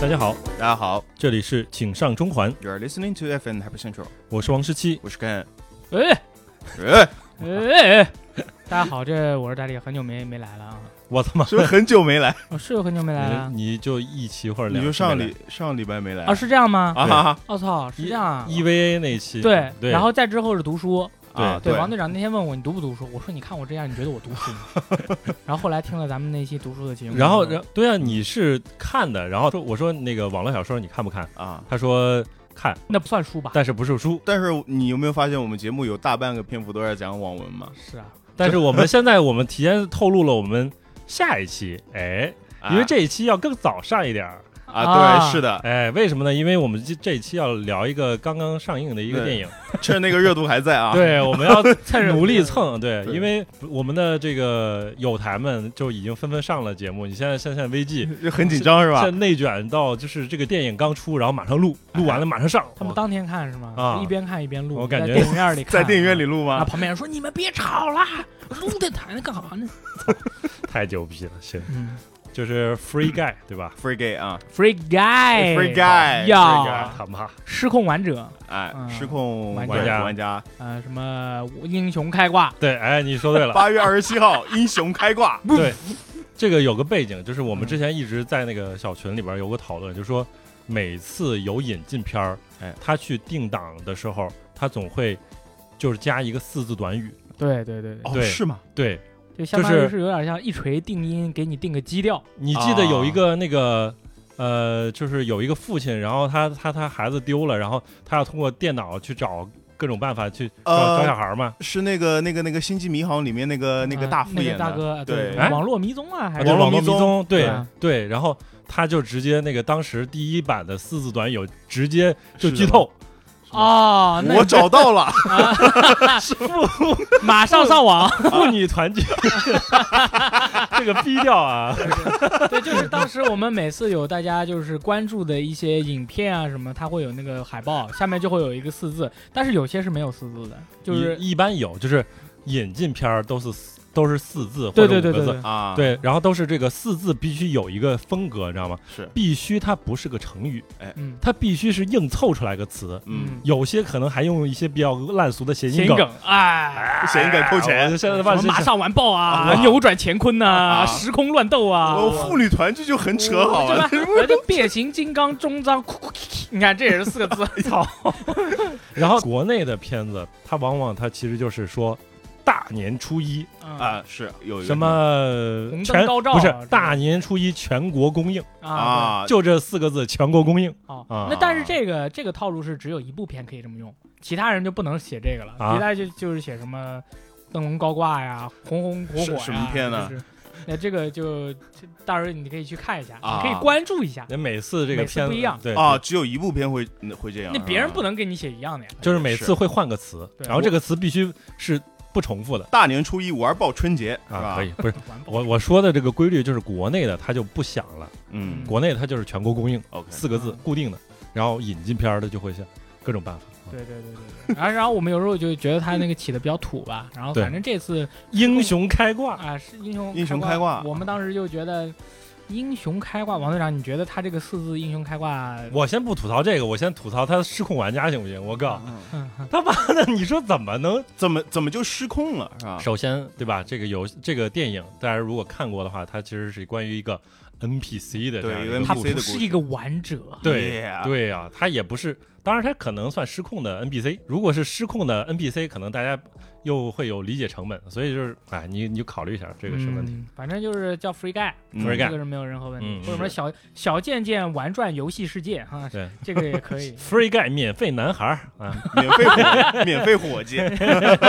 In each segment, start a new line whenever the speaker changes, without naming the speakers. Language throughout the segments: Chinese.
大家好，
大家好
这里是请上中环，
，You are listening to FM Happy Central，
我是王十七。
我是 Ken。
哎
哎，
哎哎，大家好，这我是大力，很久没没来了啊，
我他妈，
是不是很久没来？
我是有很久没来了
你就一期或者
你
两期
就上
没
礼上礼拜没来
啊，是这样吗？
啊哈哈
我操，是这样啊
来。EVA ，E 那一期，
对，
对，
然后再之后是读书，
啊
对，王队长那天问我你读不读书，我说你看我这样，你觉得我读书吗？ 然后后来听了咱们那期读书的节目，
然后然后对啊，你是看的，然后说我说那个网络小说你看不看？
啊。
他说看，
那不算书吧？
但是不是书。
但是你有没有发现我们节目有大半个篇幅都在讲网文嘛？
是啊，
但是我们现在我们提前透露了我们下一期，哎，因为这一期要更早上一点儿，
啊啊，
啊
对，是的，
哎，为什么呢？因为我们这这一期要聊一个刚刚上映的一个
对
电影，
趁那个热度还在 啊。
对，我们要
趁热
努力
度
蹭，对，
对
因为我们的这个友台们就已经纷纷上了节目，你现在现在危机。
就很紧张是
现在
吧？
内卷到就是这个电影刚出，然后马上录，录完了马上上。
哎他们当天看是吗？
啊
一边看一边录，
我感
在
觉
电影院里看，
在电影院里录
啊，
吗？
旁边人说你们别吵啦，录的谈的干啥呢？
哇太牛逼了，行，
嗯
就是 Free Guy 对吧
Free gay 啊
，Free Guy，Free
，Free guy，
哎呀
free guy
他妈
失控玩者，
哎，
嗯
失控
玩
家
玩家，
呃，什么英雄开挂，
对，哎，你说 对了，
八月二十七号英雄开挂，
对，这个有个背景，就是我们
嗯
之前一直在那个小群里边有个讨论，就是说每次有引进片儿，
哎
他去定档的时候，他总会就是加一个四字短语，
对对
哦
对对，
对
吗？
对，
就相当
就
于
是
是有点像一锤定音，给你定个基调，
你记得有一
啊
个那个、呃，就是有一个父亲，然后他他他孩子丢了，然后他要通过电脑去找各种办法去找、
呃
找小孩嘛，
是那个那个那个《星际迷航》里面那个那个
啊
大副
那
演
个大
的，
哥，
对
对，
哎
网络迷踪啊，还
啊
是
对
网络迷
迷踪，对
对啊
对，然后他就直接那个当时第一版的四字短语直接就是
的
剧 透，
哦，那
我找到了，
马上 上网，
妇女团 聚，这个逼调啊，
对，就是当时我们每次有大家就是关注的一些影片啊什么，它会有那个海报，下面就会有一个四字，但是有些是没有四字的，就是
一一般有就是引进片儿都是四都是四字或者
对
五个
对
字，
对对对，
啊，，
对然后都是这个四字必须有一个风格，你知道吗？
是，
必须它不是个成语。
嗯
它必须是硬凑出来个词，
嗯，
有些可能还用一些比较烂俗的谐
谐
音
音
梗，
梗，哎。
谐音梗扣钱
我就现在
什
万
么马上完爆啊
啊，
扭转乾坤呐，
啊
时空乱斗啊，
我妇女团聚就很扯好啊
对
了
吧，？ 我这变形金刚终章，哭哭啼啼你看这也是四个 字，
哎
操！
然后国内的片子，它往往它其实就是说。大年初一，
啊
啊，是有一个
什么
红灯
全
高照啊
不是
这个
大年初一全国公映，
啊
啊，
就这四个字全国公映。
哦
啊，
那但是这个这个套路是只有一部片可以这么用，其他人就不能写这个了，
啊
其他就就是写什么灯笼高挂呀，红红火火呀
是什么片呢？
就是那这个就这到时候你可以去看一下，
啊
你可以关注一下。
那每次这个
每次
片子
不一样
对
啊，，只有一部片会会这样，啊
那别人不
能。
能给你写一样的呀，
就是每次会换个词，
对
然后这个词必须是不重复的
大年初一玩爆春节是
啊，
吧？
可以，不是
完爆
我我说的这个规律就是国内的它就不想了，
嗯
国内它就是全国公映。
，OK，
四个字
嗯
固定的，然后引进片儿的就会想各种办法。
对对对对对，然后 然后我们有时候就觉得他那个起的比较土吧，然后
对
反正这次
英雄开挂，
啊，是英雄
英雄开挂
我们当时就觉得英雄开挂，王队长，你觉得他这个四字英雄开挂，
我先不吐槽这个，我先吐槽他失控玩家行不行？我 告
嗯
他妈的，你说怎么能？
怎么怎么就失控了是吧？
首先，对吧？这个游这个电影，大家如果看过的话，它其实是关于一个 NPC 的这
对
样
一
一
个
个
他
故
NPC
事。
不是一个玩者，
对
Yeah
对啊，他也不是，当然他可能算失控的 NPC。如果是失控的 NPC，可能大家又会有理解成本，所以就是，哎，你你就考虑一下这个是问题。
嗯反正就是叫 Free Guy，
嗯
Free
这
guy
个是没有任何问
嗯
题，或者什么小小贱贱玩转游戏世界哈，
对。
这个也可以
Free Guy 免费男孩儿啊，
免费火免费火计。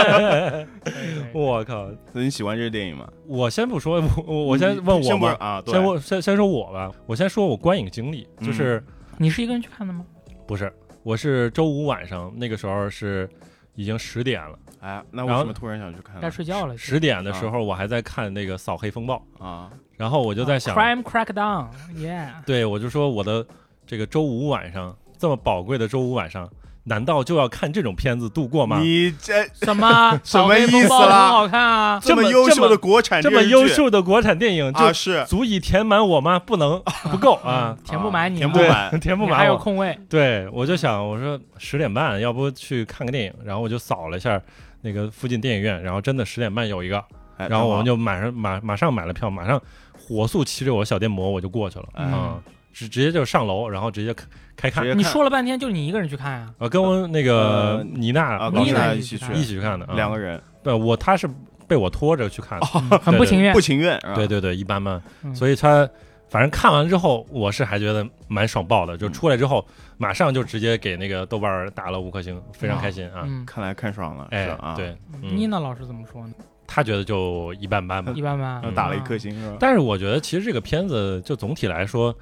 可以可以
我靠，
所以你喜欢这个电影吗？
我先不说， 我我我先问我
先问
吧，
啊，对
先问先先说我吧，我先说我观影经历，
嗯
就是、
你是一个人去看的吗？
不是我是周五晚上那个时候是已经十点了，
哎，那为
然后
什么突然想去看
该
呢？
睡觉了。
十点的时候我还在看那个《扫黑风暴》，
啊，
然后我就在想，
Crime Crackdown，Yeah，
对我就说我的这个周五晚上这么宝贵的周五晚上，难道就要看这种片子度过吗？
你这
什么
什么
扫黑风
意思
暴很
啦
好看啊！
这么
么优秀的国产
这
电
么
视剧
优秀的国产电影
啊
就是足以填满我吗？不能，不够 啊，
填不满你啊，
填不
对
满，
填不
你
满我。
还有空位，
对，我就想，我说十点半，要不去看个电影？然后我就扫了一下那个附近电影院，然后真的十点半有一个，
哎
然后我们
挺
就
好
马上马马上买了票，马上火速骑着我小电摩我就过去了，
嗯
嗯，直直接就上楼，然后直接开开看
直，接
你
看
说了半天就你一个人去看 啊？
呃，跟我那个
呃
妮娜
啊，
老
跟
师
妮娜
一起去
一起
一起去啊看的，
两个
人，
人哦
对我他是被我拖着去看的，
嗯很不情愿
不。情愿啊是吧？
对对对，一般般，
嗯
所以他。反正看完之后，我是还觉得蛮爽爆
嗯
的，就出来之后，马上就直接给那个豆瓣儿打了五颗星，非常开心啊！
嗯，
看来看爽了，
哎
是，啊，，
对，嗯
妮娜老师怎么说呢？
他觉得就一般般吧。
嗯
一般嗯般
然后。打了一
嗯
颗星是吧？
但是我觉得其实这个片子就总体来说，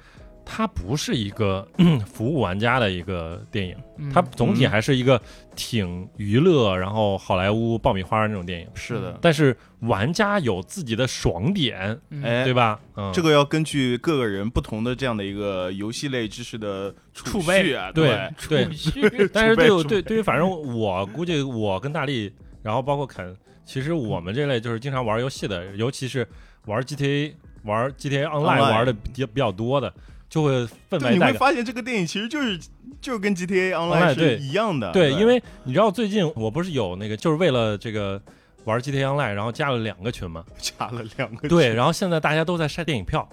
它不是一个 嗯服务玩家的一个电影，
嗯，
它总体还是一个挺娱乐，然后好莱坞爆米花那种电影。
是的，
但是玩家有自己的爽点，
嗯
哎
对，吧？嗯，
这个要根据各个人不同的这样的一个游戏类知识的储
储备
蓄啊，
对对
储。 蓄
但是
储备
对我
储
对对于反正我估计我跟大力，然后包括肯，其实我们这类就是经常玩游戏的，尤其是玩 GTA、玩 GTA Online
Online
玩的比比较多的，就会氛
对，
围
你
带
会
感。
发现这个电影其实就是就是跟 GTA
Online，
Online
对
是一样的，
对， 因为你知道最近我不是有那个，就是为了这个玩 GTA Online，然后加了两个群嘛。
加了两个
对，
群，
然后现在大家都在晒电影票，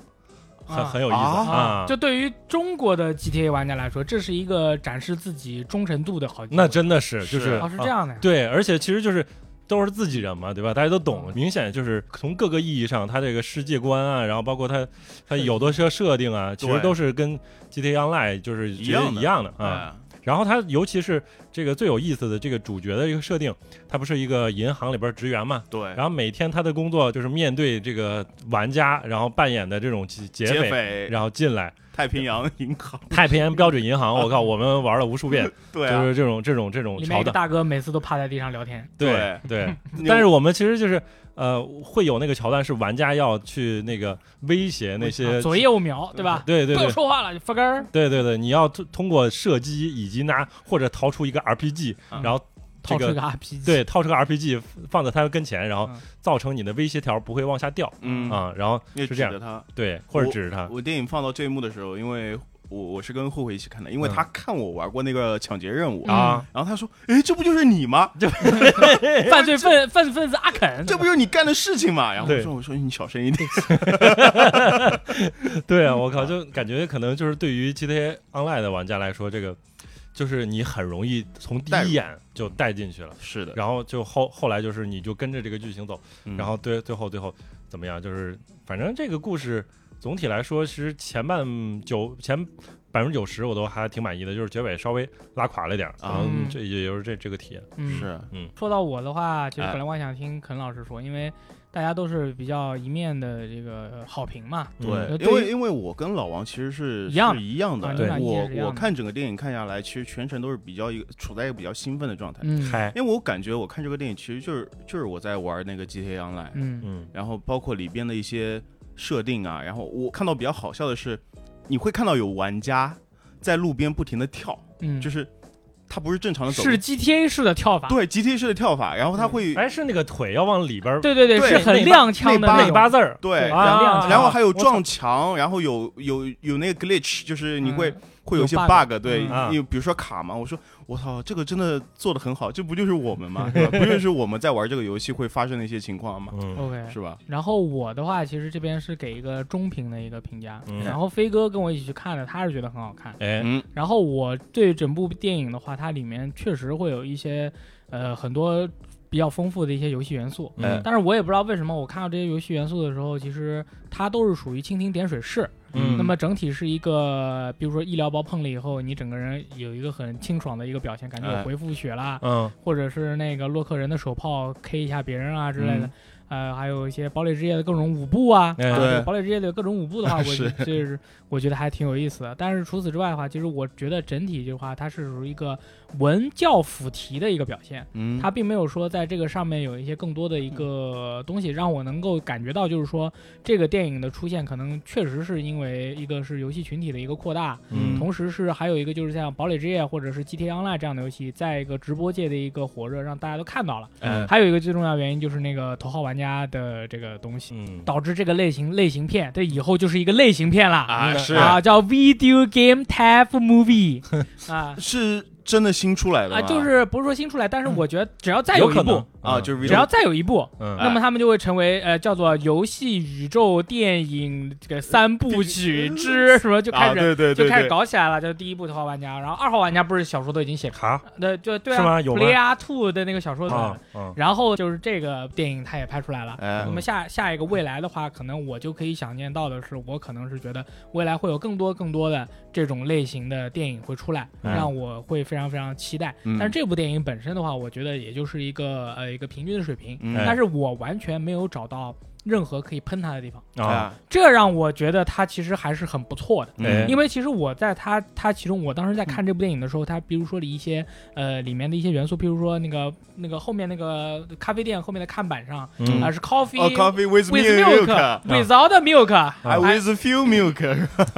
很、
啊
很有意思
啊
啊。
就对于中国的 GTA 玩家来说，这是一个展示自己忠诚度的好机会。
那真的是
是
就是
哦，是这
啊
样的呀。
对，而且其实就是。都是自己人嘛，对吧？大家都
嗯
懂，明显就是从各个意义上，它这个世界观啊，然后包括 它它有的设设定啊，其实
对
都是跟 GTA Online 就是
一
觉得
样的
一样的啊。
哎
然后他尤其是这个最有意思的这个主角的一个设定，他不是一个银行里边职员嘛，
对，
然后每天他的工作就是面对这个玩家，然后扮演的这种劫劫
劫
匪，
匪
然后进来
太平洋银行，
太平洋标准银行，我 靠，我们玩了无数遍，
对
就
啊，
是这种这种这种
里面
桥
一个
段，
大哥每次都趴在地上聊天。
对对。
你
但是我们其实就是呃，会有那个桥段是玩家要去那个威胁那些
啊左右瞄，对吧？
对对
不
对
要说话了，翻根儿。
对对对，你要通通过射击以及拿或者掏出一个 RPG，
嗯
然后这
掏出
个
一个啊 RPG，
对，掏出个 RPG 放在他跟前，然后
嗯
造成你的威胁条不会往下掉
嗯，
啊，然后
也
是
指
这样啊
着他。
对，或者指着他，
我电影放到这一幕的时候，因为我我是跟慧慧一起看的，因为
嗯
他看我玩过那个抢劫任务
嗯
啊
然后他说：“哎，这不就是你吗？
犯罪分犯罪分子阿肯，
这不就是你干的事情吗？”然后我
对
说：“我说你小声一点。
对啊，我靠，就感觉可能就是对于 GTA Online 的玩家来说，这个就是你很容易从第
带入
一眼就带进去了”，
是的，
然后就后后来就是你就跟着这个剧情走，
嗯
然后对最后最后怎么样？就是反正这个故事总体来说，其实前半九前百分之九十我都还挺满意的，就是结尾稍微拉垮了点儿，
啊
嗯
嗯，
这也就是这这个体验，
嗯。
是
说到我的话，其实
哎
本来我还想听肯老师说，因为大家都是比较一面的这个呃好评嘛。
嗯
对，
对
因
于
为因为我跟老王其实是
一样
是一样
啊
的
你
对
俩意见
我
是一样的
我看整个电影看下来，其实全程都是比较一个处在一个比较兴奋的状态，
嗯，
嗨，
因为我感觉我看这个电影其实就是就是我在玩那个 GTA Online，
嗯
嗯
然后包括里边的一些设定啊，然后我看到比较好笑的是，你会看到有玩家在路边不停的跳，
嗯，
就是他不是正常的走路，
是 GTA 式的跳法，
对 GTA 式的跳法，然后他会、
哎，是那个腿要往里边儿
对对
对
是很踉跄的
内八
那
内
种
八字儿，
对
啊
然后
两
然后还有
我操
撞墙，然后有有有那个 glitch，就是你会、
嗯
会有一些
有
bug，对，
嗯
你比如说卡嘛，我说我操，这个真的做的很好，这不就是我们 吗？是吧不就是我们在玩这个游戏会发生的一些情况吗？
嗯
OK。
是吧？
然后我的话，其实这边是给一个中评的一个评价。
嗯
然后飞哥跟我一起去看了，他是觉得很好看。
哎，
嗯，
然后我对整部电影的话，它里面确实会有一些呃很多比较丰富的一些游戏元素。
嗯
但是我也不知道为什么，我看到这些游戏元素的时候，其实它都是属于蜻蜓点水式。
嗯
那么整体是一个，比如说医疗包碰了以后，你整个人有一个很清爽的一个表现，感觉
哎
有回复血啦，
嗯
或者是那个洛克人的手炮 K 一下别人啊之类的。
嗯
呃，还有一些堡垒之夜的各种舞步啊，
哎
啊
对
这个堡垒之夜的各种 舞步的话，我
是
这是我觉得还挺有意思的。但是除此之外的话，其实我觉得整体的话，它是属于一个文教辅题的一个表现。
嗯，
它并没有说在这个上面有一些更多的一个东西，让我能够感觉到，就是说这个电影的出现，可能确实是因为一个是游戏群体的一个扩大，
嗯
同时是还有一个就是像《堡垒之夜》或者是《GTA Online》这样的游戏，在一个直播界的一个火热，让大家都看到了。
呃
哎
还有一个最重要原因就是那个头号玩家的这个东西，
嗯，
导致这个类型类型片，这以后就是一个类型片啦。
啊是
啊，叫 video game type movie 啊
是真的新出来的
啊，
吗
就是不是说新出来，但是我觉得只要再
有
一啊
可
部
能，
啊，就是 video-
只要再有一部，
嗯
那么他们就会成为呃叫做游戏宇宙电影这个三部曲
呃
之什么就开
啊，
始
对对
就
对
开始
对，
搞起来了，就是第一部头号玩家，然后二号玩家不是小说都已经写，
卡
那就对啊，
是吗有吗
p l a y a Two 的那个小说都有
啊
了，
啊，
然后就是这个电影它也拍出来了。
哎
那
嗯
么下下一个未来的话，可能我就可以想见到的是，我可能是觉得未来会有更多更多的这种类型的电影会出来，
嗯
让我会非常非常期待。
嗯
但是这部电影本身的话，我觉得也就是一个呃一个平均的水平，
嗯
哎
但是我完全没有找到任何可以喷它的地方，
啊，
啊，嗯
这让我觉得它其实还是很不错的。
哎
因为其实我在它它其中，我当时在看这部电影的时候，它比如说的一些呃里面的一些元素，譬如说那个那个后面那个咖啡店后面的看板上啊、
嗯
是
哦
coffee
，coffee with
with
milk，啊
milk 啊 without milk，
I with few milk，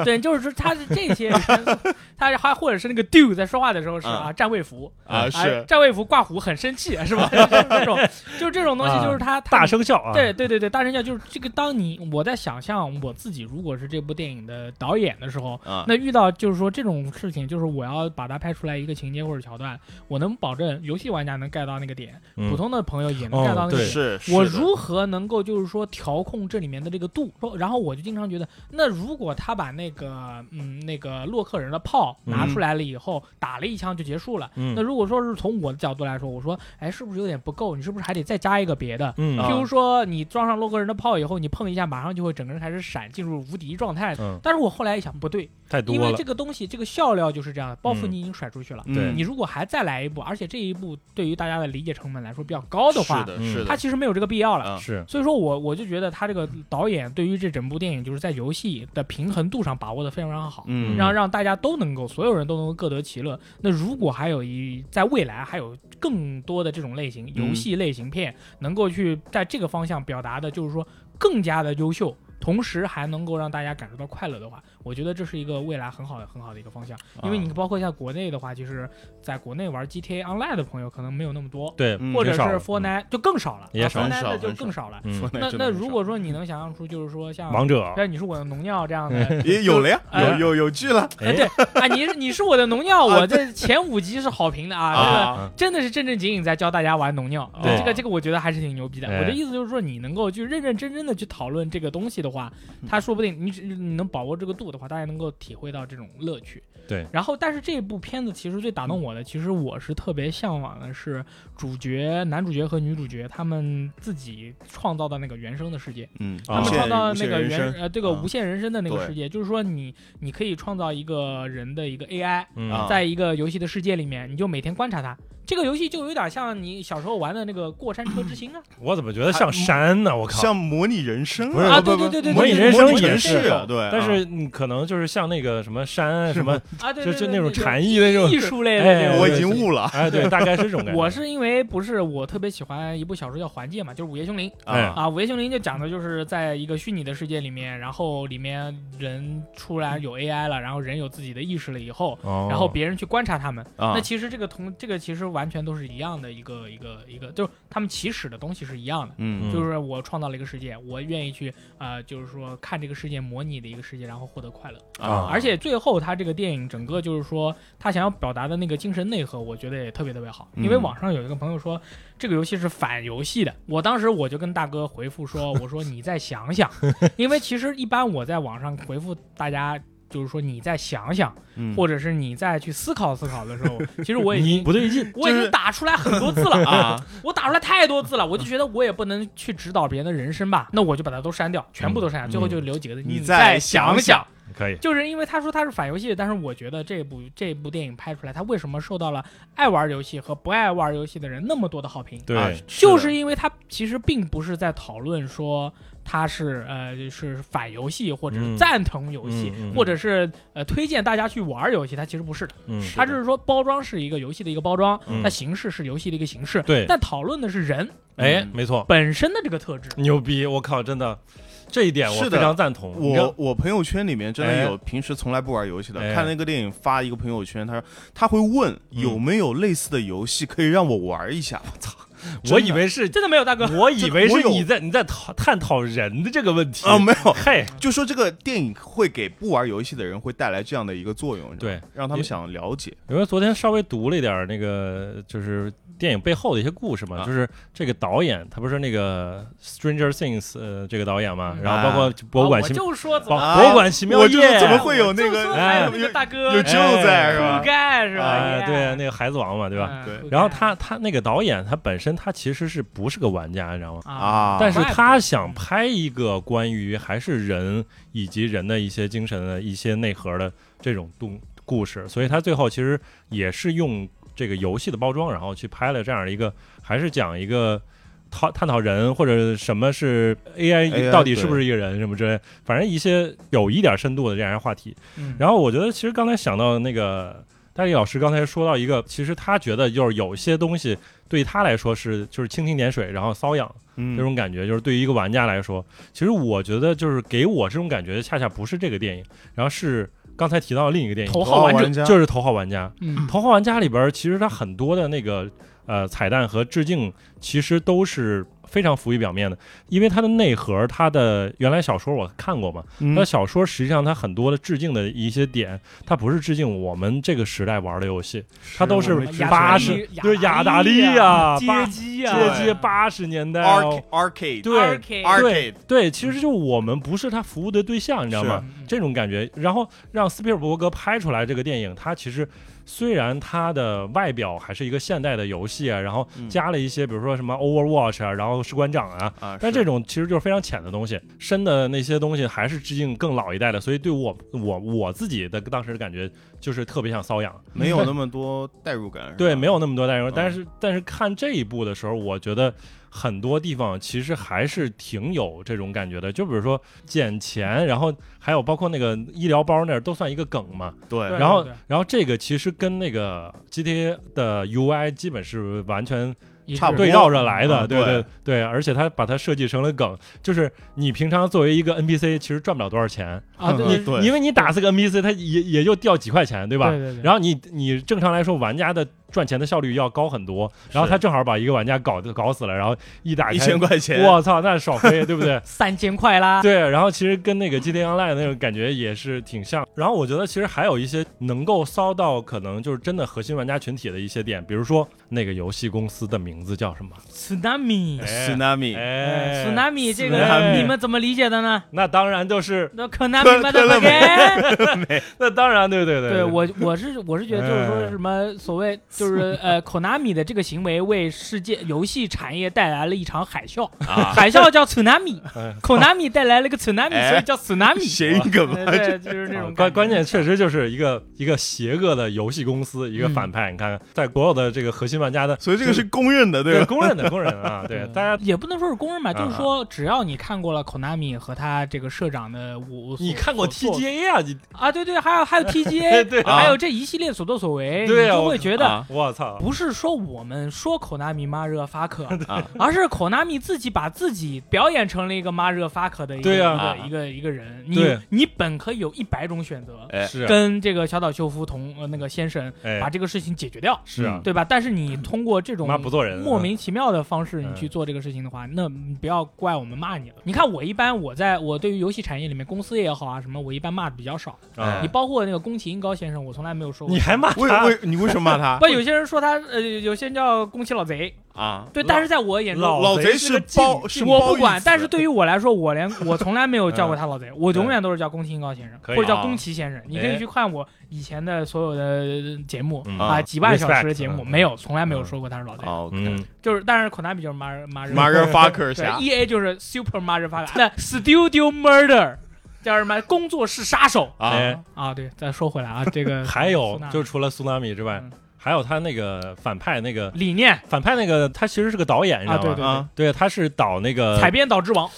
对，就是说它是这 些元素，它还或者是那个 do 在说话的时候是啊站位服
啊
啊
是，
站位服挂虎很生气是吧？ 就是这种就是这种东西，
啊
就是它它
大声笑啊，
对对对对，大声叫就是这个。当你我在想象我自己如果是这部电影的导演的时候，
啊
那遇到就是说这种事情，就是我要把它拍出来一个情节或者桥段，我能保证游戏玩家能 get 到那个点，
嗯，
普通的朋友也能 get 到那个
对
点。
是，是
我
的
如何能够就是说调控这里面的这个度？说然后我就经常觉得，那如果他把那个嗯那个洛克人的炮拿出来了以后，打了一枪就结束了。
嗯
那如果说是从我的角度来说，我说，哎，是不是有点不够？你是不是还得再加一个别的？
嗯
啊
譬如说，你装上洛克人的炮以后，你碰一下，马上就会整个人开始闪，进入无敌状态。
嗯，
但是我后来一想，不对，
太多
因为
了
这，个东西，这个笑料就是这样的，包袱
嗯
你已经甩出去了，
对
嗯
你如果还再来一步，而且这一步对于大家的理解成本来说比较高的话，
是的，
嗯
是的，
它其实没有这个必要了。
啊
是
所以说我我就觉得他这个导演对于这整部电影就是在游戏的平衡度上把握的非常非常好，
嗯
让让大家都能够所有人都能够各得其乐。那如果还有一在未来还有更多的这种类型
嗯
游戏类型片能够去在这个方向表达的，就是说更加的优秀。同时还能够让大家感受到快乐的话，我觉得这是一个未来很好的很好的一个方向。
啊
因为你包括像国内的话，其实在国内玩 GTA Online 的朋友可能没有那么多，
对，
嗯
或者
挺
是
少了
Fortnite 就更少了，
也
啊
少
Fortnite 的
很少
就
很
更少了。
嗯，
那那
，
如果说你能想象出，就是说像，哎
王者
对，你是我的农药这 样的
也有了呀，
哎
有有有剧了
哎，对，啊，你你是我的农药，
啊
我这前五集是好评的啊，这个
啊，
真的是正正经经在教大家玩农药，啊
对
这个这个我觉得还是挺牛逼的。
哎
我的意思就是说，你能够去认认真真的去讨论这个东西的
嗯
话，他说不定你只你能把握这个度的话，大家能够体会到这种乐趣。
对。
然后，但是这部片子其实最打动我的，其实我是特别向往的是主角男主角和女主角他们自己创造的那个原生的世界。
嗯，
他无
他们
限
创造那个
无限
原
人生
呃这个
啊
无限人生的那个
对
世
嗯
界，就是说你你可以创造一个人的一个 AI，
嗯
啊
在一个游戏的世界里面，你就每天观察它。这个游戏就有点像你小时候玩的那个《过山车之星》啊，
我怎么觉得像山呢？我靠！
像模拟人生
不是
啊
啊对对对对
模拟
对
人
模
生
拟
也
人
是
世啊对，
但
啊
是你可能就是像那个什么山什么，
啊，对
就
对
就
对，
那种
对
禅意的那
艺
种，
术类的那
哎
种。
我
对
已经
对
悟了
哎，对，大概是这种感觉。
我是因为不是我特别喜欢一部小说叫《环界》嘛，就是《午夜凶铃》
哎
啊，
啊，《午夜凶铃》就讲的就是在一个虚拟的世界里面，然后里面人突然有 AI 了，然后人有自己的意识了以后，
哦，
然后别人去观察他们，
啊
那
那其实这个同这个其实完全都是一样的一个一个一个，就是他们起始的东西是一样的。
嗯
嗯
就是我创造了一个世界，我愿意去呃，就是说看这个世界模拟的一个世界，然后获得快乐。
啊
而且最后他这个电影整个就是说他想要表达的那个精神内核，我觉得也特别特别好。因为
嗯
网上有一个朋友说这个游戏是反游戏的，我当时我就跟大哥回 复说，我说你再想想，因为其实一般我在网上回复大家。就是说，你再想想，
嗯
或者是你再去思考思考的时候，其实我已
你
经
不对劲，
我已
就
经
是
打出来很多字了
啊，
我打出来太多字了，我就觉得我也不能去指导别人的人生吧，那我就把它都删掉，全部都删掉，
嗯
最后就留几个字。
你
再
再
想
想
想，
可以，
就是因为他说他是反游戏，但是我觉得这部这部电影拍出来，他为什么受到了爱玩游戏和不爱玩游戏的人那么多的好评？
对，
啊
就是
的
因为他其实并不是在讨论说他是呃就是反游戏或者是
嗯
赞同游戏，
嗯嗯嗯
或者是呃推荐大家去玩游戏，他其实不是的，
嗯，
他只是说包装是一个游戏的一个包装，
嗯
那形式是游戏的一个形式，
对
但讨论的是人
哎，
嗯
没错，
本身的这个特质。
牛逼！我靠，真的，这一点我
是的
非常赞同。你知道
我我朋友圈里面真的
哎
有平时从来不玩游戏的，
哎嗯
看那个电影发一个朋友圈，他说他会问有没有类似的游戏可以让我玩一下。我操，
我
真
以
的
为是，
真的没有大哥，
我以为
我
是
有
你在你在讨探讨人的这个问题
啊没有，
嘿，
就说这个电影会给不玩游戏的人会带来这样的一个作用，
对，
让他们想了解。
因为昨天稍微读了一点儿那个，就是电影背后的一些故事嘛，
啊
就是这个导演他不是那个《Stranger Things》呃这个导演嘛，
嗯
然后包括博物
啊
馆
我
奇
就说怎
博
么
啊
博物馆奇妙
我就
夜，
是怎么会有那
就
个
说
哎
还有那个大 哥
有舅在
哎
是吧
覆？盖是吧？
啊、
Yeah
对，那个孩子王嘛，对吧？
嗯
对
覆盖
然后他他那个导演他本身他其实是不是个玩家，你知道吗？
啊，
但是
怪不
他
得
想拍一个关于还是人以及人的一些精神的一些内核的这种故故事，所以他最后其实也是用这个游戏的包装，然后去拍了这样一个，还是讲一个 讨探讨人或者什么是 AI
AI
到底是不是一个人什么之类，反正一些有一点深度的这样一个话题。
嗯
然后我觉得其实刚才想到那个。戴笠老师刚才说到一个，其实他觉得就是有些东西对他来说是就是蜻蜓点水，然后瘙痒，
嗯
这种感觉，就是对于一个玩家来说，其实我觉得就是给我这种感觉，恰恰不是这个电影，然后是刚才提到的另一个电影
头
《
号玩
玩
者，
家
就是《头号玩家》。
嗯
《头号玩家》里边儿其实它很多的那个呃彩蛋和致敬，其实都是非常浮于表面的，因为它的内核，它的原来小说我看过嘛，
嗯
那小说实际上它很多的致敬的一些点，它不是致敬我们这个时代玩的游戏，它都
我
是
没吃过
八十
亚达利
对雅达利
啊
呀、
街
八
机啊呀，
这
街
些八十年代哦
Arc-、arcade
对
Arcade
对
arcade
对，其实就我们不是他服务的对象，你知道吗？
嗯
这种感觉，然后让斯皮尔伯格拍出来这个电影，它其实虽然它的外表还是一个现代的游戏啊，然后
嗯
加了一些比如说什么 Overwatch 啊，然后士官长啊，
啊，
但
是
这种其实就是非常浅的东西，深的那些东西还是致敬更老一代的，所以对我我我自己的当时的感觉就是特别像瘙痒，
没有那么多代入感，是吧
嗯对，没有那么多代入，
嗯
但是但是看这一部的时候，我觉得很多地方其实还是挺有这种感觉的。就比如说捡钱，然后还有包括那个医疗包那儿都算一个梗嘛。
对
对
然后
对
然后这个其实跟那个 GTA 的 UI 基本是完全
一致
差不多
对绕着来的，
嗯
对
对
对对，而且它把它设计成了梗，就是你平常作为一个 NPC 其实赚不了多少钱，
啊，对对
嗯对
因为你打死个 NPC 它也也就掉几块钱，对吧？
对对对？
然后你你正常来说，玩家的赚钱的效率要高很多，然后他正好把一个玩家搞搞死了，然后一打开，
一千块钱，
我操，那 爽飞，对不对
三千块啦，
对，然后其实跟那个 GTA Online 那种感觉也是挺像。然后我觉得其实还有一些能够骚到可能就是真的核心玩家群体的一些点，比如说那个游戏公司的名字叫什么？
，tsunami，
哎
tsunami
哎
tsunami 这个
tsunami
你们怎么理解的呢？
那当然就是，
那 Konami
科
m
科乐
o
美
t
那当然对对对哎
对我我是我是觉得就是说什么所谓就是呃 Konami 的这个行为为世界游戏产业带来了一场海啸，
啊，
海啸叫 tsunami，
哎
Konami 带来了个 tsunami，
哎
所以叫 tsunami。
谐音梗
呃
嘛，
对，就是那种
啊关
感觉
关键确实就是一个一个邪恶的游戏公司，一个
嗯
反派。你看看，在所有的这个核心玩家 的，
所以这个是公认的，
对
吧？
公认的公认啊，对
嗯
大家。
也不能说是公认吧，
啊
就是说只要你看过了 Konami 和他这个社长的我，我所
你看过
所做
TGA 啊？你
啊？对对，还有还有
对
TGA，
对
啊
还有这一系列所作所为，
对
你
啊
就
我
会觉得。
啊
我操！
不是说我们说 Konami 妈热发 克，
啊
而是 Konami 自己把自己表演成了一个妈热发克的一个
对
一
啊
个一个一个
对
人。你你本可以有一百种选择，
哎
是啊，
跟这个小岛秀夫同呃那个先生
哎
把这个事情解决掉，
是啊，
对吧？但是你通过这种
妈不做人，啊
莫名其妙的方式
嗯
你去做这个事情的话，那你不要怪我们骂你了。你看我一般我在我对于游戏产业里面，公司也好啊什么，我一般骂的比较少。
啊
你包括那个宫崎英高先生，我从来没有说过
你。还骂
为
嗯他
为你为什么 骂他
不，有些人说他呃，有些人叫宫崎老贼，
啊？
对，
老
但是在我眼中，
老
老
贼
贼
是
是
个
包，
妓
是
我
褒
不
义
管。
词
但是对于我来说，我连我从来没有叫过他老贼，我永远都是叫宫崎英高先生，
可
或
以
者叫
啊
宫崎先生。你可
哎
以去看我以前的所有的节目
嗯
啊，几万小时
respect，
的节目，
嗯
没有，从来没有说过他是老贼。
哦
嗯，
就是，但是 Konami 就是 Mar Mar
，Motherfucker
对
侠
，E A 就是 Super Motherfucker，那 Studio Murder 叫什么？工作室杀手
哎
啊，
啊！对，再说回来啊，这个
还有
苏纳米
就除了苏纳米之外
嗯，
还有他那个反派那个
理念
反派那个他其实是个导演，你知
啊，
道
对
吗？
对
对，
啊
他是导那
对，采
个
编导之王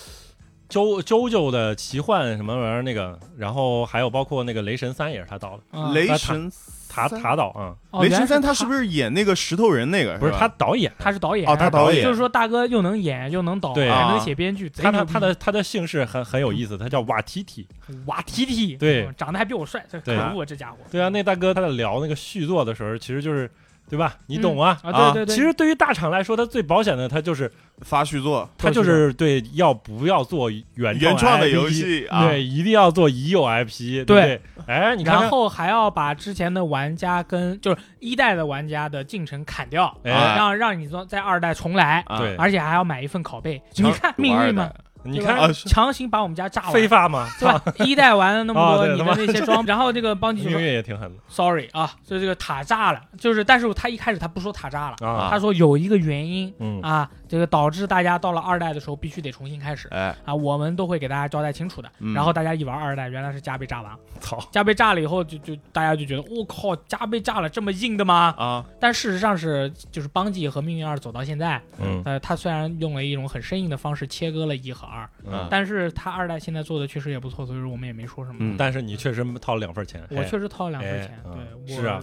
周周周的奇幻什么玩意儿那个，然后还有包括那个雷神三也是他导的，
啊
雷
啊
神
塔
三
塔导啊，
哦
雷
原来
神三
他
他是不是演那个石头人那个？
哎不是他
吧
导演，
他是导演
哦他导演
就是说大哥又能演又能导，
对哎
还能
啊
写编剧，贼
他
牛
的
逼
他的他的姓氏很很有意思，他叫瓦提提。
瓦提提，
对
长得还比我帅，这可
对
恶啊，这家伙
对啊，那大哥他在聊那个续作的时候，其实就是对吧？你懂啊。
啊，
啊
对对对，
其实对于大厂来说，他最保险的，他就是
发续作
他就是对要不要做原
原创的
IP
游，戏啊，
对，一定要做已有 IP，对不对？哎，你看
然
看，
后还要把之前的玩家跟就是一代的玩家的进程砍掉，啊
哎
让让你说在二代重来，
嗯
啊
对
而且还要买一份拷贝。
强
你看命运嘛，
你
对
看
吧
啊是
强行把我们家炸
非
完，
法嘛，
对吧？一代玩了那么
啊
多
对
你
他妈
的那些 装，然后这个帮 你
音
说
乐也挺狠
sorry 啊，就这个塔炸了，就是但是他一开始他不说塔炸了，
的啊，
他说有一个原因
嗯，
啊，这个导致大家到了二代的时候必须得重新开始。
哎，
啊，我们都会给大家交代清楚的。
嗯
然后大家一玩二代，原来是家被炸完，
操，
家被炸了以后就，就大家就觉得我、靠，家被炸了这么硬的吗？
啊，
但事实上是，就是邦吉和命运二走到现在，
嗯
呃，他虽然用了一种很生硬的方式切割了一和二，
嗯
嗯，
但是他二代现在做的确实也不错，所以说我们也没说什么。
嗯
但是你确实掏了两份钱，
我
哎
确实掏了两块
哎
钱，
嗯
对，我
是啊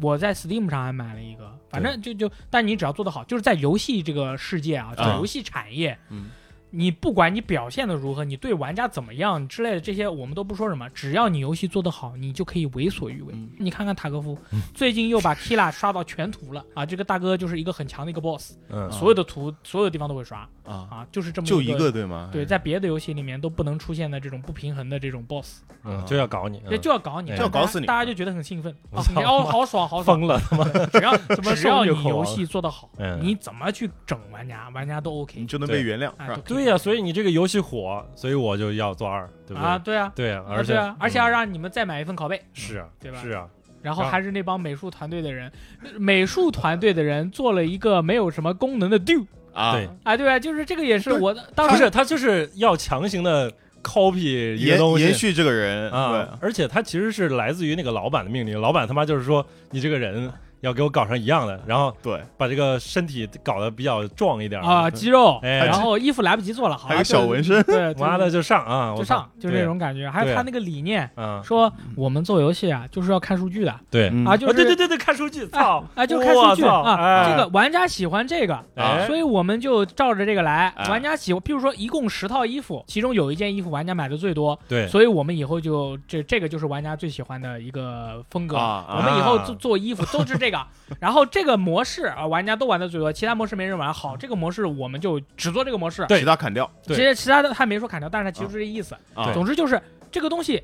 我在 Steam 上还买了一个，反正就就，但你只要做得好，就是在游戏这个世界啊，在
啊
游戏产业，
嗯
你不管你表现的如何，你对玩家怎么样之类的这些，我们都不说什么，只要你游戏做得好，你就可以为所欲为。
嗯
你看看塔科夫、最近又把 Kila 刷到全图了啊，这个大哥就是一个很强的一个 boss，、
嗯
啊
所有的图所有地方都会刷
啊，
啊，就是这么
就
一
一个对吗？
对，在别的游戏里面都不能出现的这种不平衡的这种 boss，
嗯，就要搞你，
这
嗯
就要搞你，
哎
大家
就要搞死你
大家就觉得很兴奋，
我
啊
操
你哦，好爽，好爽，
疯了，
只 要
怎么
只
受
要你
虐狂
游戏做得好
嗯，
你怎么去整玩家，玩家都 OK
你。就能被原谅
哎
嗯是
都
吧？
可
对呀，所
以
以你这个游戏火，所以我就要做二，对不
啊，
对？
对啊，
对啊，而
啊
且
对啊，而且要
嗯
让你们再买一份拷贝，
是啊，
对吧
是啊，
然后
然后
还是那帮美术团队的人， 美术团队的人做了一个没有什么功能的 do
啊，
对，
啊，对啊，就是这个也是
对
我的当
不是
时
他就是要强行的 copy 一个
延
东
延
西
续这个人
啊，，而且他其实是来自于那个老板的命令，老板他妈就是说你这个人要给我搞成一样的，然后
对对，
把这个身体搞得比较壮一点
啊肌肉，
哎
然后衣服来不及做了，好啊
还有小纹，身
就对，
妈的就上啊，
就
我
上
操，
就这种感觉。还有
对
他那个理念，
对啊，
说我们做游戏啊，就是要看数据的
对
嗯
啊，就是
啊对对对对，看数据，操
啊，就是看数据
我操
啊，
哎
这个玩家喜欢这个。
哎
所以我们就照着这个来
哎，
玩家喜，欢，譬如说一共十套衣服，其中有一件衣服玩家买的最多，
对
所以我们以后就这这个就是玩家最喜欢的一个风格。
啊
我
啊
们以后做做衣服都是 这个，然后这个模式啊，玩家都玩的最多，其他模式没人玩。好，这个模式我们就只做这个模式。
嗯对
其他砍掉
对
其实其他的他没说砍掉，但是他其实是这意思。
啊
总之就是这个东西，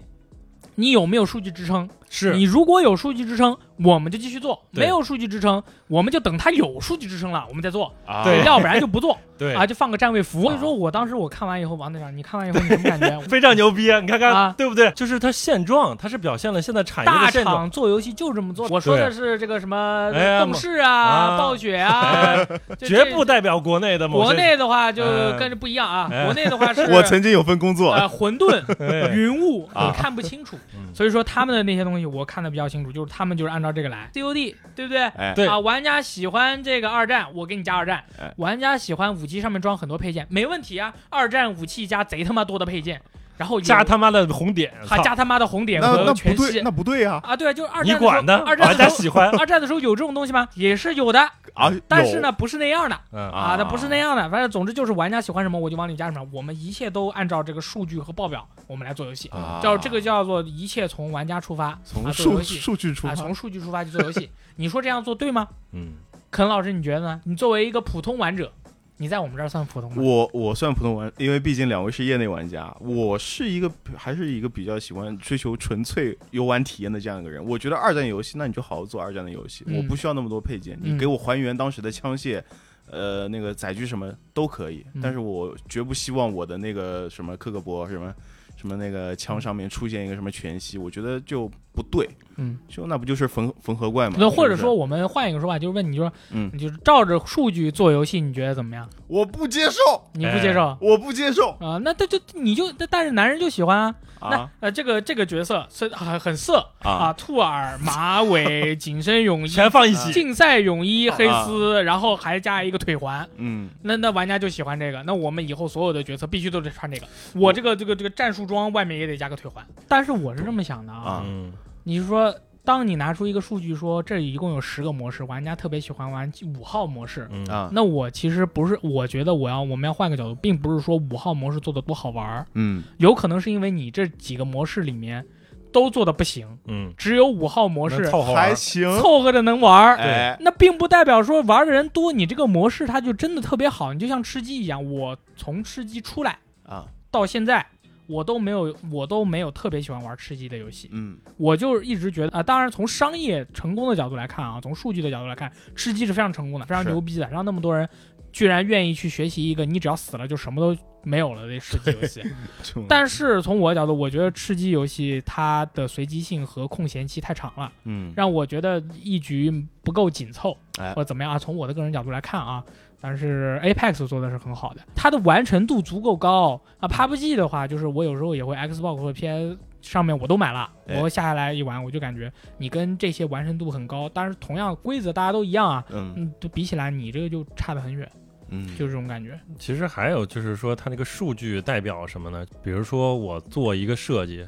你有没有数据支撑？你
是
如果有数据支撑，我们就继续做；
对
没有数据支撑，我们就等它有数据支撑了，我们再做，
啊
对
要不然就不做
对
啊，就放个占位服。
啊
所以说我当时我看完以后，王队长，你看完以后你什么感觉？
非常牛逼，你看
啊
看对不对？就是它现状，它是表现了现在产业
大
的现状。
厂做游戏就这么做，我说的是这个什么
哎呀
动视啊、
啊
暴雪啊，就
绝
这
不。代表国内的某
国
些。
内的话就
哎
跟着不一样啊，
哎
国内的话是
我曾经有份工作，
呃 混沌、
哎
云雾，
啊
你看不清楚，
嗯
所以说他们的那些东西我看的比较清楚，就是他们就是按照这个
哎
来，COD 对不对？
哎，
对
啊，玩家喜欢这个二战，我给你加二战；
哎
玩家喜欢武器上面装很多配件，没问题啊，二战武器加贼他妈多的配件，然后有
加他妈的红点，
还
操
加他妈的红点
那
和
那不
全
对，
息
那不对啊
啊，对，就是二
你
战的时候
管呢？
二战
玩
的
家
时
喜欢
候，，二战的时候有这种东西吗？也是有的，
啊！
但是
有
呢，不是那样的。
嗯
啊
那不是那样的，反正总之就是玩家喜欢什么我就往里加什么，我们一切都按照这个数据和报表我们来做游戏，
啊
叫这个叫做一切从玩家出发，啊
从
做游
数
戏
数据出
啊，
发
从数据出发去做游戏，你说这样做对吗？
嗯，
肯老师，你觉得呢？你作为一个普通玩者，你在我们这儿算普通吗？
我我算普通玩，因为毕竟两位是业内玩家，我是一个还是一个比较喜欢追求纯粹游玩体验的这样一个人。我觉得二战游戏，那你就好好做二战的游戏，
嗯
我不需要那么多配件，
嗯
你给我还原当时的枪械。呃，那个载具什么都可以，
嗯
但是我绝不希望我的那个什么克格勃什么什么那个枪上面出现一个什么全息，我觉得就不对。
嗯，
就那不就是缝缝合怪吗？
那或
是
者
不是
说，我们换一个说法，就是问你，就是
嗯，
你就是照着数据做游戏，你觉得怎么样？
我不接受，
你不接受啊、
我不接受
那他就你就但是男人就喜欢啊。那
啊
呃，这个这个角色是很很色
啊
啊，兔耳、马尾、紧身泳衣、
全放一起，
竞赛泳衣、
啊
黑丝，然后还加一个腿环。
嗯，
那那玩家就喜欢这个，那我们以后所有的角色必须都得穿这个。我这个这个这个战术装外面也得加个腿环。但是我是这么想的啊，
啊
嗯，
你是说，当你拿出一个数据说这一共有十个模式，玩家特别喜欢玩五号模式，
嗯
啊
那我其实不是，我觉得我要我们要换个角度，并不是说五号模式做的多好玩儿，
嗯
有可能是因为你这几个模式里面都做的不行，
嗯，
只有五号模式
能凑合玩
还
儿
行，
凑合着能玩儿。
哎，
那并不代表说玩的人多，你这个模式它就真的特别好。你就像吃鸡一样，我从吃鸡出来
啊
到现在，我都没有我都没有特别喜欢玩吃鸡的游戏。
嗯
我就是一直觉得啊、当然从商业成功的角度来看啊，从数据的角度来看，吃鸡是非常成功的，非常
是
牛逼的，让那么多人居然愿意去学习一个你只要死了就什么都没有了的吃鸡游戏。
就
但是从我的角度，我觉得吃鸡游戏它的随机性和空闲期太长了，
嗯
让我觉得一局不够紧凑
哎，
或者怎么样啊？从我的个人角度来看啊。但是 Apex 做的是很好的，它的完成度足够高
嗯
啊。PUBG 的话，就是我有时候也会 Xbox 和 PS 上面我都买了，
哎
我下下来一玩，我就感觉你跟这些完成度很高，但是同样规则大家都一样啊，
嗯
嗯，就比起来你这个就差得很远，
嗯
就是这种感觉。
其实还有就是说，它那个数据代表什么呢？比如说我做一个设计，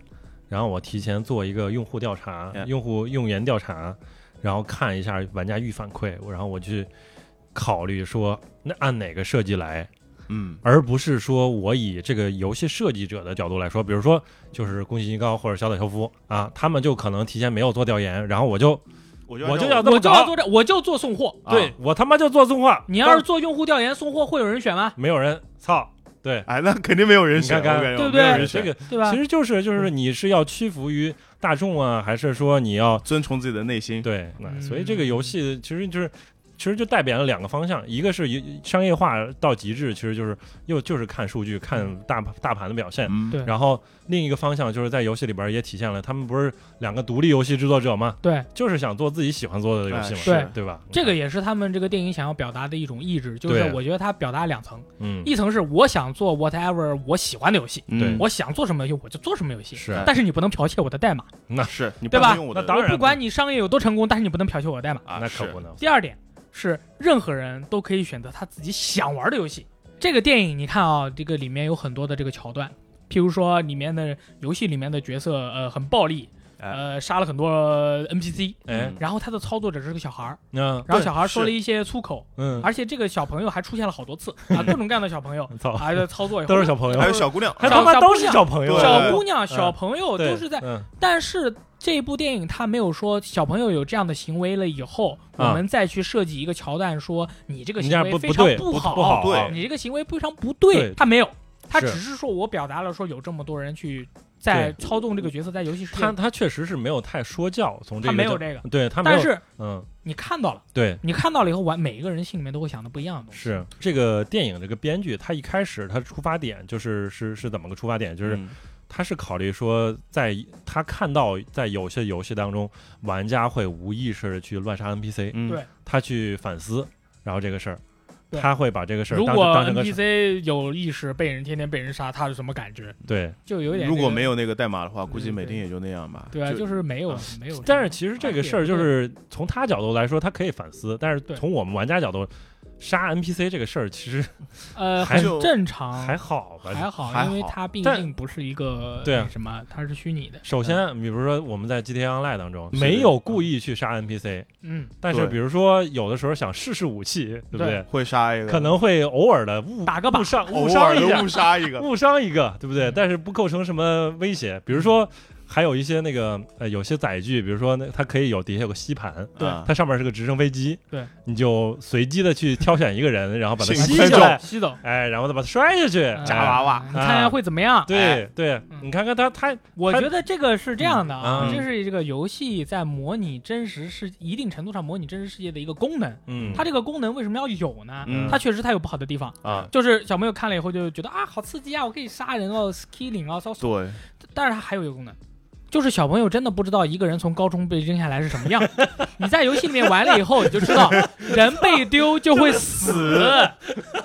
然后我提前做一个用户调查、
哎
Yeah.
用户用研调查，然后看一下玩家预反馈，我然后我去考虑说那按哪个设计来，
嗯
而不是说我以这个游戏设计者的角度来说，比如说就是宫崎英高或者小岛秀夫啊，他们就可能提前没有做调研，然后我就
我
我就要这
我
么
就要
搞，
做这，我就做送货。
啊
对我他妈就做动画，
你要
但
是做用户调研送货，会有人选吗？
没有人操，对。
哎，那肯定没有人
你看
选，
看
我感觉
对不
没有
对
人
这
选
个
对嗯吧
其？实就是就是你是要屈服于大众啊，还是说你要
遵从自己的内心，
对？那
嗯
所以这个游戏其实就是。其实就代表了两个方向，一个是商业化到极致，其实就是又就是看数据、看大大盘的表现。
嗯
对
然后另一个方向就是在游戏里边也体现了，他们不是两个独立游戏制作者嘛，
对，
就是想做自己喜欢做的游戏嘛，
哎
是
对吧？
这个也是他们这个电影想要表达的一种意志，就是
对
我觉得它表达两层，
嗯，
一层是我想做 whatever 我喜欢的游戏，
对
嗯
我想做什么游戏我就做什么游
嗯
戏，
是
哎
但是你不能剽窃我的代码，
是你不
对吧
能用我的
那当然
我不管你商业有多成功，但是你不能剽窃我的代码。
啊
那可
是
不能。
第二点是，任何人都可以选择他自己想玩的游戏。这个电影你看啊、这个里面有很多的这个桥段，譬如说里面的游戏里面的角色呃很暴力，
哎
呃杀了很多呃 NPC，
哎
嗯，
然后他的操作者是个小孩儿，
那
然后
对
小孩儿说
是
了一些粗口，
嗯，
而且这个小朋友还出现了好 多次啊，各种各样的小朋友
操，
啊，在操作以后
哦都是小朋友
还，有小姑娘，
还他妈
小
都是
小
小朋友，啊
对
小姑娘、小朋友
对
都是在，
嗯
但是。这部电影他没有说小朋友有这样的行为了以后，
啊
我们再去设计一个桥段说你这个
你
行
这样
为
不
非
不
常
对，
不
好，
好，
不
对
你这个行为非常不
对
对，他没有，他
是
只是说我表达了说有这么多人去在操纵这个角色在游戏世界
他
里，
他确实是没有太说教，从这
他
个
没有
角
这个，
对他没有，
但是
嗯，
你看到了，
对，
你看到了以后，完每一个人心里面都会想的不一样的东西。
是这个电影这个编剧，他一开始他出发点就是是是怎么个出发点？就是
嗯
他是考虑说在，他看到在有些游戏当中，玩家会无意识的去乱杀 NPC，、
嗯
对
他去反思，然后这个事儿，
对
他会把这个事儿
如
当
果
当成个事儿
NPC 有意识被人天天被人杀，他是什么感觉？
对。
就有点、
如果没
有，
有那个代码的话，估计
嗯
每
对
天也就那样吧。
对啊，
就
就是没有、没有。
但是其实这个事儿就是从他角度来说，他可以反思，但是
对
从我们玩家角度，杀 NPC 这个事儿其实
呃
还
很
就
正常，
还好吧。
还好
还
因为
好
它毕
但
竟不是一个
对啊
那什么，它是虚拟的。
首先，比如说我们在 GTA Online 当中
是
没有故意去杀 NPC，
嗯，
但是
对
比如说有的时候想试试武器，对不
对
对？
会杀一个，
可能会偶尔的误
打个靶
误伤误
偶
伤
尔
一
的
下
误，杀一个。
误伤一个，对不对？
嗯
但是不构成什么威胁。比如说，还有一些那个呃，有些载具，比如说那它可以有底下有个吸盘，
对
啊
它上面是个直升飞机，
嗯对，
你就随机的去挑选一个人，然后把 它
幸
吸
亏
下
走
来，
吸走，
哎，然后再把它摔下去，
嗯
夹娃娃
你看看会怎么样？
对对
嗯，
你看看它它
我
它
觉得这个是这样的啊，
嗯
这是这个游戏在模拟真实世，一定程度上模拟真实世界的一个功能。
嗯，
它这个功能为什么要有呢？
嗯
它确实它有不好的地方，
啊，
就是小朋友看了以后就觉得啊，好刺激啊，我可以杀人哦，killing 哦，骚
对，
但是它还有一个功能，就是小朋友真的不知道一个人从高中被扔下来是什么样。 你在游戏里面玩了以后，你就知道人被丢就会死，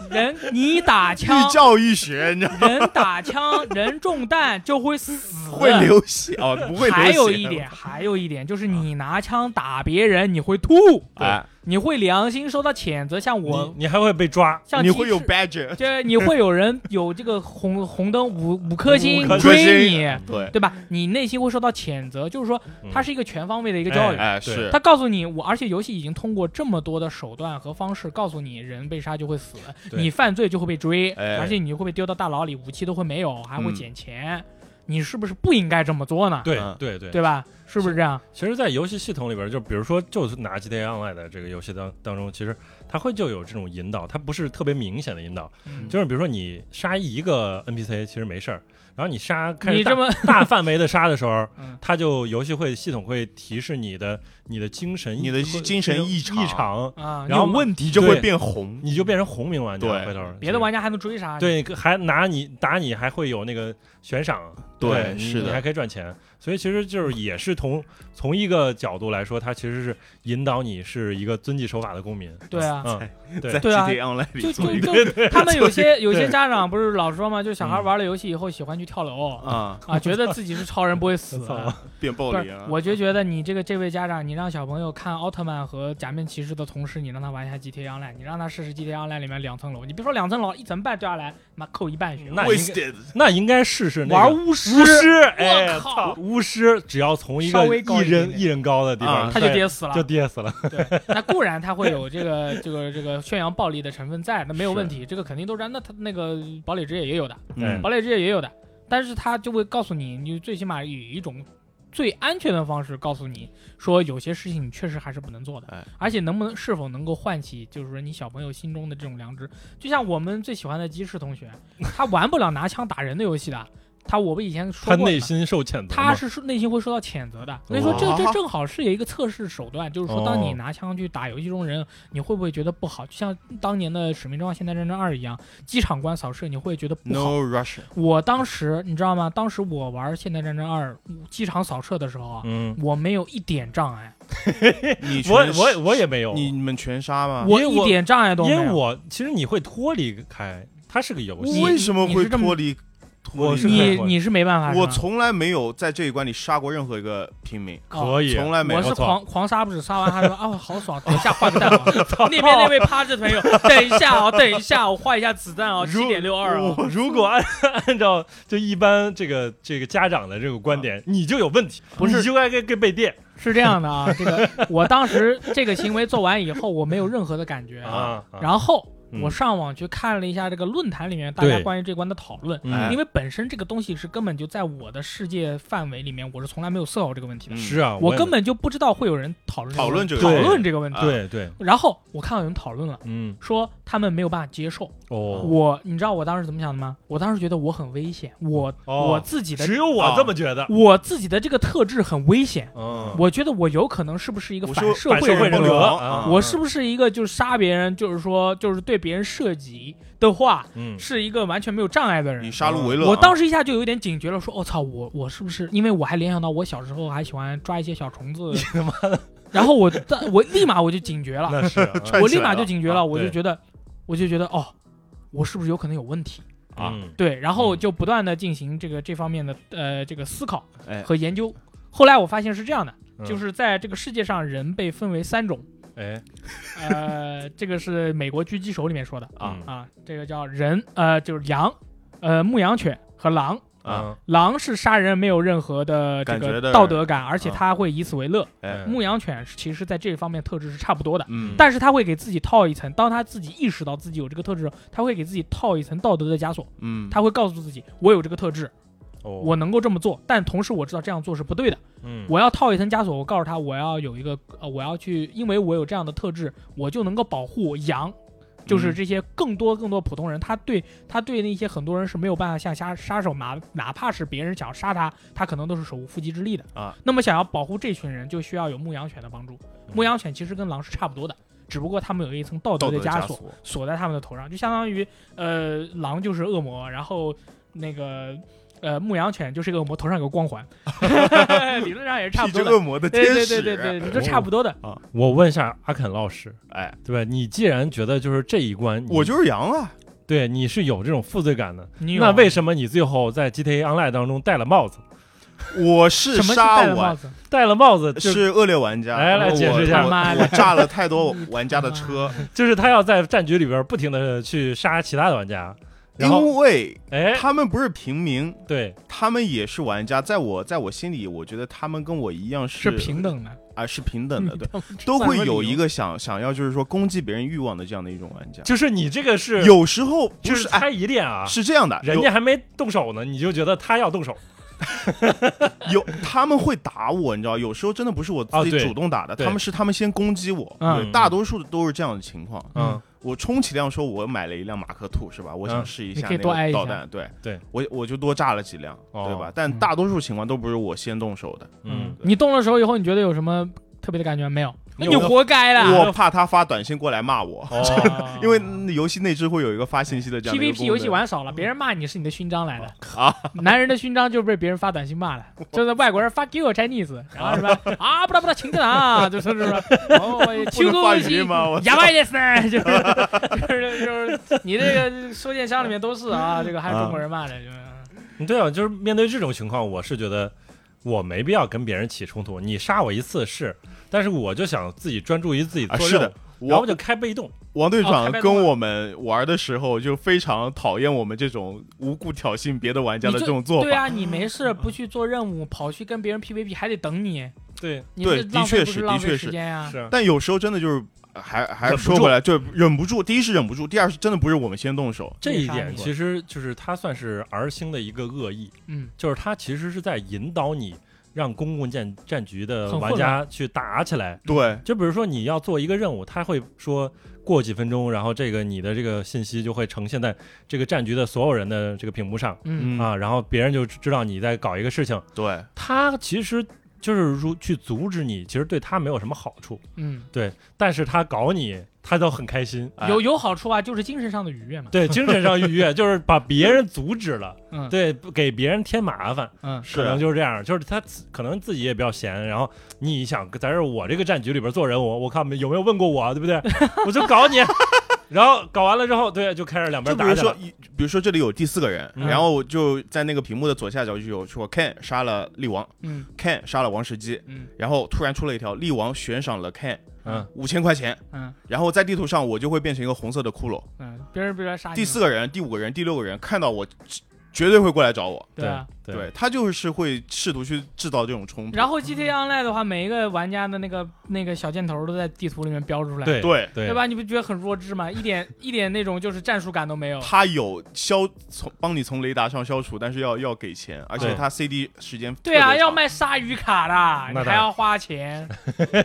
人你打枪
寓，教于学，你知道吗
人打枪，人中弹就会死，
会流血哦，不会流血。
还有一点，还有一点就是你拿枪打别人，你会吐，
哎，
你会良心受到谴责。像我，
你还会被抓，
像
你
鸡
会有
翅
badge，
这你会有人有这个红红灯五五颗星
颗
追
星
你，
对，
对吧？你内心会受到谴责，就是说
嗯
它是一个全方位的一个教育。
哎
对
是
他告诉你，我而且游戏已经通过这么多的手段和方式告诉你，人被杀就会死，
对
你犯罪就会被追，
哎
而且你就会被丢到大牢里，武器都会没有，还会
嗯
捡钱。你是不是不应该这么做呢？
对
嗯
对对
对吧？是不是这样？
其实，在游戏系统里边，就比如说，就是拿 GTA Online 的这个游戏当当中，其实它会就有这种引导，它不是特别明显的引导，
嗯
就是比如说你杀一个 NPC 其实没事儿，然后你杀开
你
始大
这么
大 范围的杀的时候
嗯，
它就游戏会系统会提示你的你的精神
你的
会
精神异
异
常
常，
啊，
然后
你有问题
你就会
对
变红。
你就变成红名玩家，
对
回头
别的玩家还能追杀你。
对，还拿你打你还会有那个悬赏，
对
对，你
是的
你还可以赚钱，所以其实就是也是从从一个角度来说，它其实是引导你是一个遵纪守法的公民。
对啊，
嗯，
在
对啊
GTA Online
就
里做
就
一个
就他们有些有些
对
家长不是老说嘛，就小孩玩了游戏以后喜欢去跳楼
啊，
啊，觉得自己是超人不会死
我操。
变暴
不
力
是
啊，，
我就觉得你这个这位家长，你让小朋友看奥特曼和假面骑士的同时，你让他玩一下 GTA Online，你让他试试 GTA Online 里面两层楼，你别说两层楼，一层半掉下来，妈扣一半血。
那应该
wasted
那应该试试那
玩
个
巫师，
巫师，哎，
靠
操巫师只要从一
啊稍
个
微高
一
一点
人
点
一人高的地方
啊，
他就
对
跌死了
就。跌死了。
那固然他会有这个这个这个宣扬暴力的成分在，那没有问题，这个肯定都是。那他那个堡垒之夜也有的，
哎
嗯
堡垒之夜也有的，但是他就会告诉你，你最起码有一种最安全的方式告诉你说，有些事情你确实还是不能做的，
哎
而且能不能是否能够唤起，就是说你小朋友心中的这种良知，就像我们最喜欢的鸡翅同学，他玩不了拿枪打人的游戏的，他我们以前说
他
过
内
的嘛。
心受谴责
他
嘛，
是受内心会受到谴责的，所以说这
哦
这正好是有一个测试手段，就是说当你拿枪去打游戏中人，你会不会觉得不好？就像当年的《使命召唤：现代战争二》一样，机场关扫射，你会觉得不好。
no Russian，
我当时你知道吗？当时我玩《现代战争二》机场扫射的时候啊，
嗯，
我没有一点障碍，
你
我
全
我我也没有，
你你们全杀吗？
啊因为
一
我
点障碍都
因
没有。
为我其实你会脱离开，它是个游戏
我，
为什么
你
会
是这么
脱离？脱
我
离
是
你
很我
你是没办法，
我
是吧
从来没有在这一关里杀过任何一个平民，
啊
可以，
从来没有
我。是
我操
狂狂杀不止，杀完还说啊好爽，等一下换个弹啊。那边那位趴着的朋友，等一下哦，等一下我换一下子弹哦，七点六二哦。
我如果按 按照就一般这个这个家长的这个观点，你就有问题，
嗯不是
你就该该该被电
是这样的啊，这个我当时这个行为做完以后，我没有任何的感觉。
啊！后
然后
嗯
我上网去看了一下这个论坛里面大家
对
关于这关的讨论，
哎
嗯
因为本身这个东西是根本就在我的世界范围里面，我是从来没有思考这个问题的，
嗯
是啊，
我
也
根本就不知道会有人讨论
讨论
这
这
个
个
讨
问题
论这个问题。
对对，
然后我看到有人讨论了，
嗯
说他们没有办法接受。
哦，
我，你知道我当时怎么想的吗？我当时觉得我很危险，我、
哦
我自己的啊
只有我这么觉得，
我自己的这个特质很危险，
嗯，
我觉得我有可能是不是一个
我
反
说
社
反
会
社会
人
人
格
格，
啊
啊
我是不是一个就是杀别人，就是说就是对别人射击的话，
嗯
是一个完全没有障碍的
以
人？
杀戮为乐啊。
我当时一下就有点警觉了，说我、哦操，我我是不是？因为我还联想到我小时候还喜欢抓一些小虫子，然后我当我立马我就警觉了，
那是 啊
踹
我
起
立
来
马
了
就警觉
啊
了，我就
对
觉得我就觉得哦，我是不是有可能有问题？
啊
嗯
对，然后就不断的进行这个这方面的呃这个思考
哎
和研究。后来我发现是这样的，
嗯
就是在这个世界上，人被分为三种，
哎
呃，这个是美国狙击手里面说的
啊
嗯
啊，这个叫人呃就是羊，呃牧羊犬和狼。
啊，
啊
狼是杀人没有任何的这
感觉
个
的
道德感，而且
啊
它会以此为乐。
哎，
牧羊犬是其实在这方面特质是差不多的，
嗯，
但是它会给自己套一层，当它自己意识到自己有这个特质，它会给自己套一层道德的枷锁，
嗯，
它会告诉自己我有这个特质，
我
哦
我能够这么做，但同时我知道这样做是不对的。
嗯
我要套一层枷锁，我告诉他我要有一个呃，我要去，因为我有这样的特质，我就能够保护羊，就是
嗯
这些更多更多普通人，他对他对那些很多人是没有办法像杀杀手哪哪怕是别人想要杀他，他可能都是手无缚鸡之力的
啊。嗯
那么想要保护这群人，就需要有牧羊犬的帮助。牧羊犬其实跟狼是差不多的，只不过他们有一层道
道
德
德
的
枷
锁，锁在他们的头上，就相当于呃，狼就是恶魔，然后那个呃，牧羊犬就是一个恶魔，头上有个光 环，理论上也是差
披
不多
着
的。
恶魔的天
对对
使，哦
对对对，你这差不多的。
我问一下阿肯老师，
哎，
对吧？你既然觉得就是这一关，你
我就是羊啊，
对你是有这种负罪感的，
你有
那为什么你最后在 GTA Online 当中戴了帽子？
我是
什么是戴
杀
了帽
我，
子？
戴了帽子就是
恶劣玩家，
来来
我
解释一下
我
妈的
我炸了太多玩家的车，
就是他要在战局里边不停的去杀其他的玩家，然后
因为
哎，
他们不是平民，
对，
他们也是玩家，在我在我心里，我觉得他们跟我一样是
是平等的，
啊，是平等的，对，
嗯
都会有一
个
个想想要就是说攻击别人欲望的这样的一种玩家。
就是你这个是
有时候不
就是
是哎，
猜疑链啊，
是这样的，
人家还没动手呢，你就觉得他要动手，
有有他们会打我，你知道，有时候真的不是我
啊
自己
对
主动打的，
对
他们是他们先攻击我。
嗯
对，大多数都是这样的情况。
嗯，
我充其量说，我买了一辆马克兔，是吧？我想试一
嗯你
下
可以
那
多挨一
个
下嗯
导弹，对
对，
我我就多炸了几辆，
哦
对吧？但大多数情况都不是我先动手的，
嗯，
你动了手以后，你觉得有什么特别的感觉没有？那
有
你活该啦！
我 怕他发短信过来骂我，
哦，
因为那游戏内置会有一个发信息的这样的一个
PVP
功能
游戏玩少了，别人骂你是你的勋章来的
啊！
男人的勋章就是被别人发短信骂的， 就是外国人 fuck you Chinese，然后是 吧？啊，不知道不知道，请进来啊！就是是吧？哦，
不
秋
能
哥
发
游
语音
戏。
吗？我
哑巴也是，就是就是就是，你这个收件箱里面都是啊，这个还是中国人骂的，就是
对啊，就是面对这种情况，我是觉得我没必要跟别人起冲突，你杀我一次是，但是我就想自己专注于自己
啊
做
是
任务
的，，
然后
王
就开被动，
王队
哦开
长
麦
跟
动了
我们玩的时候就非常讨厌我们这种无故挑衅别的玩家的
你
这
就
种做
对
法。
啊，你没
嗯
事不去做任务，跑去跟别人 PVP，还得等你，
对，
你这
对的
浪费
确
不
是
是浪
的确
费
是
时间呀？
是啊，
但有时候真的就是还还是
忍不
说
住
回来，就忍不住。第一是忍不住，第二是真的不是我们先动手，
这一点
你
其实就是它算是 R 星的一个恶意，
嗯，
就是它其实是在引导你让公共战战局的
很混
玩家去打起来。
嗯
对
就比如说你要做一个任务，他会说过几分钟，然后这个你的这个信息就会呈现在这个战局的所有人的这个屏幕上
嗯
嗯
啊，然后别人就知道你在搞一个事情。
对，
他其实就是如去阻止你，其实对他没有什么好处，
嗯，
但是他搞你，他都很开心。
哎
有有好处啊，就是精神上的愉悦嘛。
对，精神上愉悦就是把别人阻止了，
嗯，，
对，不给别人添麻烦，
嗯，
是啊
可能就是这样，就是他自可能自己也比较闲，然后你想在这儿我这个战局里边做人，我我看有没有问过我，对 不对？我就搞你，然后搞完了之后，对，就开始两
就
边
比
打
如
起
说
来。，
比如说这里有第四个人，
嗯
然后就在那个屏幕的左下角就有说 Ken 杀了力王
嗯
，Ken 杀了王石基，
嗯
然后突然出了一条力王悬赏了 Ken
嗯，
五千块钱，
嗯
然后在地图上我就会变成一个红色的骷髅。
嗯，别人别人杀你。
第四，个人、第五个人、第六个人看到我，绝对会过来找我。
对啊。
对
对他就是会试图去制造这种冲突。
然后 GTA Online 的话，每一个玩家的那个那个小箭头都在地图里面标出来，
对
对
对
对？吧？你不觉得很 弱智吗？一点一点那种就是战术感都没
哦
有。
他有消从帮你从雷达上消除，但是要要给钱，而且
对
他 CD 时间
对
特
啊，
别长
要卖鲨鱼卡的，
那
你
当
还
然
要花 钱。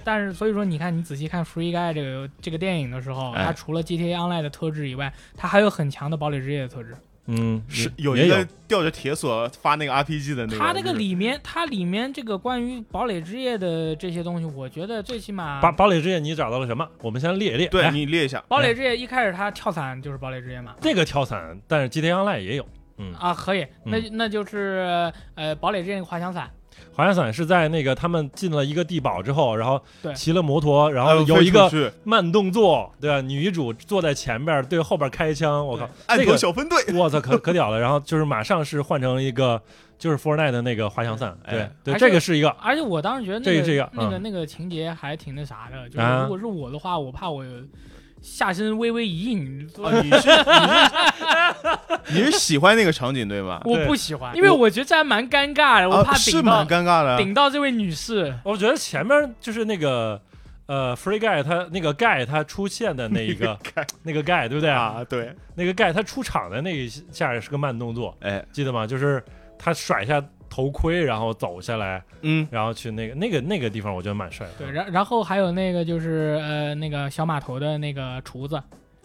但是所以说，你看你仔细看《Free Guy》这个这个电影的时候，
哎
它除了 GTA Online 的特质以外，它还有很强的堡垒之夜的特质。
嗯，
是
有
有
也
一个吊着铁索发那个 RPG 的那个，
它那个里面，它里面这个关于堡垒之夜的这些东西，我觉得最起码
堡堡垒之夜，你找到了什么？我们先列一列。
哎
对
来
你列一下，
堡垒之夜一开始它跳伞就是堡垒之夜嘛。
这个跳伞，但是 GTA Online 也有。嗯，
啊，可以，那就那就是呃，堡垒之夜那个滑翔伞，
滑翔伞是在那个他们进了一个地堡之后，然后
对
骑了摩托，然
还
后有一
哎飞
个
出去
慢动作，对吧？女主坐在前边，对后边开枪，我靠，
暗
那
头
个
小分队，
我操，可可屌了！然后就是马上是换成一个就是 Fortnite 的那个滑翔伞，
哎
对
哎
对，
还
这个
是
是一个
而且我当时觉得那
这个这个
那个
嗯
那个情节还挺那啥的，就是
啊
如果是我的话，我怕我下身微微一硬，
啊你是 你是你是喜欢那个场景对吗？
我不喜欢，因为我觉得这还蛮尴尬的，我
啊
怕
是
顶到
蛮尴尬的啊，
顶到这位女士。
我觉得前面就是那个呃 Free Guy 他那个 Guy 他出现的那一 个那个 Guy 对不对啊？
啊对，
那个 Guy 他出场的那一下也是个慢动作，
哎
记得吗？就是他甩下头盔，然后走下来，
嗯，
然后去那个那个那个地啊方，我觉得蛮帅的。
对，然然后还有那个就是呃那个小码头的那个厨子，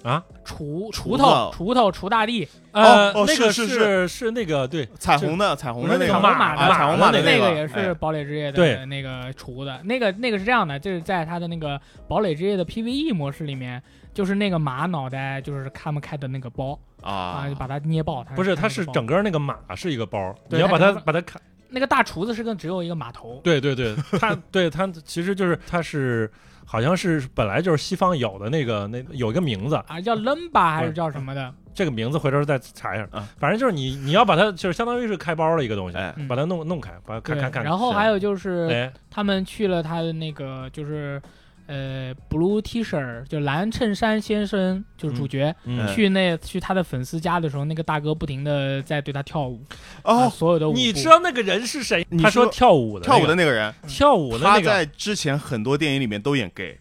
啊，
锄锄头
头
锄头锄大地，
呃，
哦
那个
是是
是是那个对
彩虹的彩虹的
那
那
个
个
马
啊彩虹
马
马
的
的
那
个
也是
哎
堡垒之夜的
对
那个厨的，那个那个是这样的，就是在他的那个堡垒之夜的 PVE 模式里面，就是那个马脑袋就是看不开的那个包啊，
啊
就把它捏爆。它
不是，它
看那个
是
包
整个那个马是一个包，
对
你要
它
把
整
它
个
把它砍。
那个大厨子是跟只有一个马头，
对对对，它对它其实就是它是好像是本来就是西方有的那个那有一个名字，
啊，叫 Lumba 还是叫什么的？
这个名字回头再查一下
啊。
反正就是你你要把它就是相当于是开包的一个东西，
哎
嗯
把它弄弄开，把它
对
砍砍砍。
然后
是
还有就是
哎，
他们去了他的那个就是呃 blue T 恤，就蓝衬衫先生，就是主角。
嗯
嗯
去那去他的粉丝家的时候，那个大哥不停的在对他跳舞，啊
哦，
所有的舞步。
你知道那个人是谁？
你
他说
说
跳舞的那
跳
个，
舞的那个人，
跳舞的
他
那个，
在之前很多电影里面都演 gay，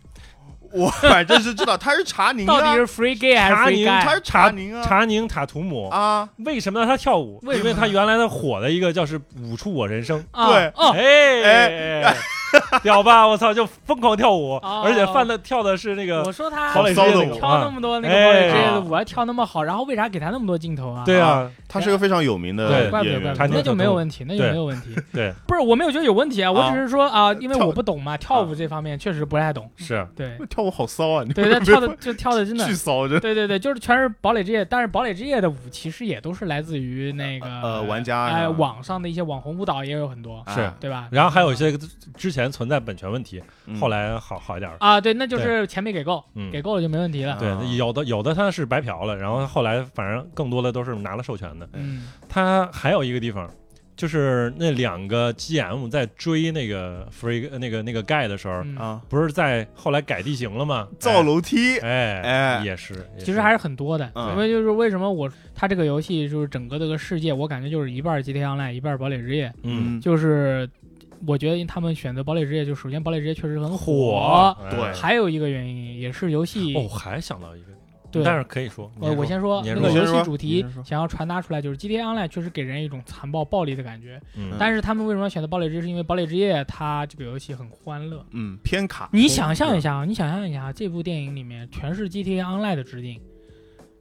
我 反正是知道他是查宁
到底
啊，
是 free gay 还是
查
free
宁
guy？
他是查宁啊
查宁塔图姆。
啊，
为什么让他跳舞？
为什
因
么
为
呢
他原来的火的一个叫是“舞出我人 生
啊
对
哦”，，
哎， 屌吧！我操，就疯狂跳舞，
哦
而且犯的跳的是那个啊
我说他
堡垒
之夜的舞
跳那么多那个堡垒之夜的舞，还跳那么好，然后为啥给他那么多镜头啊？
对啊，
他是个非常有名的
对
怪不
演
得
员
怪不得，
查宁
那
塔
就
图
没有问题，那就
对
没有问题。
对，
不是，我没有觉得有问题啊，我
啊
只是说啊，因为
跳
我不懂嘛，跳舞这方面确实不太懂。
是
对
跳舞好骚啊，你
对，
们
但跳的就跳的真的
巨，骚，真的
对对对，就是全是堡垒之夜，但是堡垒之夜的舞其实也都是来自于那个
呃玩家
哎
呀
网上的一些网红舞蹈也有很多，
是
啊
对吧？
然后还有一些之前存在版权问题，
嗯
后来好好一点了。
啊，对，那就是钱没给够，
嗯
给，够了就没问题了。
啊
对，有的有的他是白嫖了，然后后来反正更多的都是拿了授权的。
嗯，
他还有一个地方，就是那两个 GM 在追那个 Free 呃那个那个 Guy 的时候，
嗯
啊，
不是在后来改地形了吗？
造楼梯，
哎
哎
也是，也
其实还是很多的，
嗯
因为就是为什么我它这个游戏就是整个这个世界，我感觉就是一半儿 GTA Online，一半儿堡垒之夜，
嗯
就是我觉得他们选择堡垒之夜，就首先堡垒之夜确实很
火
火，，
对
哎
嗯还有一个原因也是游戏，
哦还想到一个，
对，呃
但是可以说，你
我我先说
你
那
先
说你
个游戏
先
主
说
题
你先说
想要传达出来，就是 GTA Online 确实给人一种残暴暴力的感觉，
嗯
但是他们为什么要选择堡垒之夜？是因为堡垒之夜它这个游戏很欢乐。
嗯，偏卡，
你想象一下啊，你想象一下啊，这部电影里面全是 GTA Online 的致敬，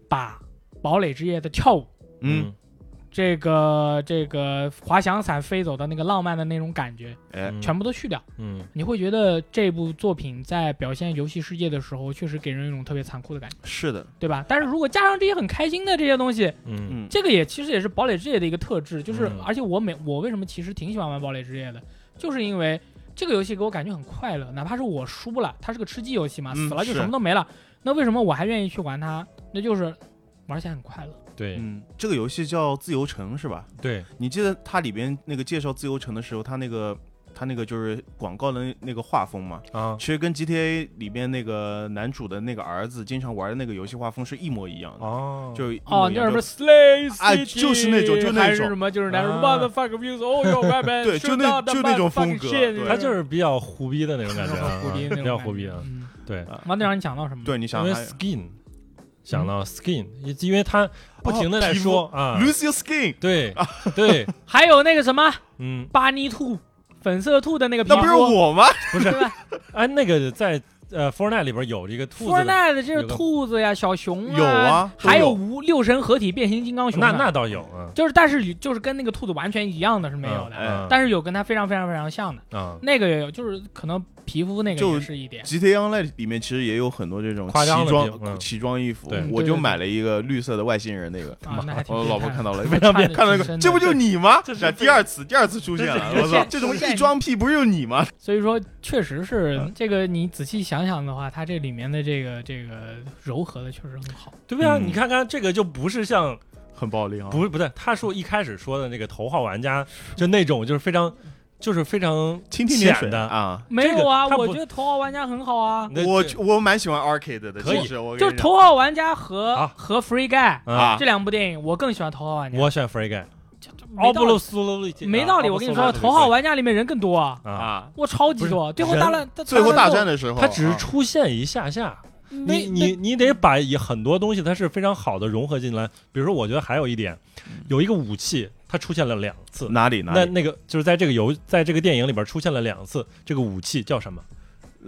把堡垒之夜的跳舞
嗯，
这个这个滑翔伞飞走的那个浪漫的那种感觉，
哎，
全部都去掉，
嗯
你会觉得这部作品在表现游戏世界的时候，确实给人一种特别残酷的感觉，
是的，
对吧？但是如果加上这些很开心的这些东西，
嗯
嗯，
这个也其实也是堡垒之夜的一个特质，就是、
嗯
而且我每我为什么其实挺喜欢玩堡垒之夜的，就是因为这个游戏给我感觉很快乐，哪怕是我输了，它是个吃鸡游戏嘛，
嗯
死了就是什么都没了，那为什么我还愿意去玩它？那就是玩起来很快乐。
对
嗯，这个游戏叫自由城是吧？
对
你记得它里边那个介绍自由城的时候，它那个它那个就是广告的那个画风嘛，
啊
其实跟 GTA 里边那个男主的那个儿子经常玩的那个游戏画风是一模一样的，
哦
就一模
哦，
一
那
样
什么
嗯就
Slay City，、
哎就是那种就那种
还是什么，就是那种
啊
Motherfucker views all your weapons，
对就那
shoot down the
就那种风格
motherfucking shit，
对
他就是比较胡逼的那种感觉 啊，
虎逼那
比
种
较胡逼啊。。
啊
对，
啊
王队长，你讲到什么？，
对，你想
因为
还
skin 想到 skin，因为他不停的
哦
在说啊，
lose your skin，
对对，
还有那个什么
嗯，
巴尼兔，粉色兔的那个皮肤，
那不是我吗？
不是
对吧？
哎，那个在呃 Fortnite 里边有这个兔
富二
子的，
代的这是兔子呀、小熊
有啊
嗯还有
有
无六神合体变形金刚熊
那
啊，
那倒有啊
就是但是就是跟那个兔子完全一样的 是没有的，
哎
嗯
但是有跟它非常非常非常像的，
啊，
那个也有，就是可能皮肤那个
就
也是一点。
GTA Online 里面其实也有很多这种
夸张的
奇
地方嗯
装奇装异服
对，
我就买了一个绿色的外星人那个，
啊，那还挺
我老婆看到了，
看
常
看到一个，这不就是你吗？
这是
啊第二次，第二次出现了，
这是
我操，这
这是
种异装癖不是有你吗？
所以说，确实
嗯
是这个。你仔细想想的话，它这里面的这个这个柔和的确实很好。
对不对啊？
嗯
你看看这个就不是像
很暴力啊！
不是不对，他说一开始说的那个头号玩家，就那种就是非常就是非常
蜻蜓点
浅
水
的
啊！
没有啊，
它不
我觉得头号玩家很好啊，
那
我
这
我蛮喜欢 arcade 的，
可以
其实我跟你
就
讲
是头号玩家和、
啊
和 Free Guy、
啊
啊，
这两部电影，我更喜欢头号玩家。
我选 Free Guy，
就就
奥
没道
布
理
鲁苏罗利，
没道理，
啊
我跟你
奥
说，
布鲁苏罗利
头号玩家里面人更多啊，
啊，
啊，
我超级多。最后大乱，
最后大战，的时候，
他只是
啊
出现一下下。
那
你你你得把也很多东西它是非常好的融合进来。比如说，我觉得还有一点，
嗯
有一个武器它出现了两次，
哪里哪
那
里
那个就是在这个游在这个电影里边出现了两次，这个武器叫什么？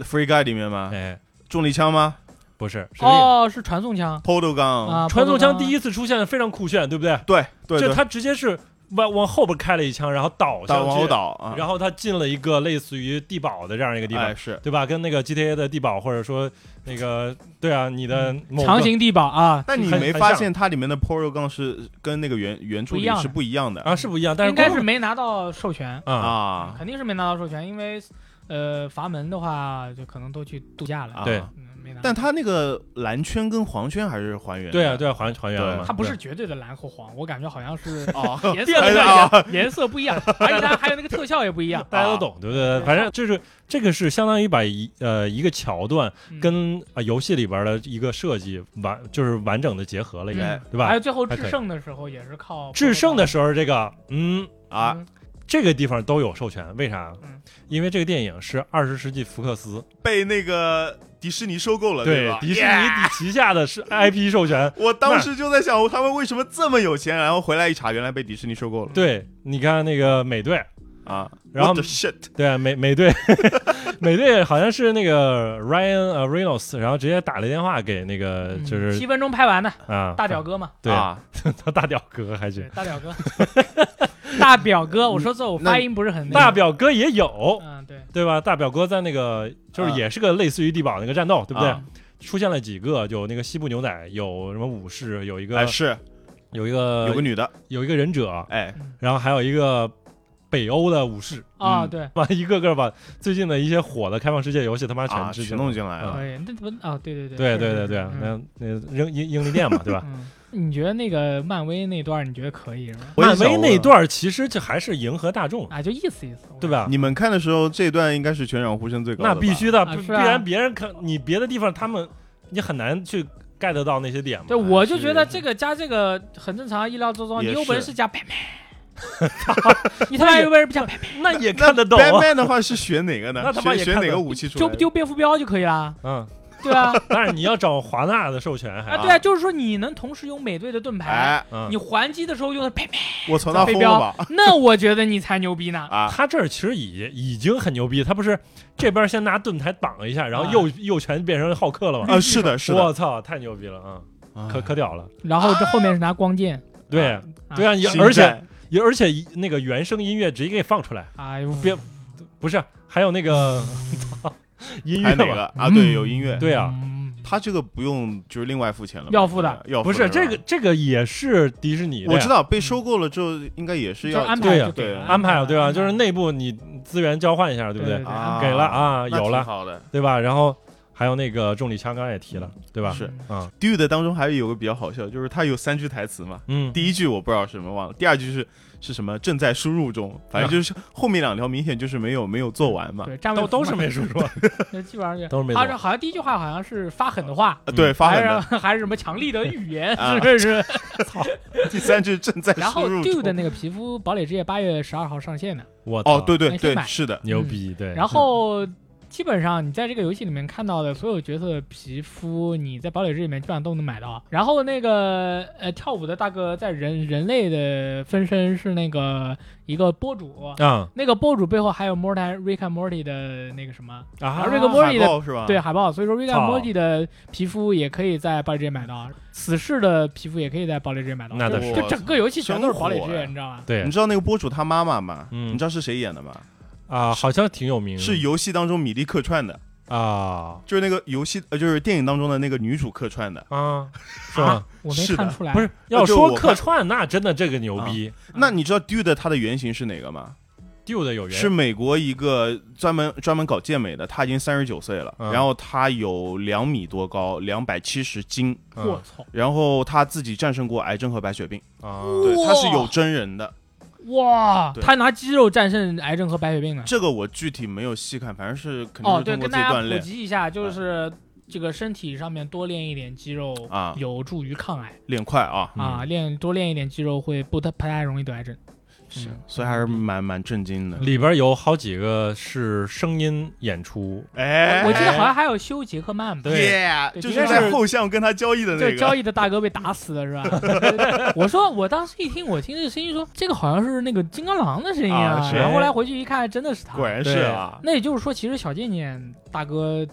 啊，Free Guy 里面吗？
哎，
重力枪吗？
不是，是
哦，是传送枪
Portal
嗯
Gun，
啊，
传送枪第
一
一次出现非常酷炫，对不对？
对对
这
对，
他直接是往往后边开了一枪，然后倒下
打往后
去，
倒啊，
然后他进了一个类似于地堡的这样一个地方，
哎是。
对吧？跟那个 GTA 的地堡，或者说那个对啊，你的某个
嗯强行地堡啊，
但你
很
没
很
发
像
现它里面的 Portal Gun 是跟那个原原著
不一
里
样
是
的
不一样的
啊是不一样，但是
应该
光
是没拿到授权，
啊，
啊
肯定是没拿到授权，因为呃阀门的话就可能都去度假了，
啊
对
嗯没拿。
但它那个蓝圈跟黄圈还是还原的。
对啊对啊，还还原了
对
嘛，啊
它不是绝对的蓝和黄，我感觉好像是
哦，
颜
变
色
了
不
个
一
啊
样，颜色不一样，而且它还有那个特效也不一 样。啊
大家都懂，对不对？反正就是这个是相当于把一呃一个桥段
嗯
跟啊、游戏里边的一个设计完就是完整的结合了一个，
嗯
对吧
还有最后
还可
制
以
胜的时候也是靠
制胜的时候，这个嗯，
啊，
嗯
这个地方都有授权，为啥
嗯？
因为这个电影是二十世纪福克斯
被那个迪士尼收购了，啊吧？
迪士
Yeah！
尼旗下的是 IP 授权。
我当时就在想，他们为什么这么有钱？然后回来一查，原来被迪士尼收购了
对，你看那个美队，
啊！
然后
What the shit，
对啊，美美队， 美队好像是那个 Ryan 呃 Reynolds，然后直接打了电话给那个
嗯
呃就是
七分钟拍完的
啊
大表哥嘛，
对
啊，
他大表哥还
对
是
大表哥， 大表哥，我说错，我发音不是很那个
嗯大，表哥也有，
嗯对，
对吧？大表哥在那个就是
啊
也是个类似于地堡那个战斗，对不对？
啊
出现了几个，有那个西部牛仔，有什么武士，有一个、
哎是
有一个
有个女的，
有一个忍者，
哎
然后还有一个北欧的武士，
啊
嗯
对，
妈一个个把最近的一些火的开放世界游戏他妈全
啊
致
全
敬。
弄进来了
啊
可以，那不啊对对对
对
是
对
是
对
是
对，
嗯
那那扔英英灵殿嘛，对吧？
嗯，你觉得那个漫威那段儿你觉得可以是吗？
我也
漫
想
威
问
那段儿其实就还是迎合大众，
啊，就意思意思，我
对？吧？
你们看的时候，这段应该是全场呼声最高的
那
吧，
必须的，
啊
不
是
必
啊
然别人看你别的地方他们你很难去 get 到那些点嘛。
对，我就
是
觉得这个加这个很正常，意料之中。你
也
有本
是
事加 Batman，你 他妈有本事不加 Batman，
那也
那
看得懂啊。
Batman 的话是选哪个呢？
那他妈
选
也
选
看
哪
得
个
懂
武器出
就
来的？
丢蝙蝠镖就可以啦，
嗯，
对吧？
但是你要找华纳的授权还
啊，对啊，就是说你能同时用美队的盾牌，
哎，
嗯
你还击的时候用的 Batman，
我操，那
飞
疯
镖
了吧？
那我觉得你才牛逼呢。
啊，
他这儿其实已已经很牛逼，他不是这边先拿盾牌绑一下，然后
啊
右右拳变成浩克了吗？
啊是的，是的，
我操，太牛逼了啊！
啊
可可屌了，
然后这后面是拿光剑
对
啊
对啊，也
星
而且
战
也而且一那个原声音乐直接给你放出来，
啊，哎呦
别不是还有那 个操音
还
乐
有哪个
嘛？
啊？对，有音乐，
对啊，
嗯
他这个不用就是另外付钱了吧，
要付的
要付
不
的
是
吧
这个，这个也是迪士尼的呀，
我知道被收购了之后应该也是
就
要
安
对
排
啊
就给
对
了
安排了对吧？啊
嗯
安
就是
排
内部你资源交换一下，对不
对
对？
啊
给了啊，
那
有
挺
了
好的。
对吧？然后还有那个重力枪，刚刚也提了对吧？
是
啊，
Dude 当中还有个比较好笑，就是他有三句台词嘛。
嗯，
第一句我不知道什么忘了，第二句是是什么正在输入中，反正就是后面两条明显就是没有没有做完嘛。
对，站位
都都是
嘛
美术说，
那基本上 是
都是美术
他。是好像第一句话好像是发狠的话，
呃对，发
还
狠
是
的。
还是什么强力的语言，
啊
是不是？
第三句正在
然
输
后
入
Dude 的
中。
那个皮肤堡垒之夜八月十二号上线的，
我操
哦，对对
那先
对，
买
是的，
牛逼，对。
然后基本上你在这个游戏里面看到的所有角色的皮肤，你在堡垒之夜里面基本上都能买到。然后那个呃跳舞的大哥在人人类的分身是那个一个博主。
嗯
那个博主背后还有 Morty Rick and Morty 的那个什么，
啊
而这个
海
Morty 的
报是吧？
对海报，所以说 Rick and
操
Morty 的皮肤也可以在堡垒之夜买到，死侍的皮肤也可以在堡垒之夜买到，
那
就
倒是
就整个游戏全都是堡垒之
真火
夜，
呀
你知道吗？
对
你知道那个博主他妈妈吗？
嗯
你知道是谁演的吗？
啊，好像挺有
嗯
名的，
是游戏当中米莉客串的，
啊
就是那个游戏呃，就是电影当中的那个女主客串的。
啊，是
啊
吗？，
我没
是的
看出来，
不是要
就我
说
看
客串，那真的这个牛逼
嗯
那你知道 Dude 他的原型是哪个吗？
，Dude 有缘
是美国一个专门专门搞健美的，他已经三十九岁了，
嗯
然后他有两米多高，两百七十斤，
我操，
然后他自己战胜过癌症和白血病，
嗯啊，
对，
哇
他是有真人的，
哇，
对
他拿肌肉战胜癌症和白血病呢。
这个我具体没有细看，反正是肯定
哦，
是
对，
通过自
跟大
己
家
锻
普
炼、
及一下，就是这个身体上面多练一点肌肉
哎啊
有助于抗癌
练快啊，
嗯
啊，练多练一点肌肉会不太不太容易得癌症。
行，所以还是蛮蛮震惊
嗯
的。
里边有好几个是声音演出，
哎，
我记得好像还有修杰克曼吧。
对
Yeah，
对
就是
就是
在后巷跟他交易的那
这
个，
交易的大哥被打死了 是吧？我说，我当时一听，我听这声音说，这个好像是那个金刚狼的声音
啊是
然后后来回去一看，真的是他。
果然是啊，
那也就是说，其实小贱贱大哥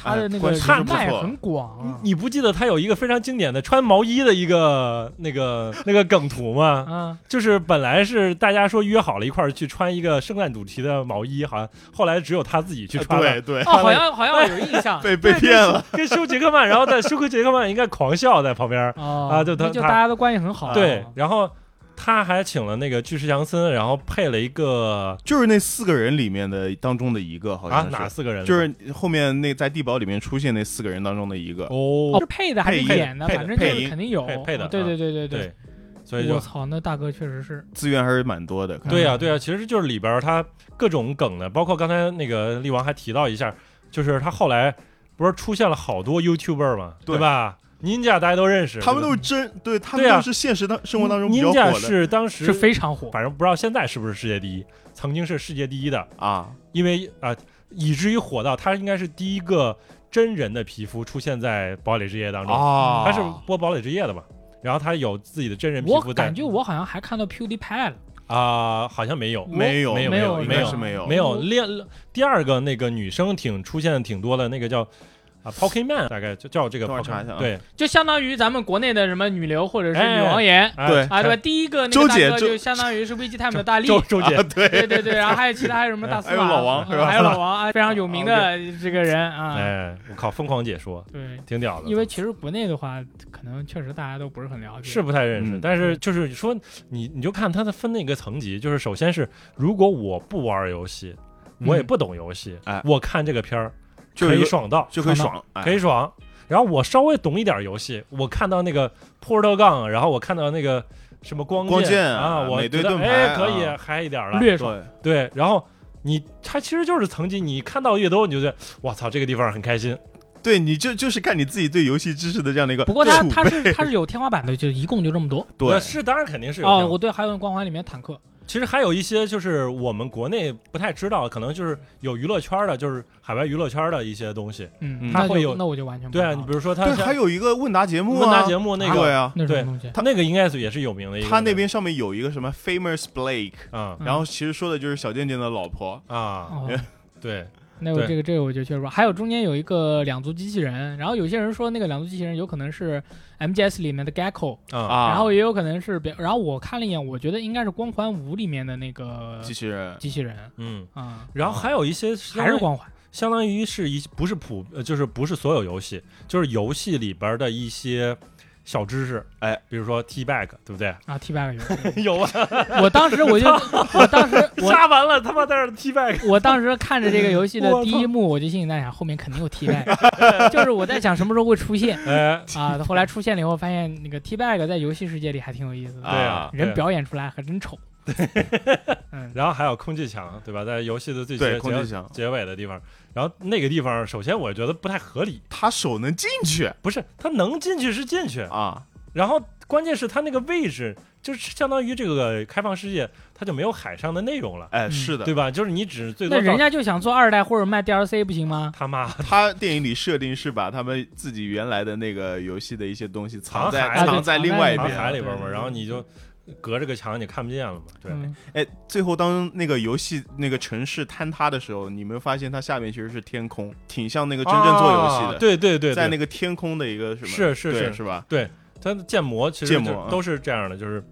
它的那个
关系是
人
不
脉
错
很广啊。
你不记得他有一个非常经典的穿毛衣的一个那个那个梗图吗？
啊，
就是本来是大家说约好了一块儿去穿一个圣诞主题的毛衣，好像后来只有他自己去穿了，
啊对对
哦，，好像好像有印 象
被被骗了，
跟休杰克曼，然后但休克杰克曼应该狂笑在旁边 儿，
哦
啊就他
那就
他啊
大家都关系很
啊
好。
对，然后他还请了那个巨石强森，然后配了一个
就是那四个人里面的当中的一个，好
啊
像
哪
是
四个人？
就是后面那在地堡里面出现那四个人当中的一个，
哦
是，配的还是
配音
演的，
配的
反正
配
这
音
个肯定有
配配的
哦对
啊
对对对
对，所以就
我操，那大哥确实是
资源还是蛮多的。
嗯
对呀、啊对呀、其实就是里边儿他各种梗的，包括刚才那个力王还提到一下，就是他后来不是出现了好多 YouTuber 嘛，
对
对吧？Ninja 大家都认识，
他们
对
都
吧
是真，对他
对
们
啊
都是现实当生活当中比较
Ninja
火的
是当时
是非常火。
反正不知道现在是不是世界第一，曾经是世界第一的，
啊，
因为啊、以至于火到他应该是第一个真人的皮肤出现在《堡垒之夜》当中，啊
哦
他是播《堡垒之夜》的嘛。然后他有自己的真人皮肤
我
在，
感觉我好像还看到 PewDiePie 了，
啊、好像没有，
没有
没有
没
没有
应该是没有
没有
我
练第二个那个女生挺出现的挺多的，那个叫啊 Pokemon，大概就叫这个
等会儿查
Pokemon，
一下啊
对，
就相当于咱们国内的什么女流或者是
哎
女王岩
啊
对
啊，对吧？第一个那
周
个大
姐
哥
周
就相当于是 VGTime 的大力，
周周姐
啊，对，
对对对，然后还有其他还有什么大司
还有
马，
老王是吧
还有老王啊，非常有名的这个人啊，
哎，我靠，疯狂解说，
对。
挺屌的，
因为其实国内的话，可能确实大家都不是很了解。
是不太认识，
嗯
但是就是说你你就看它的分那个层级，就是首先是如果我不玩游戏，我也
嗯
不懂游戏，
哎
我看这个片儿
就
可以
有
爽到，
就可以
爽
爽，哎
可以爽。然后我稍微懂一点游戏，我看到那个 Portal Gun，然后我看到那个什么光
光剑
啊，
啊
我
美队
觉得
盾牌
哎可以
啊
嗨一点了，
略爽，
对，
对，然后你它其实就是层级，你看到越多，你就觉得我操这个地方很开心。
对你就就是看你自己对游戏知识的这样的一个
不过它
储
它是它是有天花板的，就一共就这么多。
那
对
是当然肯定是有这
哦，
样
我对，还有《光环》里面坦克，
其实还有一些就是我们国内不太知道，可能就是有娱乐圈的，就是海外娱乐圈的一些东西。
嗯，
嗯
那
它会
就
有
那我就完全不
对啊，
知道
你比如说他
对，还有一个问答节目啊，
问答节目那
对
个，
啊，
那是什
对
么东西。
那个应该是也是有名的一个。
他那边上面有一个什么 famous Blake，
啊
嗯
然后其实说的就是小贱贱的老婆，
啊，
哦，
对，
那我
对
这个这个我就确实不知道。还有中间有一个两足机器人，然后有些人说那个两足机器人有可能是 MGS 里面的 Gecko，、
啊
啊，
然后也有可能是别。然后我看了一眼，我觉得应该是《光环五》里面的那个
机器人
机器人
嗯。
啊、
然后还有一些
还是光环
相当于是一不是普，呃就是不是所有游戏，就是游戏里边的一些小知识，
哎，
比如说 T bag，对不对？
啊，T bag 有。
有啊，
我当时我就，我 当时我
杀完了他妈在那 T bag，
我当时看着这个游戏的
我操
第一幕，我就心里在想，后面肯定有 T bag，就是我在想什么时候会出现
哎，
啊。后来出现了以后，发现那个 T bag 在游戏世界里还挺有意思的。
对啊，
人
对
表演出来还真丑。 嗯，
然后还有空气墙，对吧？在游戏的最
对
结
空气墙，
结尾的地方，然后那个地方，首先我觉得不太合理，
他手能进去
不是他能进去是进去，
啊，
然后关键是他那个位置就是相当于这个开放世界，它就没有海上的内容了，
哎，
嗯
是的，
对吧？就是你只最
那
多
人
到
家就想做二代或者卖 DLC 不行吗？
他妈
他电影里设定是把他们自己原来的那个游戏的一些东西藏在
藏海里
藏在另外一
航
对
海
边。
里边嘛，
对
然后你就隔着个墙你看不见了嘛，对。
嗯，
哎，最后当那个游戏那个城市坍塌的时候，你有没有发现它下面其实是天空，挺像那个真正做游戏
啊
的，
对对对，
在
对
那个天空的一个什么？
是是
对
是
是吧？
它的建模其实
建模
就
啊
都是这样的，就是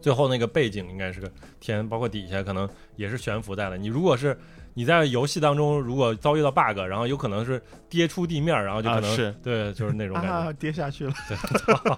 最后那个背景应该是个天，包括底下可能也是悬浮在的。你如果是你在游戏当中如果遭遇到 bug，然后有可能是跌出地面，然后就可
啊
能、
是
对，就是那种感觉。
啊，跌下去了。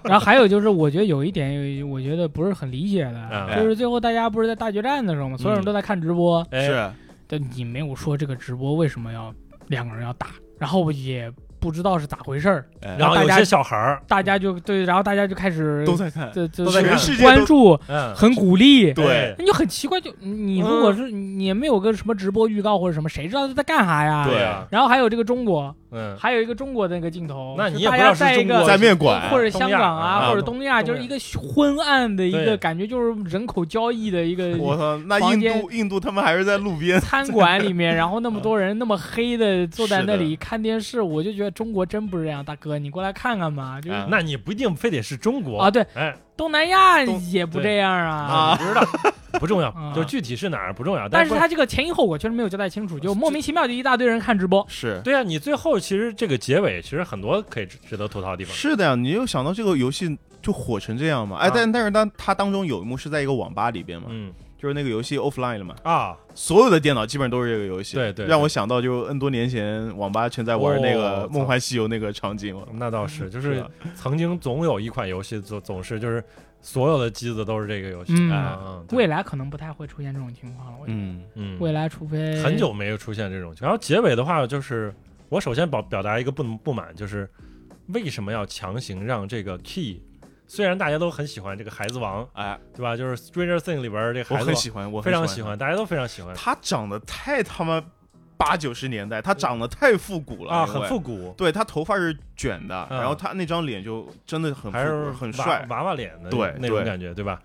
然后还有就是，我觉得有一点，我觉得不是很理解的，
嗯
就是最后大家不是在大决战的时候嘛，所有人都在看直播，
哎，
是
但你没有说这个直播为什么要两个人要打，然后也不知道是咋回事儿，
哎
然后
大
有
家
些小孩儿，
大家就对，然后大家就开始
都在看，
这这
都在看
全世界
关
都
注，
嗯，
很鼓 励。
对
那就很奇怪，就你如果是你也没有个什么直播预告或者什么，谁知道他在干啥呀？
对啊，
然后还有这个中国，
嗯，
还有一个中国的那个镜头，
那
是
你也不
大
知道
家
是
在一
中国
个
在面馆
或者香港
东
啊，
亚
或者东
东
亚，
亚
就是一个昏暗的一个
对
感觉，就是人口交易的一
我
个
操，那
房
印
间
度印度他们还是在路边，
餐馆里面，然后那么多人那么黑的坐在那里看电视，我就觉得中国真不是这样，大哥，你过来看看嘛，就是
啊
那你不一定非得是中国
啊，，对，
哎，
东南亚
东
也不这样啊。
啊
不知道， 不重要
啊，
就具体是哪儿不重要，
但
是呃
是他这个前因后果确实没有交代清楚，就莫名其妙就一大堆人看直播，
是
对啊，你最后其实这个结尾其实很多可以值值得吐槽的地方，
是的呀，你又想到这个游戏就火成这样嘛？哎，
啊
但但是当它当中有一幕是在一个网吧里边嘛，
嗯
就是那个游戏 offline 了嘛，
啊，
所有的电脑基本上都是这个游戏，
对对对
让我想到就 N 多年前网吧全在玩那个
哦
《梦幻西游》那个场景了。
那倒 是，就是是
的
曾经总有一款游戏总总是就是所有的机子都是这个游戏，
嗯
啊对
未来可能不太会出现这种情况了。我觉得
嗯，
嗯，
未来除非
很久没有出现这种情况。然后结尾的话，就是我首先表表达一个不不满，就是为什么要强行让这个 Key？虽然大家都很喜欢这个孩子王，
哎，
对吧？就是《Stranger Things》里边儿这孩
我
子
很
王，
喜欢，我
非
很
常喜欢，大家都非常喜欢嗯
他长得太他妈八九十年代，他长得太复古了
啊，
因为
很复古，
对他头发是卷的，
嗯
然后他那张脸就真的很复
还是
古，很
娃
帅。
娃娃脸的
对
那种
对
感觉，对吧？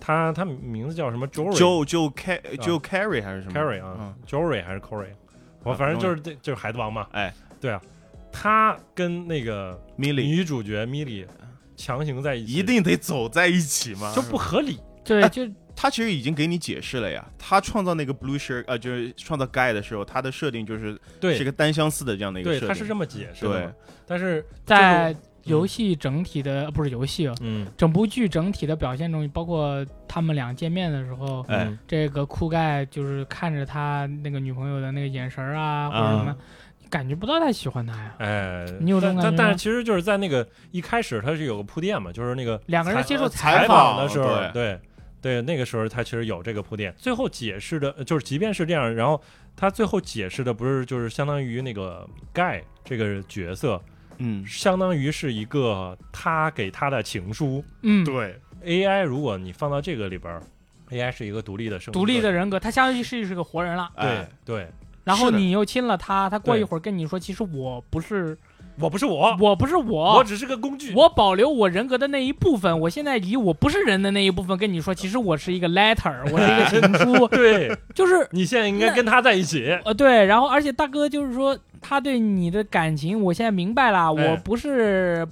他他名字叫什么 Jory
Joe Joe Car Joe Carry 还是什么
Carry 啊
嗯
，Jory 还是 Corey？我
啊
反正
不
就
重要
是这就是孩子王嘛，
哎，
对啊，他跟那个
，Milly
女主角 Milly 强行在一起，
一定得走在一起吗？
就不合理。
对
哎
就
他其实已经给你解释了呀。他创造那个 Blue Shirt 呃，就是创造 Guy 的时候，他的设定就是是一
对
个单相似的这样的一个
对，
设定。
他是这么解释的嘛。但是
在游戏整体的呃不是游戏啊，
嗯
整部剧整体的表现中，包括他们俩见面的时候，
哎
嗯
这个酷盖就是看着他那个女朋友的那个眼神儿啊，或者什么，
嗯
感觉不到他喜欢他呀。
哎，
你有这种
但
感
但
觉
但
吗
是其实就是在那个一开始他是有个铺垫嘛，就是那个
两个人接受
采
采
访
的时候，
对
对对，那个时候他其实有这个铺垫。最后解释的，呃就是即便是这样，然后他最后解释的不是就是相当于那个盖这个角色，
嗯，
相当于是一个他给他的情书。
嗯，
对，
AI 如果你放到这个里边儿，AI 是一个独立的生
独立
个
的人格，他相当于是是个活人了。
对
哎，
对，
然后
是的
你又亲了他，他过
对
一会儿跟你说，其实我不是，
我不是
哦
我，
我不是
我
我。
只是个工具。
我保留我人格的那一部分，我现在以我不是人的那一部分跟你说，其实我是一个 letter，我是一个情书，
对
就是
你现在应该
那
跟他在一起。
呃，对，然后而且大哥就是说，他对你的感情，我现在明白了，
哎
我不是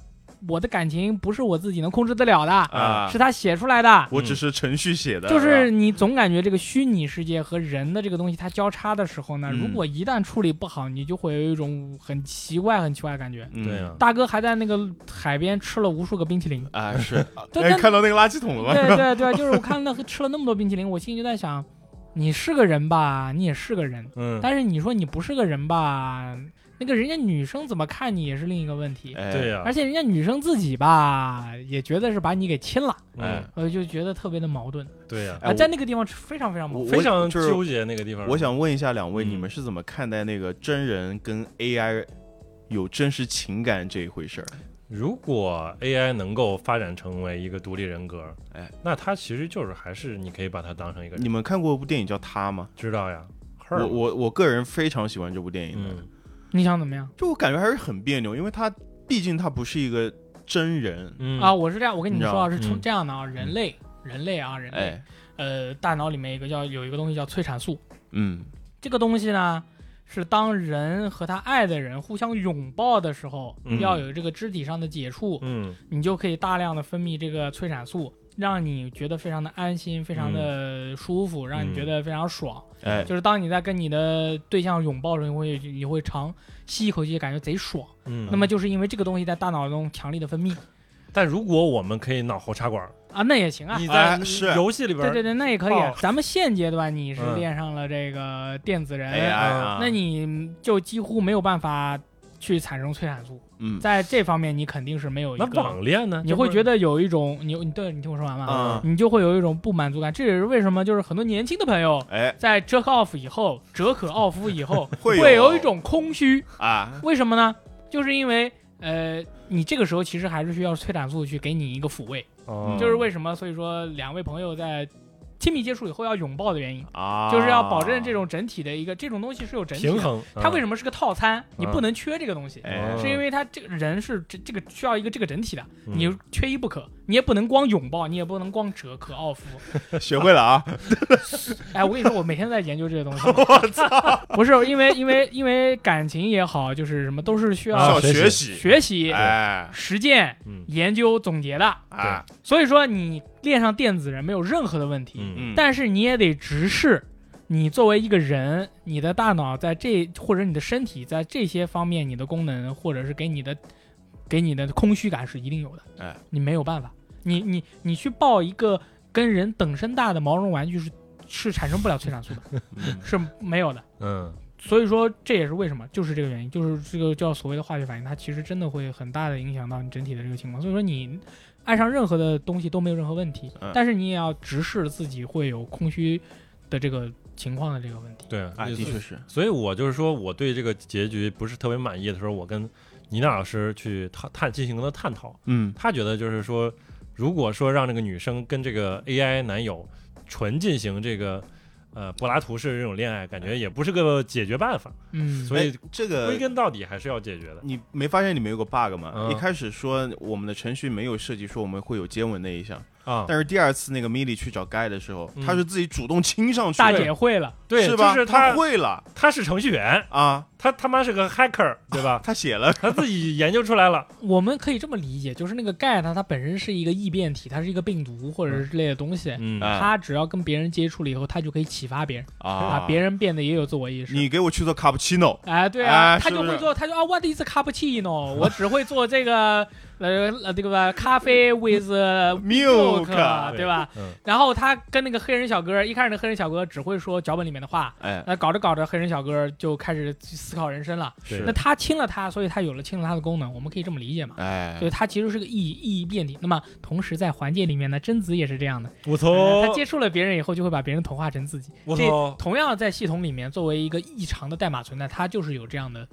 我的感情不是我自己能控制得了的，
啊
是他写出来的。
嗯
我只是程序写的，
就是是你总感觉这个虚拟世界和人的这个东西它交叉的时候呢，如
嗯
果一旦处理不好，你就会有一种很奇怪、很奇怪的感觉。
对
呀，
啊，
嗯大哥还在那个海边吃了无数个冰淇淋，
啊 是，
对
哎
但
看到那个垃圾桶了吗？
对 对对，就是我看那吃了那么多冰淇淋，我心里就在想，你是个人吧，你也是个人，
嗯，
但是你说你不是个人吧，那个人家女生怎么看你也是另一个问题，
哎
对，呀，啊
而且人家女生自己吧也觉得是把你给亲了，
嗯，
我就觉得特别的矛盾
对呀，
哎
啊，
我
在那个地方是非常非常矛
我
盾。
非常
就是
纠结那个地方。
我想问一下两位，
嗯
你们是怎么看待那个真人跟 AI 有真实情感这一回事儿？
如果 AI 能够发展成为一个独立人格，
哎，
那它其实就是还是你可以把它当成一个人，
你们看过一部电影叫《他》吗？
知道呀？Her，
我我我个人非常喜欢这部电影的，
嗯
你想怎么样、
就我感觉还是很别扭，因为他毕竟他不是一个真人，
嗯
啊？，我是这样，我跟你们说啊，
你
是
知道
从
嗯
这样的啊，人类人类啊人类、
哎，
呃大脑里面一个叫有一个东西叫催产素，
嗯，
这个东西呢。是当人和他爱的人互相拥抱的时候，
嗯
要有这个肢体上的接触，
嗯
你就可以大量的分泌这个催产素，让你觉得非常的安心，非常
嗯
的舒服，让你觉得非常爽。
哎，
就是当你在跟你的对象拥抱的时候，你会你会长吸一口气，感觉贼爽。
嗯。
那么，就是因为这个东西在大脑中强力的分泌
但如果我们可以脑后插管，
啊，那也行啊。
你在
哎是
游戏里边
对
儿，
对对，那也可以
哦。
咱们现阶段你是
嗯哎
恋上了这个电子人，
AI 啊，
那你就几乎没有办法去产生催产素，
嗯
在这方面你肯定是没有一
那
个。
网恋呢？
你会觉
得
得有一种你你对你听我说完嘛，
啊，
你就会有一种不满足感。这也是为什么就是很多年轻的朋友
哎
在折 off 以后、折可奥夫以后
会有
会有一种空虚，
啊，
为什么呢？就是因为呃，你这个时候其实还是需要催产素去给你一个抚慰，
哦
就是为什么？所以说两位朋友在。亲密接触以后要拥抱的原因，
啊，
就是要保证这种整体的一个这种东西是有整体
平
的。
衡。嗯
它啊为
什
什么是个套餐？你
嗯
不能缺这个东西，
哎
是因为它这个人是这这个需要一个这个整体的，
嗯
你缺一不可，你也不能光拥抱，你也不能光折可奥夫。
学会了啊，
哎，我跟你说，我每天在研究这些东西。我操！ 不是因为因为因为感情也好，就是什么都是需
啊
要
要
学
习，
学习、
哎
实践、
嗯
研究、总结的。
哎，
所以说，你恋上电子人没有任何的问题，
嗯
嗯，
但是你也得直视，你作为一个人，你的大脑在这或者你的身体在这些方面，你的功能或者是给你的给你的空虚感是一定有的。
哎，
你没有办法，你你你去抱一个跟人等身大的毛绒玩具是是产生不了催产素的，
嗯
是没有的。
嗯
所以说，这也是为什么，就是这个原因，就是这个叫所谓的化学反应，它其实真的会很大的影响到你整体的这个情况。所以说，你爱上任何的东西都没有任何问题
嗯，
但是你也要直视自己会有空虚的这个情况的这个问题。
对，
哎，的确是，
所以我就是说，我对这个结局不是特别满意的时候，我跟倪娜老师去探探进行了探讨。
嗯
她觉得就是说，如果说让这个女生跟这个 AI 男友纯进行这个呃柏拉图式的这种恋爱，感觉也不是个解决办法。
嗯，
所以
哎这个
归根到底还是要解决的。
你没发现里面有个 bug 吗？
嗯
一开始说我们的程序没有设计说我们会有接吻那一项，
嗯
啊，
但是第二次那个 Milly 去找 Guy 的时候，
嗯
他是自己主动亲上去的，
大姐会了，
对，
是吧？
就是
他
他，
会了
他是程序员，
啊，
他他妈是个 hacker，对吧？
他写了，
他自己研究出来了，
我们可以这么理解，就是那个钙它它本身是一个异变体，它是一个病毒或者是之类的东西，
嗯
哎
它只要跟别人接触了以后，它就可以启发别人，
啊
把别人变得也有自我意识。
你给我去做 cappuccino，
哎，对啊，
哎
他
是
就
不
会
是
做，他就啊，what is cappuccino？我只会做这个，呃，呃这个咖 啡 with
哦 Milk，
milk，对吧？
嗯
然后他跟那个黑人小哥，一开始那黑人小哥只会说脚本里面的话，
哎，
那搞着搞着，黑人小哥就开始思考人生了。
是
那他亲了他，所以他有了亲了他的功能，我们可以这么理解嘛？
哎
所以，他其实是个异异变体。那么同时在环界里面呢，贞子也是这样的，
我
呃
操
哦
他，接触了别人以后，就会把别人同化成自己。
我
这
操，
同样在系统里面作为一个异常的代码存在，它就是有这样的。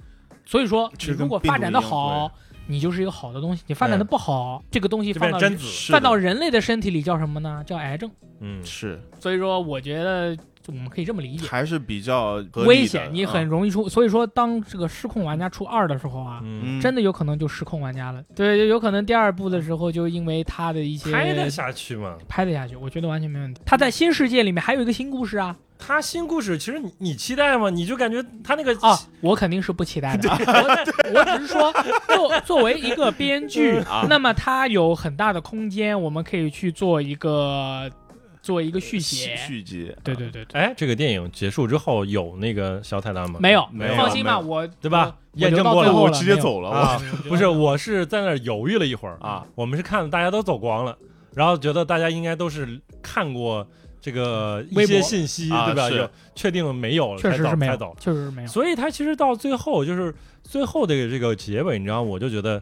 所以说，
其
你
实跟
如果发展的好，你就是一个好的东西；你发展的不好，这个东西
这
放
边
到
贞
人
子，
是的
放到人类的身体里叫什么呢？叫癌症。
嗯，
是
所以说，我觉得我们可以这么理解，
还是比较合理的
危险你很
嗯
容易出。所以说，当这个失控玩家出二的时候啊。
嗯，
嗯
真的有可能就失控玩家了，对，就有可能第二部的时候就因为他的一些
拍得下去吗？
拍得下去，我觉得完全没问题。他在新世界里面还有一个新故事啊
他新故事，其实你你期待吗？你就感觉他那个
啊，我肯定是不期待的， 我我只是说，作 作为一个编剧，
啊
那么它有很大的空间，我们可以去做一个做一个续
续
写。
续集，啊
对对对对，
哎，这个电影结束之后有那个小彩蛋吗？
没有，
没有
放心吧，
没
我
对吧
我
验证过
我留到
了
最后
我
了
直接。走了，
啊
我
没有
不是，，我是在那儿犹豫了一会儿
啊，
我们是看大家都走光了，然后觉得大家应该都是看过这个一
微博
些信息，
啊
对吧？
是
有确定没有了
确
才
实
走
是没
才走
有，。确实是没有。
所以他其实到最后就是最后的这个结尾，你知道，我就觉得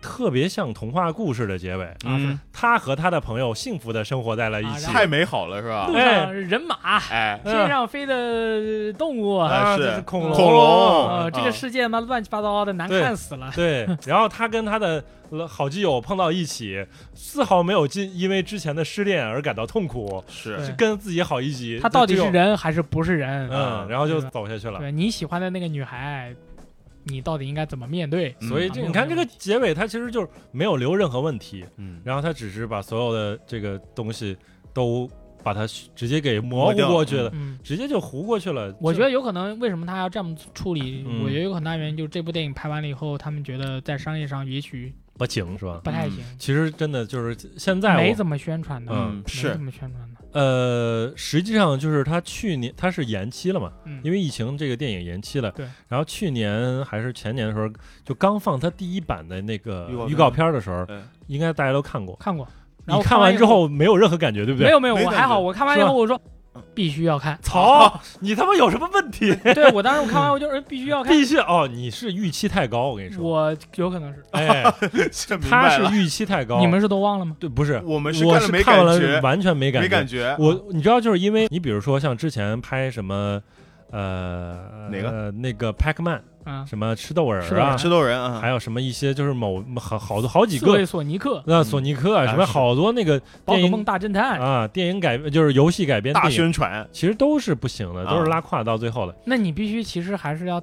特别像童话故事的结尾。
嗯，
他和他的朋友幸福的生活在了一起
啊，
太美好了是吧
路？上人马，
哎，
天上飞的动物，
哎
啊，
是
这恐
恐龙
呃，这
啊
个世界嘛乱七八糟的，难
对
看死了。
对， 然后他跟他的呃好基友碰到一起，丝毫没有因因为之前的失恋而感到痛苦，
是
对
跟自己好一起。
他到底
就是只有？
人还是不是人？
嗯，然后就
对吧
走下去了。
对你喜欢的那个女孩，你到底应该怎么面对？
所以
嗯
这你看这个结尾，他其实就是没有留任何问题，
嗯，
然后他只是把所有的这个东西都把它直接给模糊过去了，
嗯，
直接就糊过去了。
我
就
觉得有可能，为什么他要这么处理？
嗯
我觉得有很大原因就是这部电影拍完了以后，他们觉得在商业上也许
不行是吧？
不太行，
其实真的就是现嗯在
没
我
怎么宣传的，
嗯
没
是
怎么宣传的。
呃，实际上就是他去年他是延期了嘛，
嗯，
因为疫情这个电影延期了。
对。
然后去年还是前年的时候，就刚放他第一版的那个
预告片
预告片的时候，
嗯
应该大家都看过。
看过，然
你
后
看
完
完
以
之，后没有任何感觉，对不对？
没有没有，
没
我
感
还好，
觉
我看完以
是
后
吧。
我说必须要看
操， 你他妈有什么问题？
对我当时我看完我就是必须要 看，
必须哦，你是预期太高，我跟你说。
我有可能是
哎，
这明
他
白了
是预期太高。
你们是都忘了吗？
对不是？
我们是
我
看了
是
没
看
感
完
觉
了，完全没感觉。
没感觉，
我你知道，就是因为你比如说像之前拍什么呃
哪个
呃那个 Pac-Man
啊，
什么吃豆人
吃
儿
豆人
啊
儿，
吃豆人啊，
还有什么一些就是某好好多好几
刺猬
个
索尼克、
那索尼克啊
嗯
什么
啊是
好多那个
宝
电
可
影
梦大侦探，
啊电影改就是游戏改编
大
电影，
宣传，
其实都是不行的，
啊
都是拉胯到最后的。
那你必须其实还是要，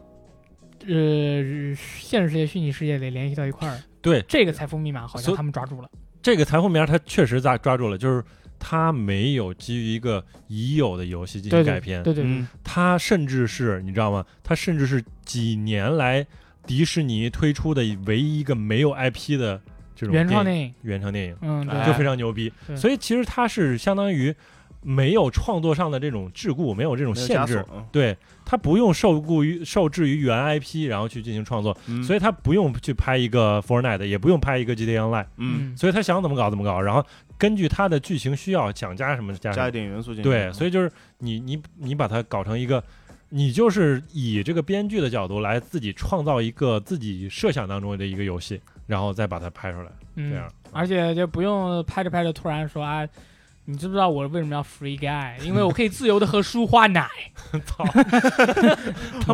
呃，现实世界、虚拟世界得联系到一块儿，
对，
这个财富密码好像
所
他们抓住了。
这个财富名儿它确实抓抓住了，就是它没有基于一个已有的游戏进
对
行
对
改编，
对对对
嗯，
它甚至是你知道吗？它甚至是几年来迪士尼推出的唯一一个没有 IP 的这种
原创
电影
电影，
原创电影，
嗯，对
哎
就非常牛逼。
对
所以其实它是相当于没有创作上的这种桎梏，没有这种
没有
限
枷
制
锁，，嗯
对，它不用受雇于受制于原 IP，然后去进行创作，
嗯
所以它不用去拍一个 Fortnite，也不用拍一个 GTA Online。
嗯，
所以他想怎么搞怎么搞，然后根据他的剧情需要想加什么
嗯
加什
加一
么。
点元素进去，嗯
对，所以就是你你你把它搞成一个，你就是以这个编剧的角度来自己创造一个自己设想当中的一个游戏，然后再把它拍出来，这
嗯
样，。
而且就不用拍着拍着突然说啊，你知不知道我为什么要 free guy？因为我可以自由的喝舒化奶。
操，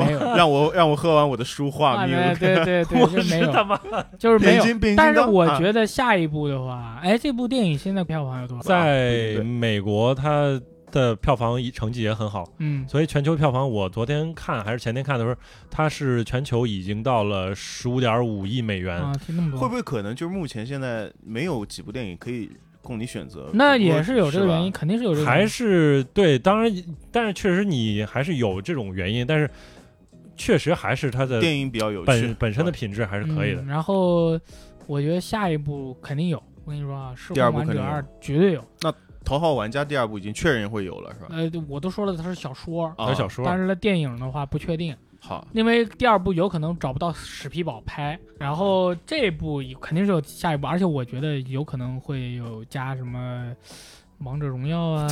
没 有，
让我让我喝完我的书画
啊
迷
对
路，
对对 对，就没有，
妈
就是没
变
有
形。变形
但是
灯
我
啊
觉得下一步的话，哎，这部电影现在票房有多 少？
在美国它的票房一成绩也很好，
嗯，
所以全球票房我昨天看还是前天看的时候，它是全球已经到了十五点五亿美元，
啊，听那么
会不
多，
会可能就是目前现在没有几部电影可以供你选择？
那
只不过
也是有这个
吧
原因，肯定是有这个原
还
因。
是对，当然，但是确实你还是有这种原因，但是确实还是它的
电影比较有
本
趣，
本身的品质还是可以的
嗯。然后我觉得下一步肯定有，我跟你说啊，《失
第二
控
部
玩
肯
者
定有
二》绝对有。
头号玩家》第二部已经确认会有了，是吧？
呃，我都说了它是小说，
它
啊
是小说
但是它电影的话不确定，
好，
因为第二部有可能找不到史皮堡拍，然后这部肯定是有下一步，而且我觉得有可能会有加什么。王者荣耀啊，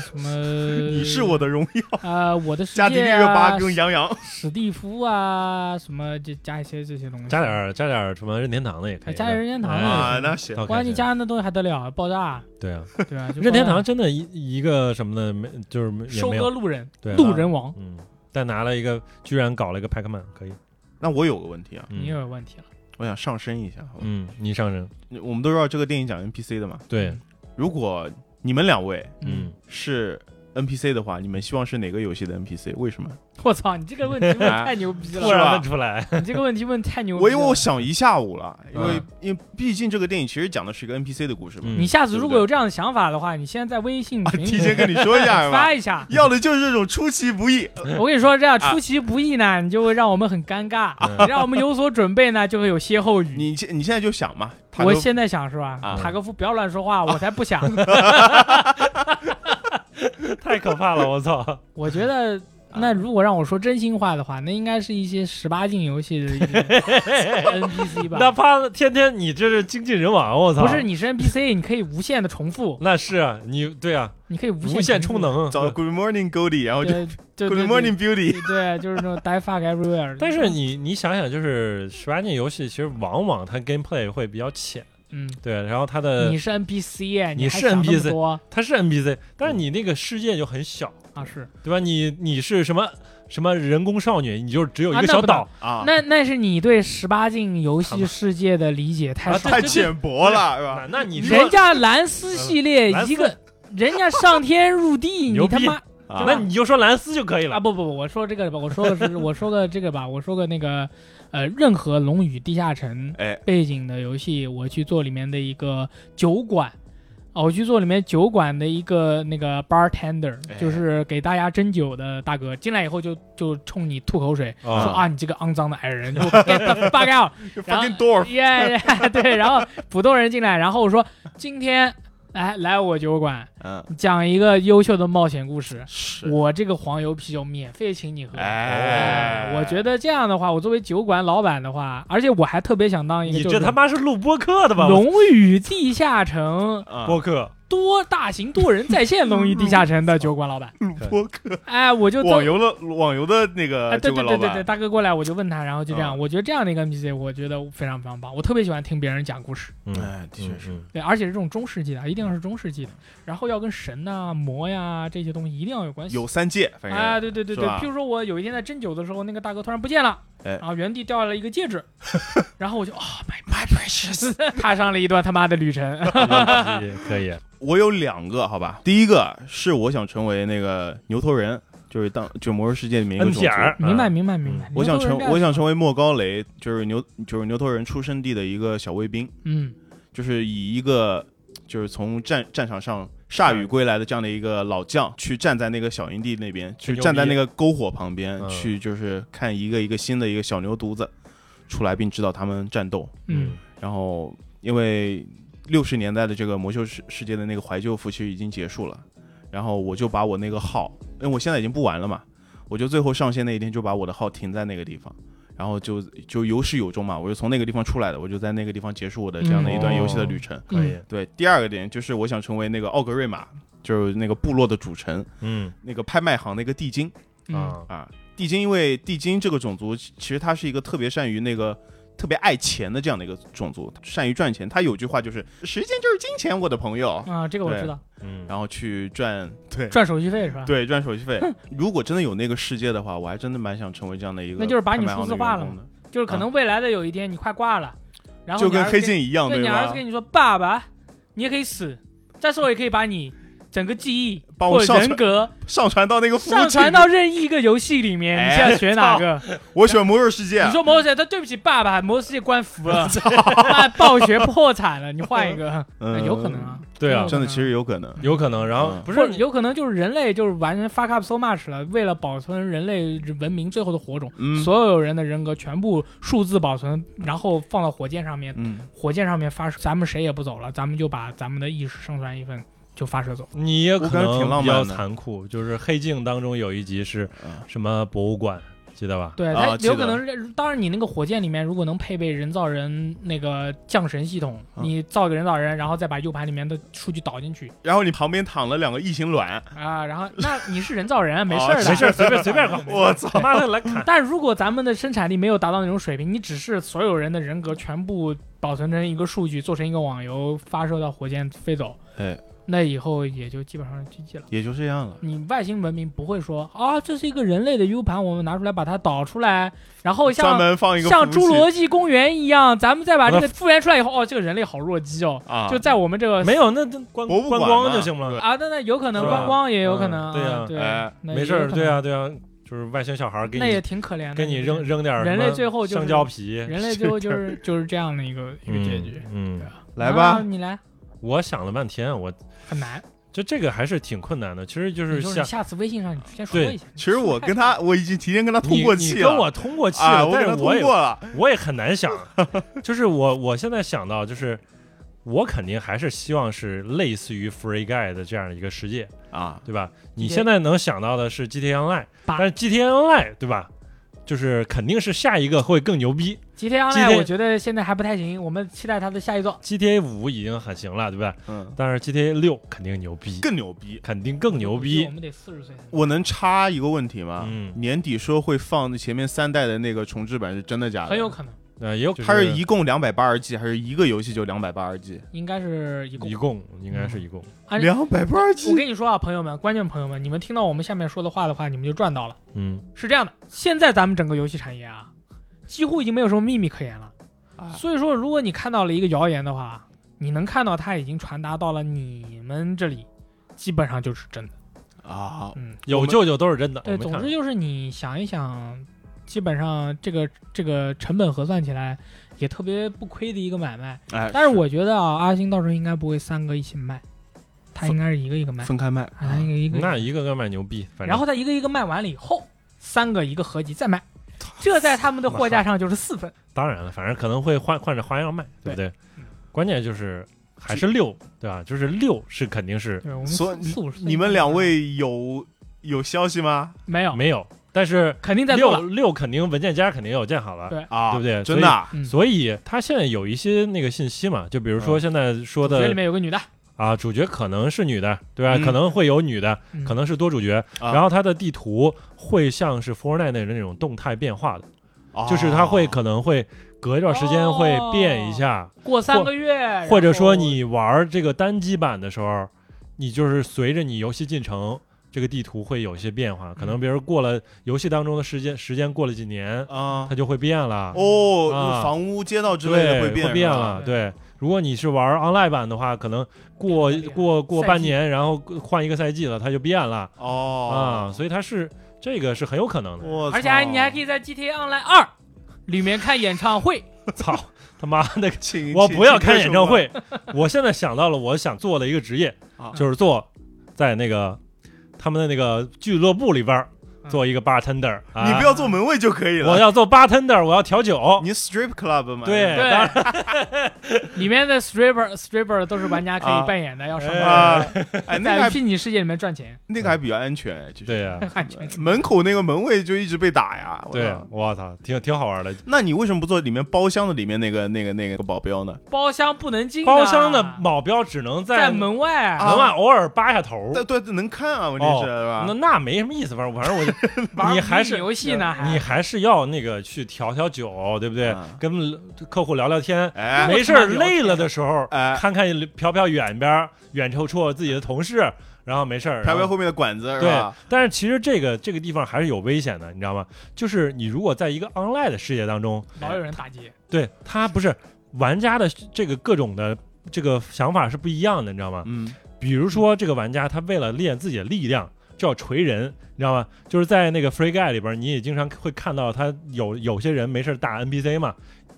什么？
你是我的荣耀，
啊，我的世
加迪
界
丽热巴
呃啊，
跟杨洋，
史蒂夫啊，什么就加一些这些东西，
加点儿加点儿什么任天堂的也可
哎
以，
加点任天堂
哎
啊
啊，那行，
倒
关
开
键
心
你加上那东西还得了？爆炸，
对啊，
对吧？就
任天
爆炸
堂真的一一个什么的没，就是没也
收
没
割
有，
路人，
对啊
路人王，
嗯，但拿了一个，居然搞了一个 Pac-Man，可以，
那我有个问题啊，
你又
嗯，
有问题了。
我想上升一下，好吧
嗯，你上人，
我们都知道这个电影讲 NPC 的嘛，
对，
如果你们两位
嗯，
是 NPC 的话，你们希望是哪个游戏的 NPC？为什么？
我操，你这个问题问得
嗯
太 牛逼
突
了！
然问出来，
你这个问题问得太牛逼了。嗯
我因为我想一下午了，因为
嗯
因为毕竟这个电影其实讲的是一个 NPC 的故事嘛，
嗯
你下次如果
对不对
有这样的想法的话，你先在微信
啊，
群
提
里
前跟你说一下是吧
发？一下。
要的就是这种出其不意，
我跟你说，这样
啊
出其不意呢，你就会让我们很尴尬；
嗯
让我们有所准备呢，就会有歇后语。
你现你现在就想嘛，他
我
都
现在想是吧
啊？
塔科夫不要乱说 话，我才不想。
太可怕了，我操，
我觉得，
啊
那如果让我说真心话的话，那应该是一些十八禁游戏的一些 NPC 吧。
那怕天天你这是精尽人亡，我操，
不是，你是 NPC，你可以无限的重复，
那是啊，你对啊，
你可以无
无限充
能。
能，
找 Good Morning Goldie，然后就
对对
Good
对
Morning
对
Beauty，
对，就是那种 die fuck everywhere。
但是，你你想想，就是十八禁游戏，其实往往它 gameplay 会比较浅，
嗯，
对，然后它的
你是 NPC，呀
呃你
还
是
想那么
NPC
多
它是 NPC，但
嗯
是你那个世界就很小，
啊？是，
对吧？你你是什么什么人工少女，你就只有一
啊
个
那
小
不
岛，
啊，
那那是你对十八禁游
他
戏
妈
世界的理解太
啊
少
对
太
了。
浅薄了是
那
吧？
那你说
人家蓝斯系列
呃蓝
一
斯
个，人家上天入地，
牛
你他
逼
妈
啊
那你就说蓝斯就可以
啊
了，
不不不，我说这个吧，我说 个是我说个这个吧，我说个那个呃，任何《龙与地下城》
哎
背景的游戏，我去做里面的一个酒馆。啊，我去做里面酒馆的一个那个 bartender，、
哎
就是给大家斟酒的大哥，进来以后就就冲你吐口水，
啊
说啊你这个肮脏的矮人 you，get the fuck out，然后
fucking dwarf，
耶、对，然后普通人进来，然后我说今天来来我酒馆
嗯，
讲一个优秀的冒险故事，
是，
我这个黄油啤酒免费请你喝。
哎
我觉得这样的话，我作为酒馆老板的话，而且我还特别想当一
你
个就
这
是
他妈是录播客的吧？
龙与地下城
啊
播客
多大型多人在线《龙与地下城》的酒馆老板。
录播客，
哎，我就
网游的网游的那
哎，
个
对
酒
对
馆
对
啊老
对对，
板，
大哥过来，我就问他，然后就这样。
嗯
我觉得这样的一个 NPC，我觉得非常非常棒。我特别喜欢听别人讲故事，
嗯，
哎，的确是，
嗯，
对，而且是这种中世纪的，一定是中世纪的。然后要跟神呐、魔呀、这些东西一定要有关系。
有三界，反正
啊，对对对
是
对，
吧
譬如说我有一天在针灸的时候，那个大哥突然不见了，
哎
然后原地掉下来一个 戒指，然后我就啊、m y my precious，踏 上了一段他妈的旅程。
嗯可以，
我有两个，好吧，第一个是我想成为那个牛头人，就是当就魔兽世界里面一个
摁
种族
点。儿，
明白
嗯
明白明白，
我想
牛
成
头人这样
我想成为莫高雷，就是牛就是牛头人出生地的一个小卫兵，
嗯
就是以一个就是从战战场上铩羽归来的这样的一个老将，去站在那个小营地那边，去
牛逼
站在那个篝火旁边，
嗯
去就是看一个一个新的一个小牛犊子出来，并指导他们战斗。
嗯
然后因为六十年代的这个魔兽世世界的那个怀旧服其实已经结束了，然后我就把我那个号，因为我现在已经不玩了嘛，我就最后上线那一天就把我的号停在那个地方。然后就就有始有终嘛，我就从那个地方出来的，我就在那个地方结束我的这样的一段游戏的旅程。
可以，
对，第二个点就是我想成为那个奥格瑞玛，就是那个部落的主城，
嗯
那个拍卖行那个地精
嗯
啊，
啊。地精因为地精这个种族，其其实它是一个特别善于那个特别爱钱的这样的一个种族，善于赚钱。他有句话就是“时间就是金钱，我的朋友
啊，这个我知道，
嗯”，
然后去赚对
赚手续费是吧？
对赚手续费。如果真的有那个世界的话，我还真的蛮想成为这样的一个
那就是把你
拍卖行的
数字化了
员工的，
就是可能未来的有一天你快挂了，然后
啊就
你
跟
儿子
黑镜一样，
对你儿
吧
子？跟你说：“爸爸，你也可以死，但是我也可以把你整个记忆
帮
或
我上传
人格
上传到那个服务器
上传到任意一个游戏里面。你
哎
现在选哪个？
我选魔兽世界啊
你，说魔兽世界，但对不起，爸爸，魔兽世界关服 了，爸暴雪破产了，你换一个，哎
嗯，
有可能啊，
对啊
有可能，
真的其实有可能。
有可能，然后
嗯
不
或者
是
有可能就是人类就是完全 fuck up so much 了，为了保存人类文明最后的火种，
嗯
所有人的人格全部数字保存，然后放到火箭上面，
嗯，
火箭上面发射，咱们谁也不走了，咱们就把咱们的意识上传一份就发射走。
你也
我
可
感觉挺
能
浪
比较
漫的
残酷，就是《黑镜》当中有一集是
嗯
什么博物馆，记得 吧？
对，
啊
它
记
有
得
可能是，当然你那个火箭里面如果能配备人造人那个降神系统，
啊
你造一个人造人，然后再把 U 盘里面的数据导进去
然后你旁边躺了两个异形卵，
啊，然后那你是人造人，没事
哦
儿的，，
没事儿，随便随便搞
我操！
妈的来砍，
但如果咱们的生产力没有达到那种水平，你只是所有人的人格全部保存成一个数据，做成一个网游，发射到火箭飞走，
哎，
那以后也就基本上 GG 了。
也就这样了。
你外星文明不会说啊，这是一个人类的 U 盘，我们拿出来把它导出来，然后
专
像
门放一个
像
服务器
侏罗纪公园一样，咱们再把这个复原出来以后，哦，这个人类好弱鸡哦，
啊，
就在我们这个
没有那那观
博物
观
馆
光
嘛
就行了。
啊，那那有可能
是吧
观光也有可能，
嗯对啊
对
哎，
那
没
也
事
有
儿，
可
对
能
啊，，对啊，就是外星小孩儿给
那也
你
挺可怜的，
给你扔扔点儿
人类
什么
最后就是
香蕉皮，
人类最 后就是就是这样的一个一个结局。
嗯。嗯，
对啊
来吧
啊你来，
我想了半天，我
很难。
就这个还是挺困难的。其实就
你
是
就是
像
下次微信上你先说
对
一下。
其实我跟 他，我已经提前跟他通过
你
气
你
了，
跟我通过气了，
啊，我
但
跟他
是
通
我也嗯
过了，
我也很难想。 就是我我现在想到，就是我肯定还是希望是类似于 Free Guy 的这样一个世界，
啊，
对吧？你
GTA
现在能想到的是 GTA Online，
八
但是 GTA Online 对吧？就是肯定是下一个会更牛逼。
GTA
今
Online
天
我觉得现在还不太行，我们期待它的下一座。
GTA 五已经很行了，对吧？
嗯，
但是 GTA 六肯定牛逼，
更牛逼。
肯定更牛逼
我。们得四十岁才能。
我能插一个问题吗？
嗯
年底说会放前面三代的那个重置版是真的假的？
很有可能，
呃，也有
它
就是
一共两百八十 G，还是一个游戏就两百八十 G？
应该是一共
一。共应该是一共，
哎
两百八十
我
G，
跟你说啊，朋友们，观众朋友们，你们听到我们下面说的话的话，你们就赚到了。
嗯，
是这样的，现在咱们整个游戏产业啊，几乎已经没有什么秘密可言了。
啊
所以说，如果你看到了一个谣言的话，你能看到它已经传达到了你们这里，基本上就是真的。
啊，
嗯，
有舅舅都是真的。
对，
我没
总
看
之就是你想一想，基本上这个这个成本核算起来也特别不亏的一个买卖。
哎，
但是我觉得啊，阿星到时候应该不会三个一起卖，他应该是一个一个卖，
分开卖，
啊，一个一个。
那一个个卖牛逼，反正
然后他一个一个卖完了以后，三个一个合集再卖，这在他们的货架上就是四分。
当然了，反正可能会换换着花样卖，对不对？
嗯
关键就是还是六，对吧？就是六是肯定是
对，我们
所以
四五十岁
你们两位有有消息吗？
没有，
没有，但是
肯嗯定在做
六
了。
六肯定文件夹肯定有建好了
对，
啊，
对不对
真的啊
嗯
所以他现在有一些那个信息嘛，就比如说
嗯
现在说
所以里
的
面有个女的，
啊，主角可能是女的，对吧？
嗯
可能会有女的，
嗯
可能是多主角。
啊
然后它的地图会像是 f o r n i t e 那种动态变化的，
哦
就是它会可能会隔一段时间会变一下，
哦
过三个月，
哎
然后
或者说你玩这个单机版的时候，你就是随着你游戏进程。这个地图会有一些变
嗯
化，可能比如过了游戏当中的时间，时间过了几年，
啊
它就会变了。
哦，
啊
房屋、街道之类
对，
的会变，是吧
了。对，如果你是玩 online 版的话，可能过
哦
变了变
过过
赛
半
季
年，然后换一个赛季了，它就变了
哦
啊。所以它是这个是很有可能的。
我操，
而且还你还可以在 GTA Online 二里面看演 唱会，
操他妈的！
请，
我
请
不要
请
看
歌
演
手
唱
吧
会，我现在想到了我想做的一个职业
啊，
就是做在那个他们的那个俱乐部里边儿
嗯
做一个 bartender 啊。
你不要做门卫就可以
我
了。
要做 bartender，我要调酒。
你 strip club 嘛？
对
对
哎当，
里面的 stripper stripper 都是玩家可
啊
以扮演的，要上
哎
班，
啊，哎，那个
在
还
虚拟世界里面赚钱，
那个还比较安全，哎其
啊
实
对呀，
安全。
呃门口那个门卫就一直被打呀。我
对
操，
我操，挺挺好玩的。
那你为什么不做里面包厢的里面那个那个那个保镖呢？
包厢不能进，啊
包厢的保镖只能
在
在
门外
啊
门外偶尔扒一下头。
对对，能看啊，问题是是
哦那
吧？
那没什么意思，反正我就
玩
你还是
迷你游戏呢，
你
还
还是要那个去调调酒，对不对
嗯？
跟客户聊聊天，
哎
没事儿累了的时候，
哎，
看看瞟瞟远边儿远处处自己的同事，然后没事儿。
排排
然后
后面的管子是
对
吧？，
但是其实这个这个地方还是有危险的，你知道吗？就是你如果在一个 online 的世界当中，
老有人打劫，
对他不是玩家的这个各种的这个想法是不一样的，你知道吗？
嗯，
比如说这个玩家他为了练自己的力量，就要锤人，你知道吗？就是在那个 Free Guy 里边，你也经常会看到他有有些人没事打 NPC 嘛，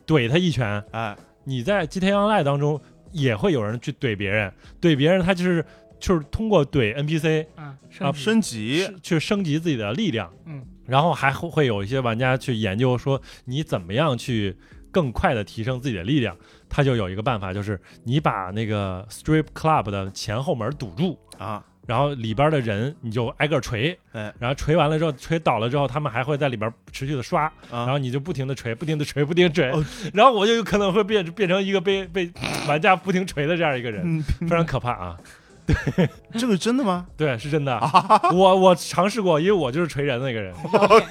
怼他一拳。
哎，
你在 GTA Online 当中也会有人去怼别人，怼别人他就是就是通过怼 NPC
嗯，
啊
级
升级
是去升级自己的力量，
嗯，
然后还会会有一些玩家去研究说你怎么样去更快的提升自己的力量，他就有一个办法，就是你把那个 Strip Club 的前后门堵住。
啊，
然后里边的人你就挨个锤，
哎
然后锤完了之后，锤倒了之后，他们还会在里边持续的刷，然
啊，
后你就不停的锤，不停的锤，不停地锤，
哦
然后我就有可能会变变成一个被被玩家不停锤的这样一个人，
嗯，
非常可怕啊！
这个真的吗？
对，是真的，
啊
我我尝试过，因为我就是锤人的那个 人。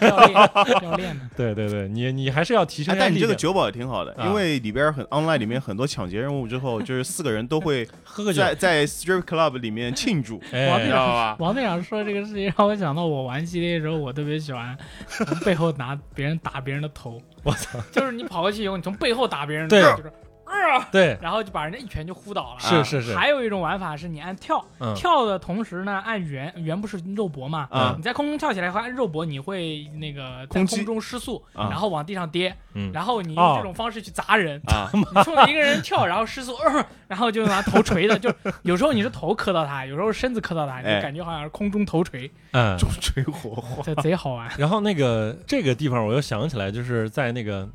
要练要练要练的，
对对对，你你还是要提升
哎，
一下
但
力
你这
量。
个酒保也挺好的，
啊
因为里边很 online 里面很多抢劫任务之后，就是四个人都 会
喝个酒，
在在 strip club 里面庆祝，
王
你
哎
知，道吧？
王队长说这个事情让我想到我玩 GTA 的时候，我特别喜欢从背后拿别人打别人的头，
我操，
就是你跑过去以后，你从背后打别人的
对
头，就是啊，
对，
然后就把人家一拳就呼倒了。
是
啊
是是，
还有一种玩法是你按跳，
嗯
跳的同时呢，按圆圆不是肉搏嘛？
啊
你在空中跳起来和按肉搏，你会那个在
空击
空中失速，
啊
然后往地上跌，
嗯
然后你
哦
用这种方式去砸人。
啊，
你冲着一个人跳，然后失速，呃然后就拿头锤的，就是有时候你是头磕到他，有时候身子磕到他，你就
哎
感觉好像是空中头锤，
嗯。
风吹火 花
这贼好玩。
然后那个这个地方，我又想起来，就是在那个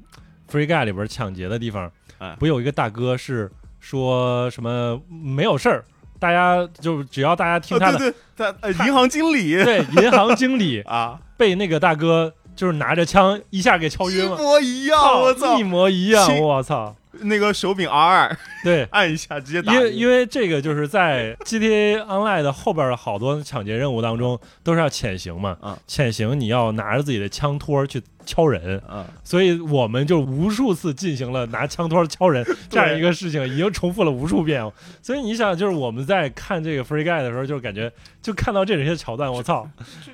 Free Guy 里边抢劫的地方
哎，
不有一个大哥是说什么没有事儿，大家就只要大家听他
啊，
的，
对对，他呃银行经理
对银行经理
啊，
被那个大哥就是拿着枪一下给敲
一
晕了，
模一样，啊我操
一，模一样，
亲
我操，
那个手柄 R 2
对。
按一下直接打
因为
你，
因为这个就是在 GTA Online 的后边的好多抢劫任务当中都是要潜行嘛，
嗯
潜行你要拿着自己的枪托去敲人，
啊，
所以我们就无数次进行了拿枪托敲 人这样一个事情，已经重复了无数遍了。所以你想，就是我们在看这个 Free Guy 的时候，就感觉就看到这些桥段，我操！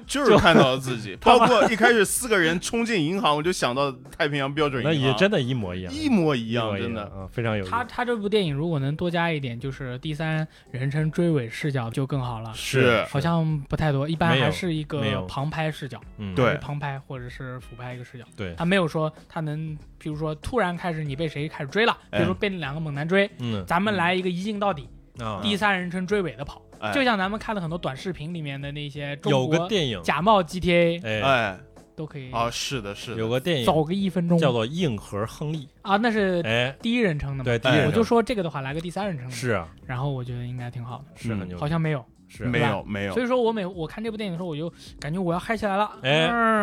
就是看到了自 己，包括一开始四个人冲进银行，我就想到太平洋标准银
那
行，
也真的，一模一样，
啊一模一
一
样，
模
真
一
的
样，嗯，非常有意思
他。他这部电影如果能多加一点，就是第三人称追尾视角就更好了。
是
好像不太多，一般
没有
还是一
没
个
有
旁拍视角，
嗯，
对
旁拍或者是俯拍一个视角。
对，
他没有说他能，比如说突然开始你被谁开始追了，比如说被那两个猛男追，
哎嗯
咱们来一个一镜到底，
啊，
第三人称追尾的跑，
哎
就像咱们看了很多短视频里面的那些中
有个
国
电影，
假冒 GTA
哎，
哎，
都可以
啊，是的，是
有
的，
个电影
早个一分钟
叫做《硬核亨利
啊，那》，是
哎，
第一人称的嘛。
对，第一人
我就
称
说这个的话来个第三人称的，
是啊，
然后我觉得应该挺好的，
是很
嗯
牛
好
逼，
像没有，
是
没
吧
有没有
所，以说我每我看这部电影的时候，我就感觉我要嗨起来了，
哎
嗯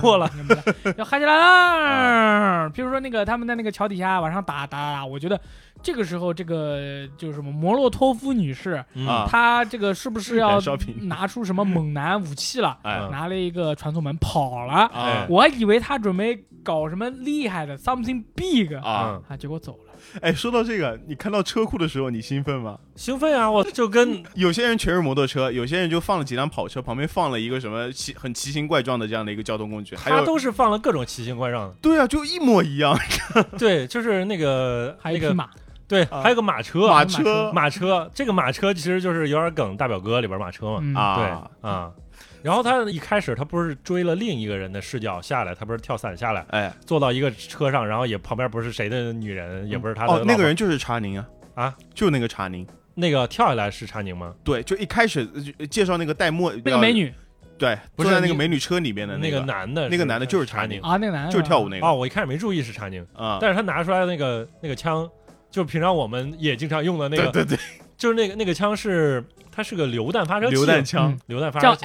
弱 了，啊
明白要嗨起来了。比如说那个他们在那个桥底下往上打打打，我觉得这个时候，这个就是什么摩洛托夫女士，
嗯
啊
她这个是不是要
燃烧瓶
拿出什么猛男武器了？
哎
嗯哎
拿了一个传送门跑了，
啊
我还以为她准备搞什么厉害的 something big 啊，
啊！
结果走了。
哎，说到这个，你看到车库的时候，你兴奋吗？
兴奋啊！我就跟
有些人全是摩托车，有些人就放了几辆跑车，旁边放了一个什么奇很奇形怪状的这样的一个交通工具，还
他
有
都是放了各种奇形怪状
对啊，就一模一样，
的，对，就是那个
还
那
有一匹
个
马，
对，
啊
还有个马车，
马
车
车
马车，这个马车其实就是有点梗《大表哥》里边马车嘛，
嗯，
啊，
对啊。然后他一开始他不是追了另一个人的视角下来，他不是跳伞下来，
哎，
坐到一个车上，然后也旁边不是谁的女人，也不是他的
哦
老，
那个
婆
人就是查宁啊
啊，
就那个查宁。
那个跳下来是查宁吗？
对，就一开始呃介绍那个戴墨
那个美，女
对，
不
坐
是
在那个
你
美女车里面的
那
个
男的，
那个男的就是查宁
宁
啊，那个男的
就是
吧
跳舞那个
哦，我一开始没注意是查宁，
啊，
但是他拿出来的那个那个枪，就是平常我们也经常用的那个，
对对
就是那个那个枪是它是个榴弹发射器，
对，榴弹枪
嗯
榴弹发
叫
射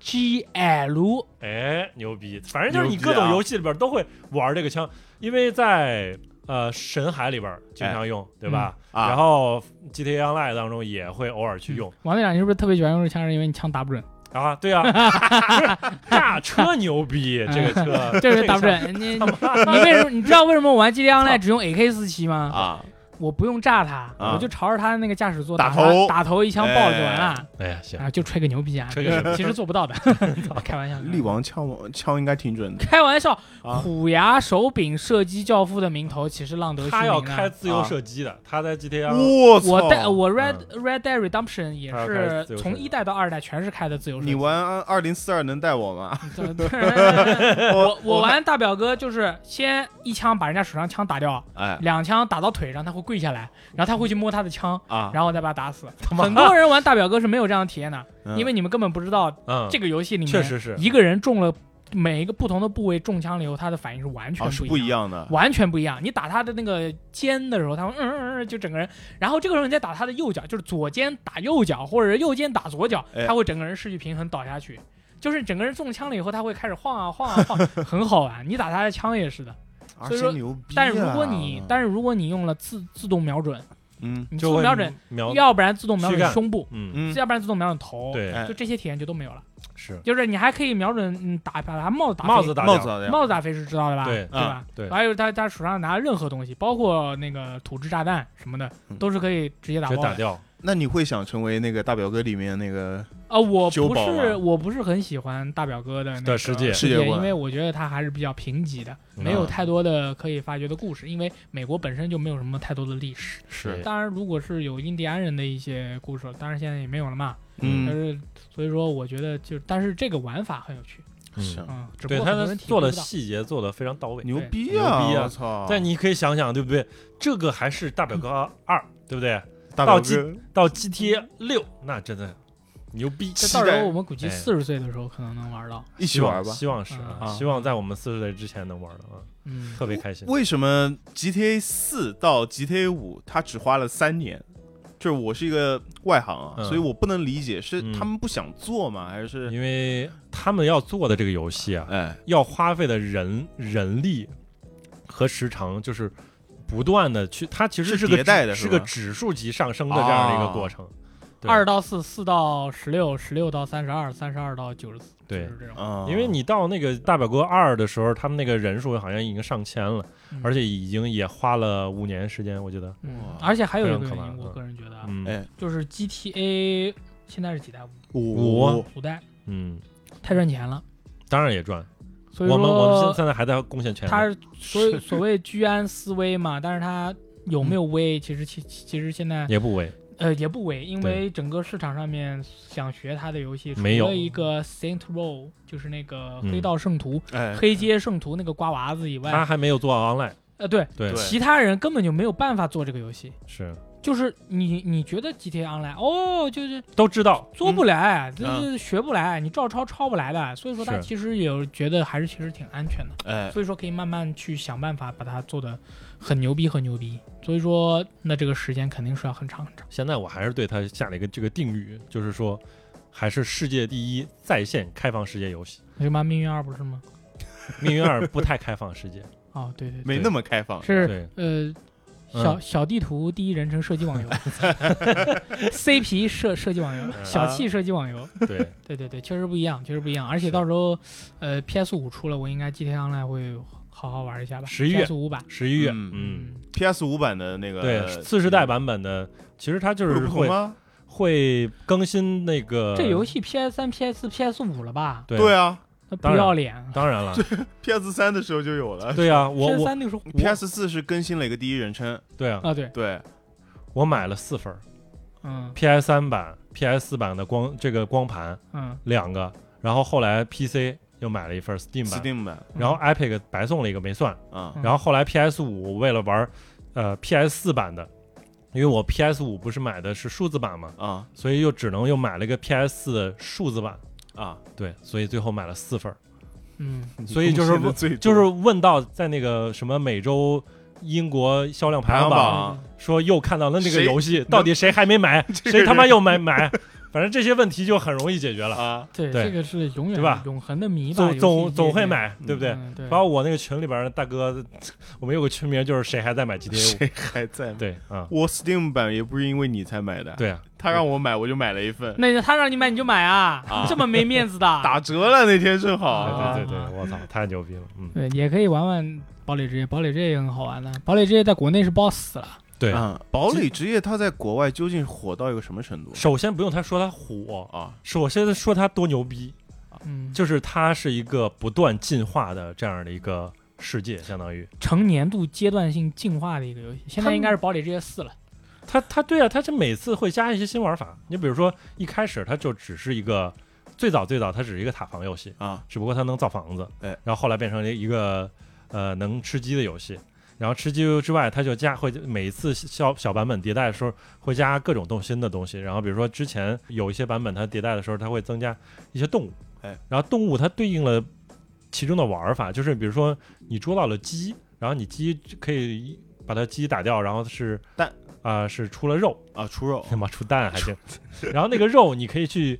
器，
MGL，
哎，牛逼！反正就是你
牛逼
各种
啊
游戏里边都会玩这个枪，因为在呃神海里边经常用，对吧？
啊
然后 GTA Online 当中也会偶尔去用、
王队长，你是不是特别喜欢用这枪？是因为你枪打不准，
嗯
啊，对 啊，不是大车牛逼，这个 车
对不对？打
个
不
枪
准。你你你为什么？你知道为什么我玩 GTA Online 只用 AK 四七吗？
啊，
我不用炸他，
啊
我就朝着他的那个驾驶座
打
他
头
打头一枪爆就完了，
哎呀，行
然，后就吹个牛逼啊！
吹个牛
其实做不到的，开玩笑。
力王枪枪应该挺准的
开玩笑，
啊
虎牙手柄射击教父的名头岂是浪得虚名啊
他要开自由射击的，他在 GTA
我操
我带我 Red Red Dead Redemption 也
啊他要开自
是
由射击
从一代到二代全是开的自由射
你
击。
玩二零四二能带我吗？
我我
我
玩大表哥就是先一枪把人家手上枪打掉，
哎
两枪打到腿上他会跪下来，然后他会去摸他的枪，
啊，
然后再把他打死。
他妈
很多人玩大表哥是没有这样的体验的，
嗯
因为你们根本不知道
嗯，
这个游戏里面
确实是
一个人中了每一个不同的部位中枪了以后，他的反应是完全
哦是
不
不一
一样的。
样的
完全不一样，你打他的那个肩的时候，他会嗯嗯嗯，就整个人，然后这个时候你再打他的右脚，就是左肩打右脚，或者是右肩打左脚，
哎
他会整个人失去平衡倒下去，就是整个人中枪了以后，他会开始晃啊晃啊晃，很好玩。你打他的枪也是
哎
的，
啊，
所以说
真牛逼啊！
但是如果你、但是如果你用了自自动瞄准，
嗯
你自
就
动
会
瞄准，
瞄，
要不然自动瞄
躯
准
干
胸部，
嗯，
嗯，
要不然自动瞄准头，
对，
哎
就这些体验就都没有了。
是
就是你还可以瞄准，嗯，打把他帽子打飞
帽子打
帽
掉
子啊咋的呀
帽子打飞是知道的吧？
对
对吧？
对
还有他他手上拿任何东西，包括那个土制炸弹什么的
嗯，
都是可以直接打
直接
爆
打
的。
掉，
那你会想成为那个大表哥里面那个
啊，我
九
不
宝
是
啊
我不是很喜欢大表哥的那个
的世界嗯
世界观
因为我觉得他还是比较贫瘠的，没有太多的可以发掘的故事，因为美国本身就没有什么太多的历史。
是
当然，如果是有印第安人的一些故事，当然现在也没有了嘛。但
嗯
是所以说，我觉得就但是这个玩法很有趣，
是
嗯，只不
对
过
他
很多
的
人体
做
会
的
不到。
细节做的非常到位。
牛逼
牛逼啊
我操！
但你可以想想，对不对？这个还是大表哥二，对不对？
大
到
表
机
哥
到 GTA 六，那真的牛逼。
这
期
到时
待
候我们估计
哎
四十岁的时候可能能玩到。
一起
希望
玩吧。
希望是啊
啊
希望在我们四十岁之前能玩到啊，
嗯，
特别开心。
为什么 GTA 四到 GTA 五它只花了三年？就是我是一个外行啊，
嗯
所以我不能理解是
嗯
他们不想做吗？还是
因为他们要做的这个游戏啊，
哎
要花费的人人力和时长，就是不断的去，它其实
是
是个
迭代的
指
是
是
吧
个指数级上升的这样的一
啊
个过程。对
二到四，四到十六，十六到三十二，三十二到九十四，
对
就是这种。
啊，
因为你到那个大表哥二的时候，他们那个人数好像已经上千了，
嗯
而且已经也花了五年时间，我觉得，
嗯
哇，
而且还有一个
非常可怕
原因，我
嗯
个人觉得啊，
嗯
哎
就是 GTA 现在是几代？五
五
五代，
嗯，
太赚钱了，
当然也赚。
所以
我们我们现
说
现在还在贡献全力，
它所以所谓居安思危嘛，但是它有没有危，其实其其实现在
嗯也不为
呃也不危，因
对
为整个市场上面想学它的游戏，除
没有
了一个 Saint Row，就是那个
嗯
黑道圣徒、
哎
黑街圣徒那个瓜娃子以
他
外，
还没有做 online，
呃对，
对
对
其他人根本就没有办法做这个游戏。
是
就是你你觉得 GTA Online 哦，就是
都知道，
做不来，就
嗯
是学不来，你照抄抄不来的。所以说他
是
其实有觉得还是其实挺安全的，
哎
所以说可以慢慢去想办法把它做的很牛逼很牛逼。所以说那这个时间肯定是要很长很长。
现在我还是对它下了一个这个定语，就是说，还是世界第一在线开放世界游戏，
那就妈命运二不是吗？
《命运二》不太开放世界，
哦，对对对，
没那么开放嗯
是
对，
呃，小小地图第一人称射击 网游，CP 射射击网游，
嗯
小
啊
气射击网游，
对，
对对对，确实不一样，确实不一样。而且到时候，呃，PS 五出了，我应该 GTA Online 会好好玩一下吧。
11月
PS 五版，
十一月，
嗯
嗯，
PS 五版的那个
对，次世代版本的，其实它就
有
是
不同
会
吗？
会更新那个
这游戏 PS 三、PS 4 PS 五了吧？
对
对啊
那
当
不
然
要脸。
当 然了，
，PS 三的时候就有了。
对呀、我
PS
我
三那个时候
PS 四是更新了一个第一人称，
对啊，
啊，对，
对，
我买了四份
嗯
PS 三版、PS 四版的光这个光盘
嗯，
两个，然后后来 PC 又买了一份 Steam 版
Steam 版，
然后 Epic 白送了一个没算，
啊
嗯
然后后来 PS 五为了玩呃 PS 四版的，因为我 PS 五不是买的是数字版嘛，
啊
所以又只能又买了一个 PS 四数字版，
啊！
对，所以最后买了四份儿。
嗯，
所以就是
贡献的最多
就是问到在那个什么每周英国销量排行
排行
榜，
榜
嗯
说又看到了那个
谁
游戏，到底谁还没 买，
这个
谁他妈
人
又没买，反正这些问题就很容易解决了。
啊，
对，
对
这个是永
对吧
远永恒的谜吧？
总
游戏
总
界
总会
内，
买，对不对？
嗯对，
包括我那个群里边的大哥， 我们有个群名就是谁还在买 GTA 五？
谁还在买？
对啊，
我 Steam 版也不是因为你才买的，，
对啊，
他让我买我就买了一份，
那他让你买你就买啊
啊，
这么没 面子的。
打折了那天正
啊
好，
对对对对，我操，太牛逼了，嗯，
对，也可以玩玩堡垒之夜，堡垒之夜也很好玩的。堡垒之夜在国内是爆死了，
对。
啊，堡垒之夜它在国外究竟火到一个什么程度
首先不用他说他火，
啊？
首先说他多牛逼，
嗯，
就是它是一个不断进化的这样的一个世界，相当于。
成年度阶段性进化的一个游戏，现
他
在
们
应该是堡垒之夜四了。
它它对啊，它是每次会加一些新玩法。你比如说一开始它就只是一个最早最早它只是一个塔防游戏，
啊，
只不过它能造房子，
哎，
然后后来变成了一个呃能吃鸡的游戏。然后吃鸡之外，它就加会每一次小小版本迭代的时候会加各种动新的东西。然后比如说之前有一些版本它迭代的时候，它会增加一些动物，
哎，
然后动物它对应了其中的玩法，就是比如说你捉到了鸡，然后你鸡可以把它鸡打掉，然后是
蛋
啊、是出了肉，
啊，出肉
他妈出蛋还行。然后那个肉你可以去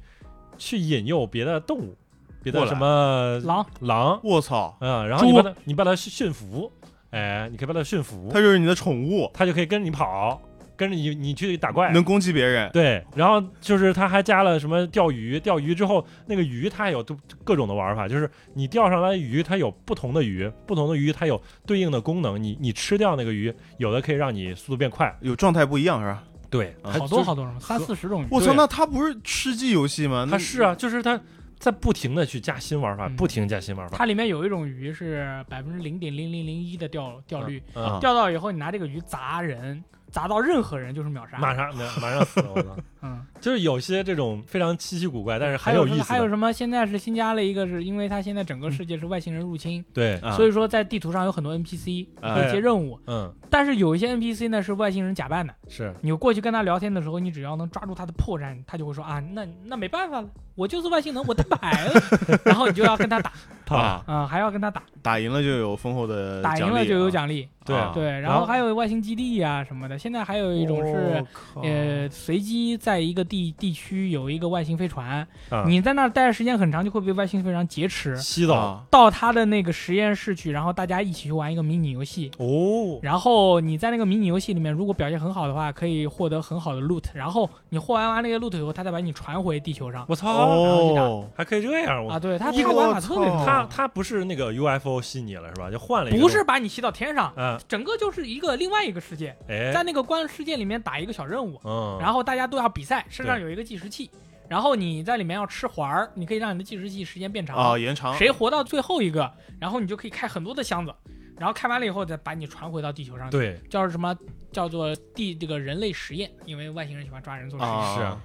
去引诱别的动物，别的
过来
什么
狼，
狼，
我操，
嗯，然后你把它你把它驯服，哎，你可以把它驯服
它，就是你的宠物，
它就可以跟着你跑，跟着你你去打怪。
能攻击别人，
对，然后就是它还加了什么钓鱼，钓鱼之后那个鱼它有都各种的玩法，就是你钓上来的鱼，它有不同的鱼，不同的鱼它有对应的功能，你你吃掉那个鱼，有的可以让你速度变快，
有状态不一样是吧？
对，
啊
它
好
就
多好多种，三四十种鱼。
我操，
对
那它不是吃鸡游戏吗？
它
那
是啊，就是它在不停的去加新玩法，
嗯
不停地加新玩法。
它里面有一种鱼是百分之零点零零零一的钓钓率，
嗯，
钓到以后你拿这个鱼砸人，砸到任何人就是秒杀。
马上马上死了，我操！
嗯，
就是有些这种非常稀奇古怪，但是
还
很有
什
意
么
思
还有
的。嗯
什么？现在是新加了一个，是因为它现在整个世界是外星人入侵，
对，
啊
所以说在地图上有很多 NPC
啊
可以接任务，
嗯，
但是有一些 NPC 呢是外星人假扮的。
是
你过去跟他聊天的时候，你只要能抓住他的破绽，他就会说啊，那那没办法了，我就是外星人，我蛋白了。 然后你就要跟他打
啊，
啊，
啊、还要跟他打，
打赢了就有丰厚的
打赢
奖
了
励
就有
啊，
奖励。
对
啊
对，
然
然
后
后还有外星基地啊什么的。现在还有一种是。
哦
呃，随机在一个地地区有一个外星飞船，
啊
你在那儿待的时间很长，就会被外星飞船劫持，
吸
知
走
到他的那个实验室去，然后大家一起去玩一个迷你游戏。
哦，
然后你在那个迷你游戏里面，如果表现很好的话，可以获得很好的 loot。然后你获完完那个 loot 以后，他再把你传回地球上
我操，
哦，
还可以这样，
啊。
哎我
对他
一
他玩
个
法特别
操
多，
他他不是那个 UFO 吸你了是吧？就换了一个，
不是，把你吸到天上，
嗯，
整个就是一个另外一个世界，在
哎，
那个关世界里面打一个小任务，
嗯，
然后大家都要比赛，身上
对
有一个计时器，然后你在里面要吃环儿，你可以让你的计时器时间变
啊，
哦
长，
延长
谁活到最后一个，然后你就可以开很多的箱子，然后开完了以后再把你传回到地球上去，
对，
叫什么？叫做地这个人类实验，因为外星人喜欢抓人做实验。
啊
是啊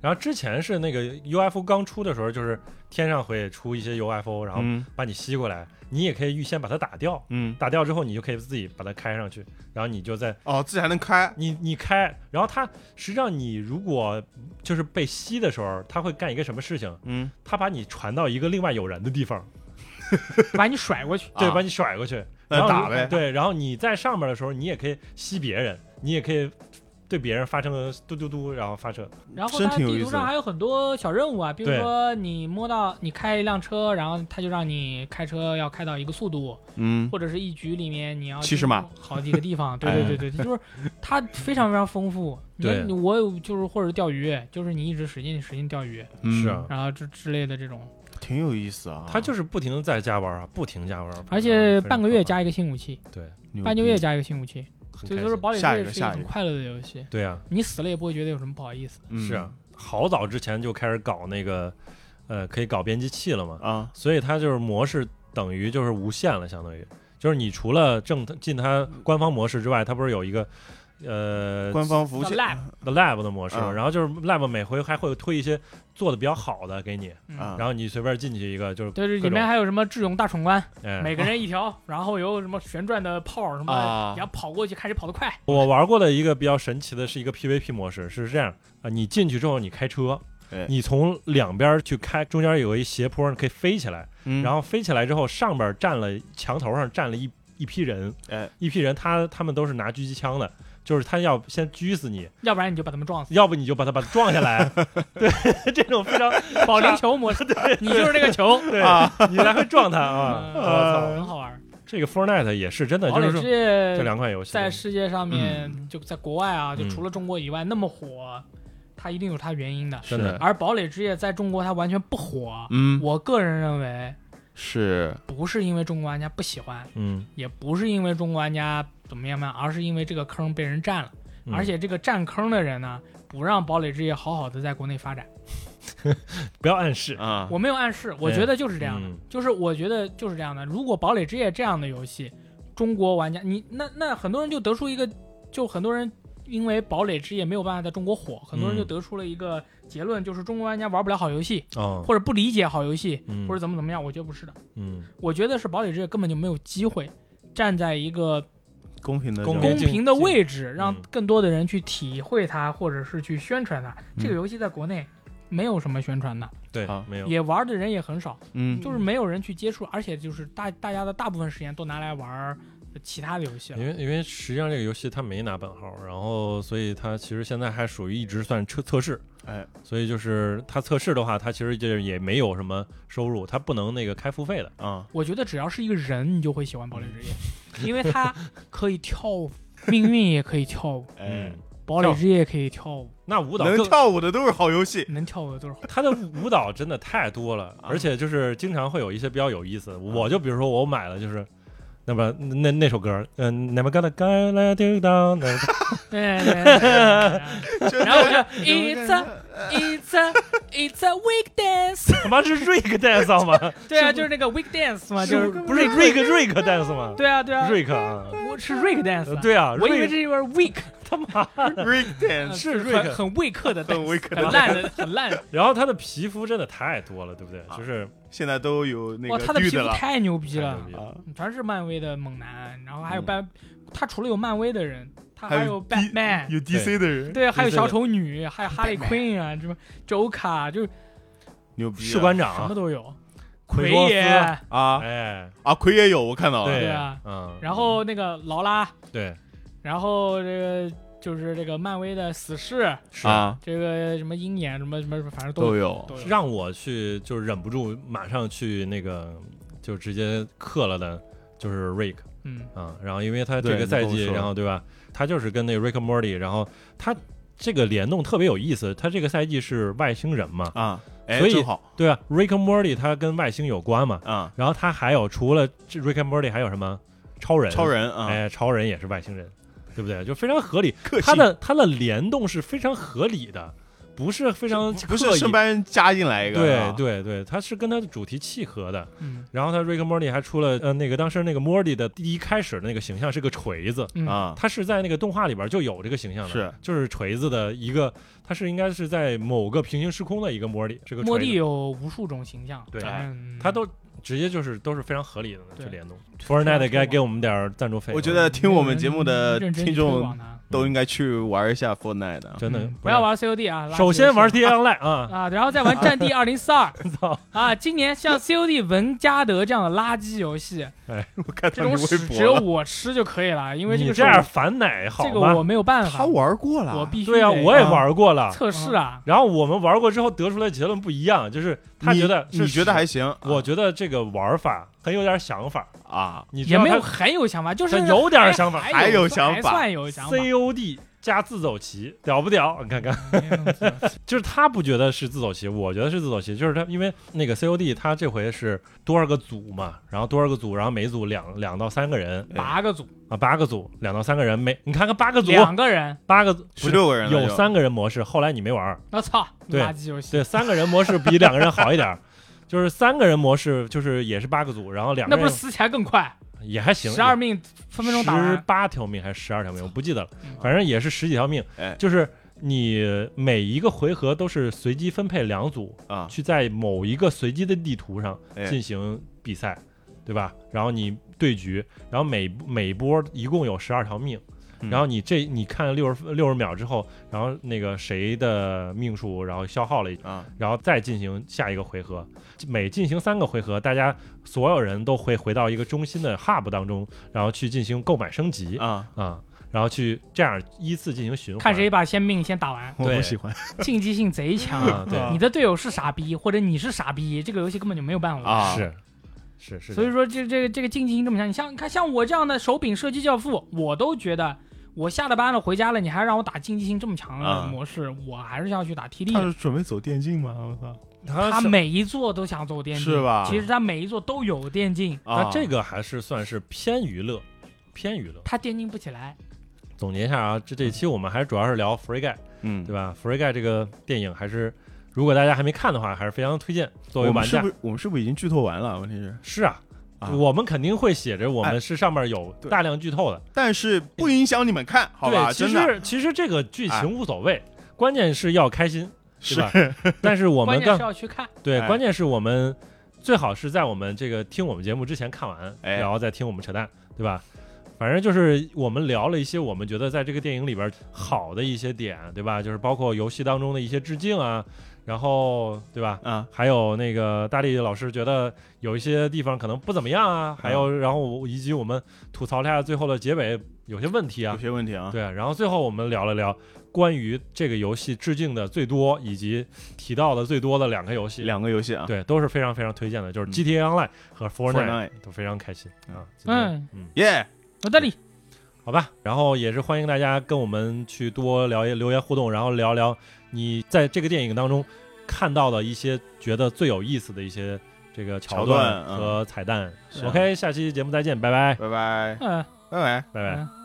然后之前是那个 UFO 刚出的时候，就是天上会出一些 UFO，然后
嗯
把你吸过来，你也可以预先把它打掉，
嗯
打掉之后你就可以自己把它开上去，然后你就在
哦，自己还能开
你你开，然后它实际上你如果就是被吸的时候，它会干一个什么事情？
嗯
它把你传到一个另外有人的地方，
把你甩过去。
对，
啊
把你甩过去，
那
然后
打
你
呗
对，然后你在上面的时候，你也可以吸别人，你也可以对别人发生嘟嘟嘟，然后发射，
然后
真
它
挺有
地
意
图
思
上
的
还有很多小任务啊，比如
对
说你摸到你开一辆车，然后它就让你开车要开到一个速度，
嗯，
或者是一局里面你要
七十码哎
经过好几个地方，对对对对，就是它非常非常丰富。你
对
你我有就是或者钓鱼，就是你一直使劲使劲钓鱼，
嗯
是啊
然后之之类的这种，
挺有意思啊。
他就是不停的在加班啊，不停加班，
而且半个月加一个新武器，
对，
牛
半个月
逼
加一个新武器，
很
所以
开
就是
心。
堡垒
下一
队
个
是一个
下一
很
个
快乐的游戏，
对啊，
你死了也不会觉得有什么不好意思的。
嗯
是啊，好早之前就开始搞那个，呃，可以搞编辑器了嘛，
啊，
所以它就是模式等于就是无限了，相当于就是你除了正进它官方模式之外，它不是有一个呃
官方服务
叫
器
lab，
the lab 的模式，
嗯
然后就是 lab 每回还会推一些做的比较好的给你，
嗯
啊
然后你随便进去一个就是
对，这
各
里
种
面还有什么智勇大闯关，
哎，
每个人一条，然后有什么旋转的炮什么
啊，
你要跑过去，看谁跑得快。
我玩过的一个比较神奇的是一个 PVP 模式，是这样啊，你进去之后你开车
哎，
你从两边去开，中间有一斜坡，你可以飞起来，
嗯
然后飞起来之后上边站了墙头上站了一一批人，
哎，
一批人他他们都是拿狙击枪的。就是他要先狙死你，
要不然你就把他 们撞死。
要不你就把他把他撞下来， 对， 这种非常
保龄 球模式，你就是那个球。
对，
啊
你来回撞他 啊！我
嗯
操，
很好玩。
这个 Fortnite 也是真的，
堡
就
垒
是
之
说这
夜
两款游戏
在世界上面，就在国外啊，就
嗯
除了中国以外那么火，它一定有它原因的。
真的
而堡垒之夜在中国它完全不火，
嗯
我个人认为
是
不是因为中国玩家不喜欢，
嗯，
也不是因为中国玩家怎么样嘛，而是因为这个坑被人占了，
嗯
而且这个占坑的人呢，不让堡垒之夜好好的在国内发展。
不要暗示，
啊，
我没有暗示，我
嗯对
觉得就是这样的，
嗯
就是我觉得就是这样的。如果堡垒之夜这样的游戏，中国玩家你那那很多人就得出一个，就很多人因为堡垒之夜没有办法在中国火，很
嗯
多人就得出了一个结论，就是中国玩家玩不了好游戏，
哦，
或者不理解好游戏，
嗯
或者怎么怎么样。我觉得不是的，
嗯，
我觉得是堡垒之夜根本就没有机会站在一个
公平的
公
人
公
平竞
平的
竞
位置，让
嗯
更多的人去体会它，或者是去宣传它。这个游戏在国内没有什么宣传的，
对
好，
没有，
也玩的人也很少。
嗯
就是没有人去接触，而且就是大大家的大部分时间都拿来玩儿其他的游戏了
因。为因为实际上这个游戏它没拿本号，然后所以它其实现在还属于一直算测测试，
哎，
所以就是它测试的话，它其实就是也没有什么收入，它不能那个开付费的，
啊，
我觉得只要是一个人，你就会喜欢《堡垒之夜》，因为它可以跳舞，命运也可以跳舞，
哎，，
堡垒之夜也可以跳舞，
嗯那舞蹈
能
更，
跳舞的都是好 游戏。
能跳舞的都是好。
它的舞蹈真的太多了，
啊
而且就是经常会有一些比较有意思的，我就比如说我买了就是。那么那那首歌，嗯，那么干的干了叮当，那
哎对对对对对
真的
然后我就 It's a It's a It's a week dance，
他妈是 Rick dance 吗？
对啊，就是那个 week dance 嘛， 就是
不是 Rick Rick dance 吗？
对啊对啊，
，Rick 啊，
我是 week dance，
呃
啊
对啊，
我以为
Rick-
这是 week，
他妈
break dance
是
呃很
Rick
很未克的 dance，
呃很未克的
很烂的很烂的
然后他的皮肤真的太多了，对不对？
啊
就是
现在都有那
哇，
个
他的
绿
皮肤
了
太牛逼
太牛
了，
逼
啊，
全是漫威的猛男，然后还有
嗯
班，他除了有漫威的人，他
还有
有
D-
Batman，
有 DC 的人
对，还有
哎对
小丑女，还有哈利
Batman
Queen 啊，什么 Joker，就是
牛逼啊，
士官长
什么
啊，
都有，
奎
奎
多斯
爷，
啊
哎，
啊，奎也有我看到了，
对
啊，
嗯，
然后那个劳拉，
对
然后这个就是这个漫威的死侍，
是，
啊
这个什么鹰眼，什么什么，反正都
都
有
有
都有。
让我去就是忍不住马上去那个就直接克了的，就是 Rick
嗯，
啊、然后因为他这
对
个
你跟
赛
我
季，
说
然后对吧，他就是跟那个 Rick and Morty，然后他这个联动特别有意思，他这个赛季是外星人嘛，
啊，哎，
所以
正好
对啊，Rick and Morty 他跟外星有关嘛，
啊，
然后他还有除了这 Rick and Morty 还有什么超人，
超人啊，
哎，超人也是外星人，对不对？就非常合理，
克
它
星
的它的联动是非常合理的，不是非常
不
刻
是
意
生搬人加进来一个，
对
啊，
对对，它是跟它的主题契合的。
嗯
然后它 Rick and Morty 还出了呃那个当时那个 Morty 的第一开始的那个形象是个锤子，
嗯，
啊，
它是在那个动画里边就有这个形象的，
是
就是锤子的一个，它是应该是在某个平行时空的一个 Morty 这个
莫
锤
蒂
子，
哎
有无数种形象，嗯
对
反正
哎它都直接就是都是非常合理的
对
去联动。
推
Fortnite
推
该
广
给我们点儿赞助费，啊
我觉得听我们节目
嗯
的
认真
听
推
众
广它
都应该去玩一下 Fortnite 的。
真的
嗯不要。玩 COD 啊，垃圾
首
游
先
戏
玩 D N L 啊，
啊，然后再玩《战地二零四二
操》
啊，今年像 COD 文加德这样的垃圾 游戏，
我看
这
到你
种屎
微
只
博
有
了，
我吃就可以了，因为这
你
个
这
是
样
我
反奶好
这个我
吗？
没有办
他
法，
玩过了，
我必须
对啊，
得
我也
啊
玩过了。嗯
测试啊，
然后我们玩过之后得出来结论不一样，就是他
你
觉得是
你觉得还行？
我觉得这这个玩法很有点想法，
啊，
你知
也
道
没有
他
很有想法，就是
这有点想法
还有
有
想
还
法
算有想法。
C O D 加自走棋屌不屌？你看看，
哎
就是他不觉得是自走棋，我觉得是自走棋，就是他因为那个 C O D 他这回是多少个组嘛，然后多少个组，然后每组两两到三个人
八个组，
啊，八个组，两到三个人每你看看八个组，
两个人，
八个组不
十
是
六个人了
有
就
三个人模式，后来你没玩儿，
我操，
对
垃圾游戏，
对，三个人模式比两个人好一点儿。 就是三个人模式，就是也是八个组，然后两个
那
人
不是死起来更快，
也还行，
十二命分分钟打
十
完。
八条命还是十二条命，我不记得了
嗯，
反正也是十几条命
哎。
就是你每一个回合都是随机分配两组，
啊，
去在某一个随机的地图上
哎
进行比赛，对吧？然后你对局，然后每每波一共有十二条命。
嗯
然后你这你看六十六十秒之后，然后那个谁的命数然后消耗了，
啊，
然后再进行下一个回合。每进行三个回合，大家所有人都会回到一个中心的 hub 当中，然后去进行购买升级啊、
啊，
然后去这样依次进行循环。
看谁把先命先 打完，
我
对
不喜欢
竞技性贼强。
啊？对，
啊
你的队友是傻逼，或者你是傻逼，这个游戏根本就没有办法。
啊，
是是是，
所以说这这个这个竞技性这么强，你像你看像我这样的手柄射击教父，我都觉得我下了班了回家了，你还让我打竞技性这么强的
啊
嗯
模式，我还是要去打 TD
他
的。
是准备走电竞吗？我操，
他
他
是
每一座都想走电竞，
是吧啊
其实他每一座都有电竞，
他这
个
个还是算是偏娱乐，偏娱乐。
他电竞不起来。
总结一下啊，这这一期我们还主要是聊 Free Guy，
嗯
对，吧？Free Guy 这个电影还是。如果大家还没看的话，还是非常推荐作为
我们
玩
是
家。
不是我们是不是已经剧透完了？问题是，
是啊，
啊
我们肯定会写着我
哎
们是上面有
对
大量剧透的。
但是不影响你们看，好
嗯
吧？
对，其
真的
实其实这个剧
哎
情无所谓，关键是要开心，对
是啊
吧？但是我
关
们
键是
更
要去看，
对，
哎
关键是我们最好是在我们这个听我们节目之前看完，
哎
然后再听我们扯淡，对吧？反正就是我们聊了一些我们觉得在这个电影里边好的一些点，对吧？就是包括游戏当中的一些致敬啊，然后对吧？
啊，
还有那个大力老师觉得有一些地方可能不怎么样啊，
嗯
还有然后以及我们吐槽了一下最后的结尾有些问题啊
有，些问题啊，
对啊，然后最后我们聊了聊关于这个游戏致敬的最多以及提到的最多的两个游戏，
两个游戏啊，
对都是非常非常推荐的，就是
嗯
GTA Online 和 Fortnite
Fortnite
都非常开心啊。今天
嗯，
嗯，
耶，
我这里
好吧，然后也是欢迎大家跟我们去多聊一留言互动，然后聊聊你在这个电影当中看到的一些觉得最有意思的一些这个桥
桥
段嗯
段
和彩蛋。
是啊
OK，下期节目再见，拜拜，
拜拜，
嗯
拜拜。
拜拜。
嗯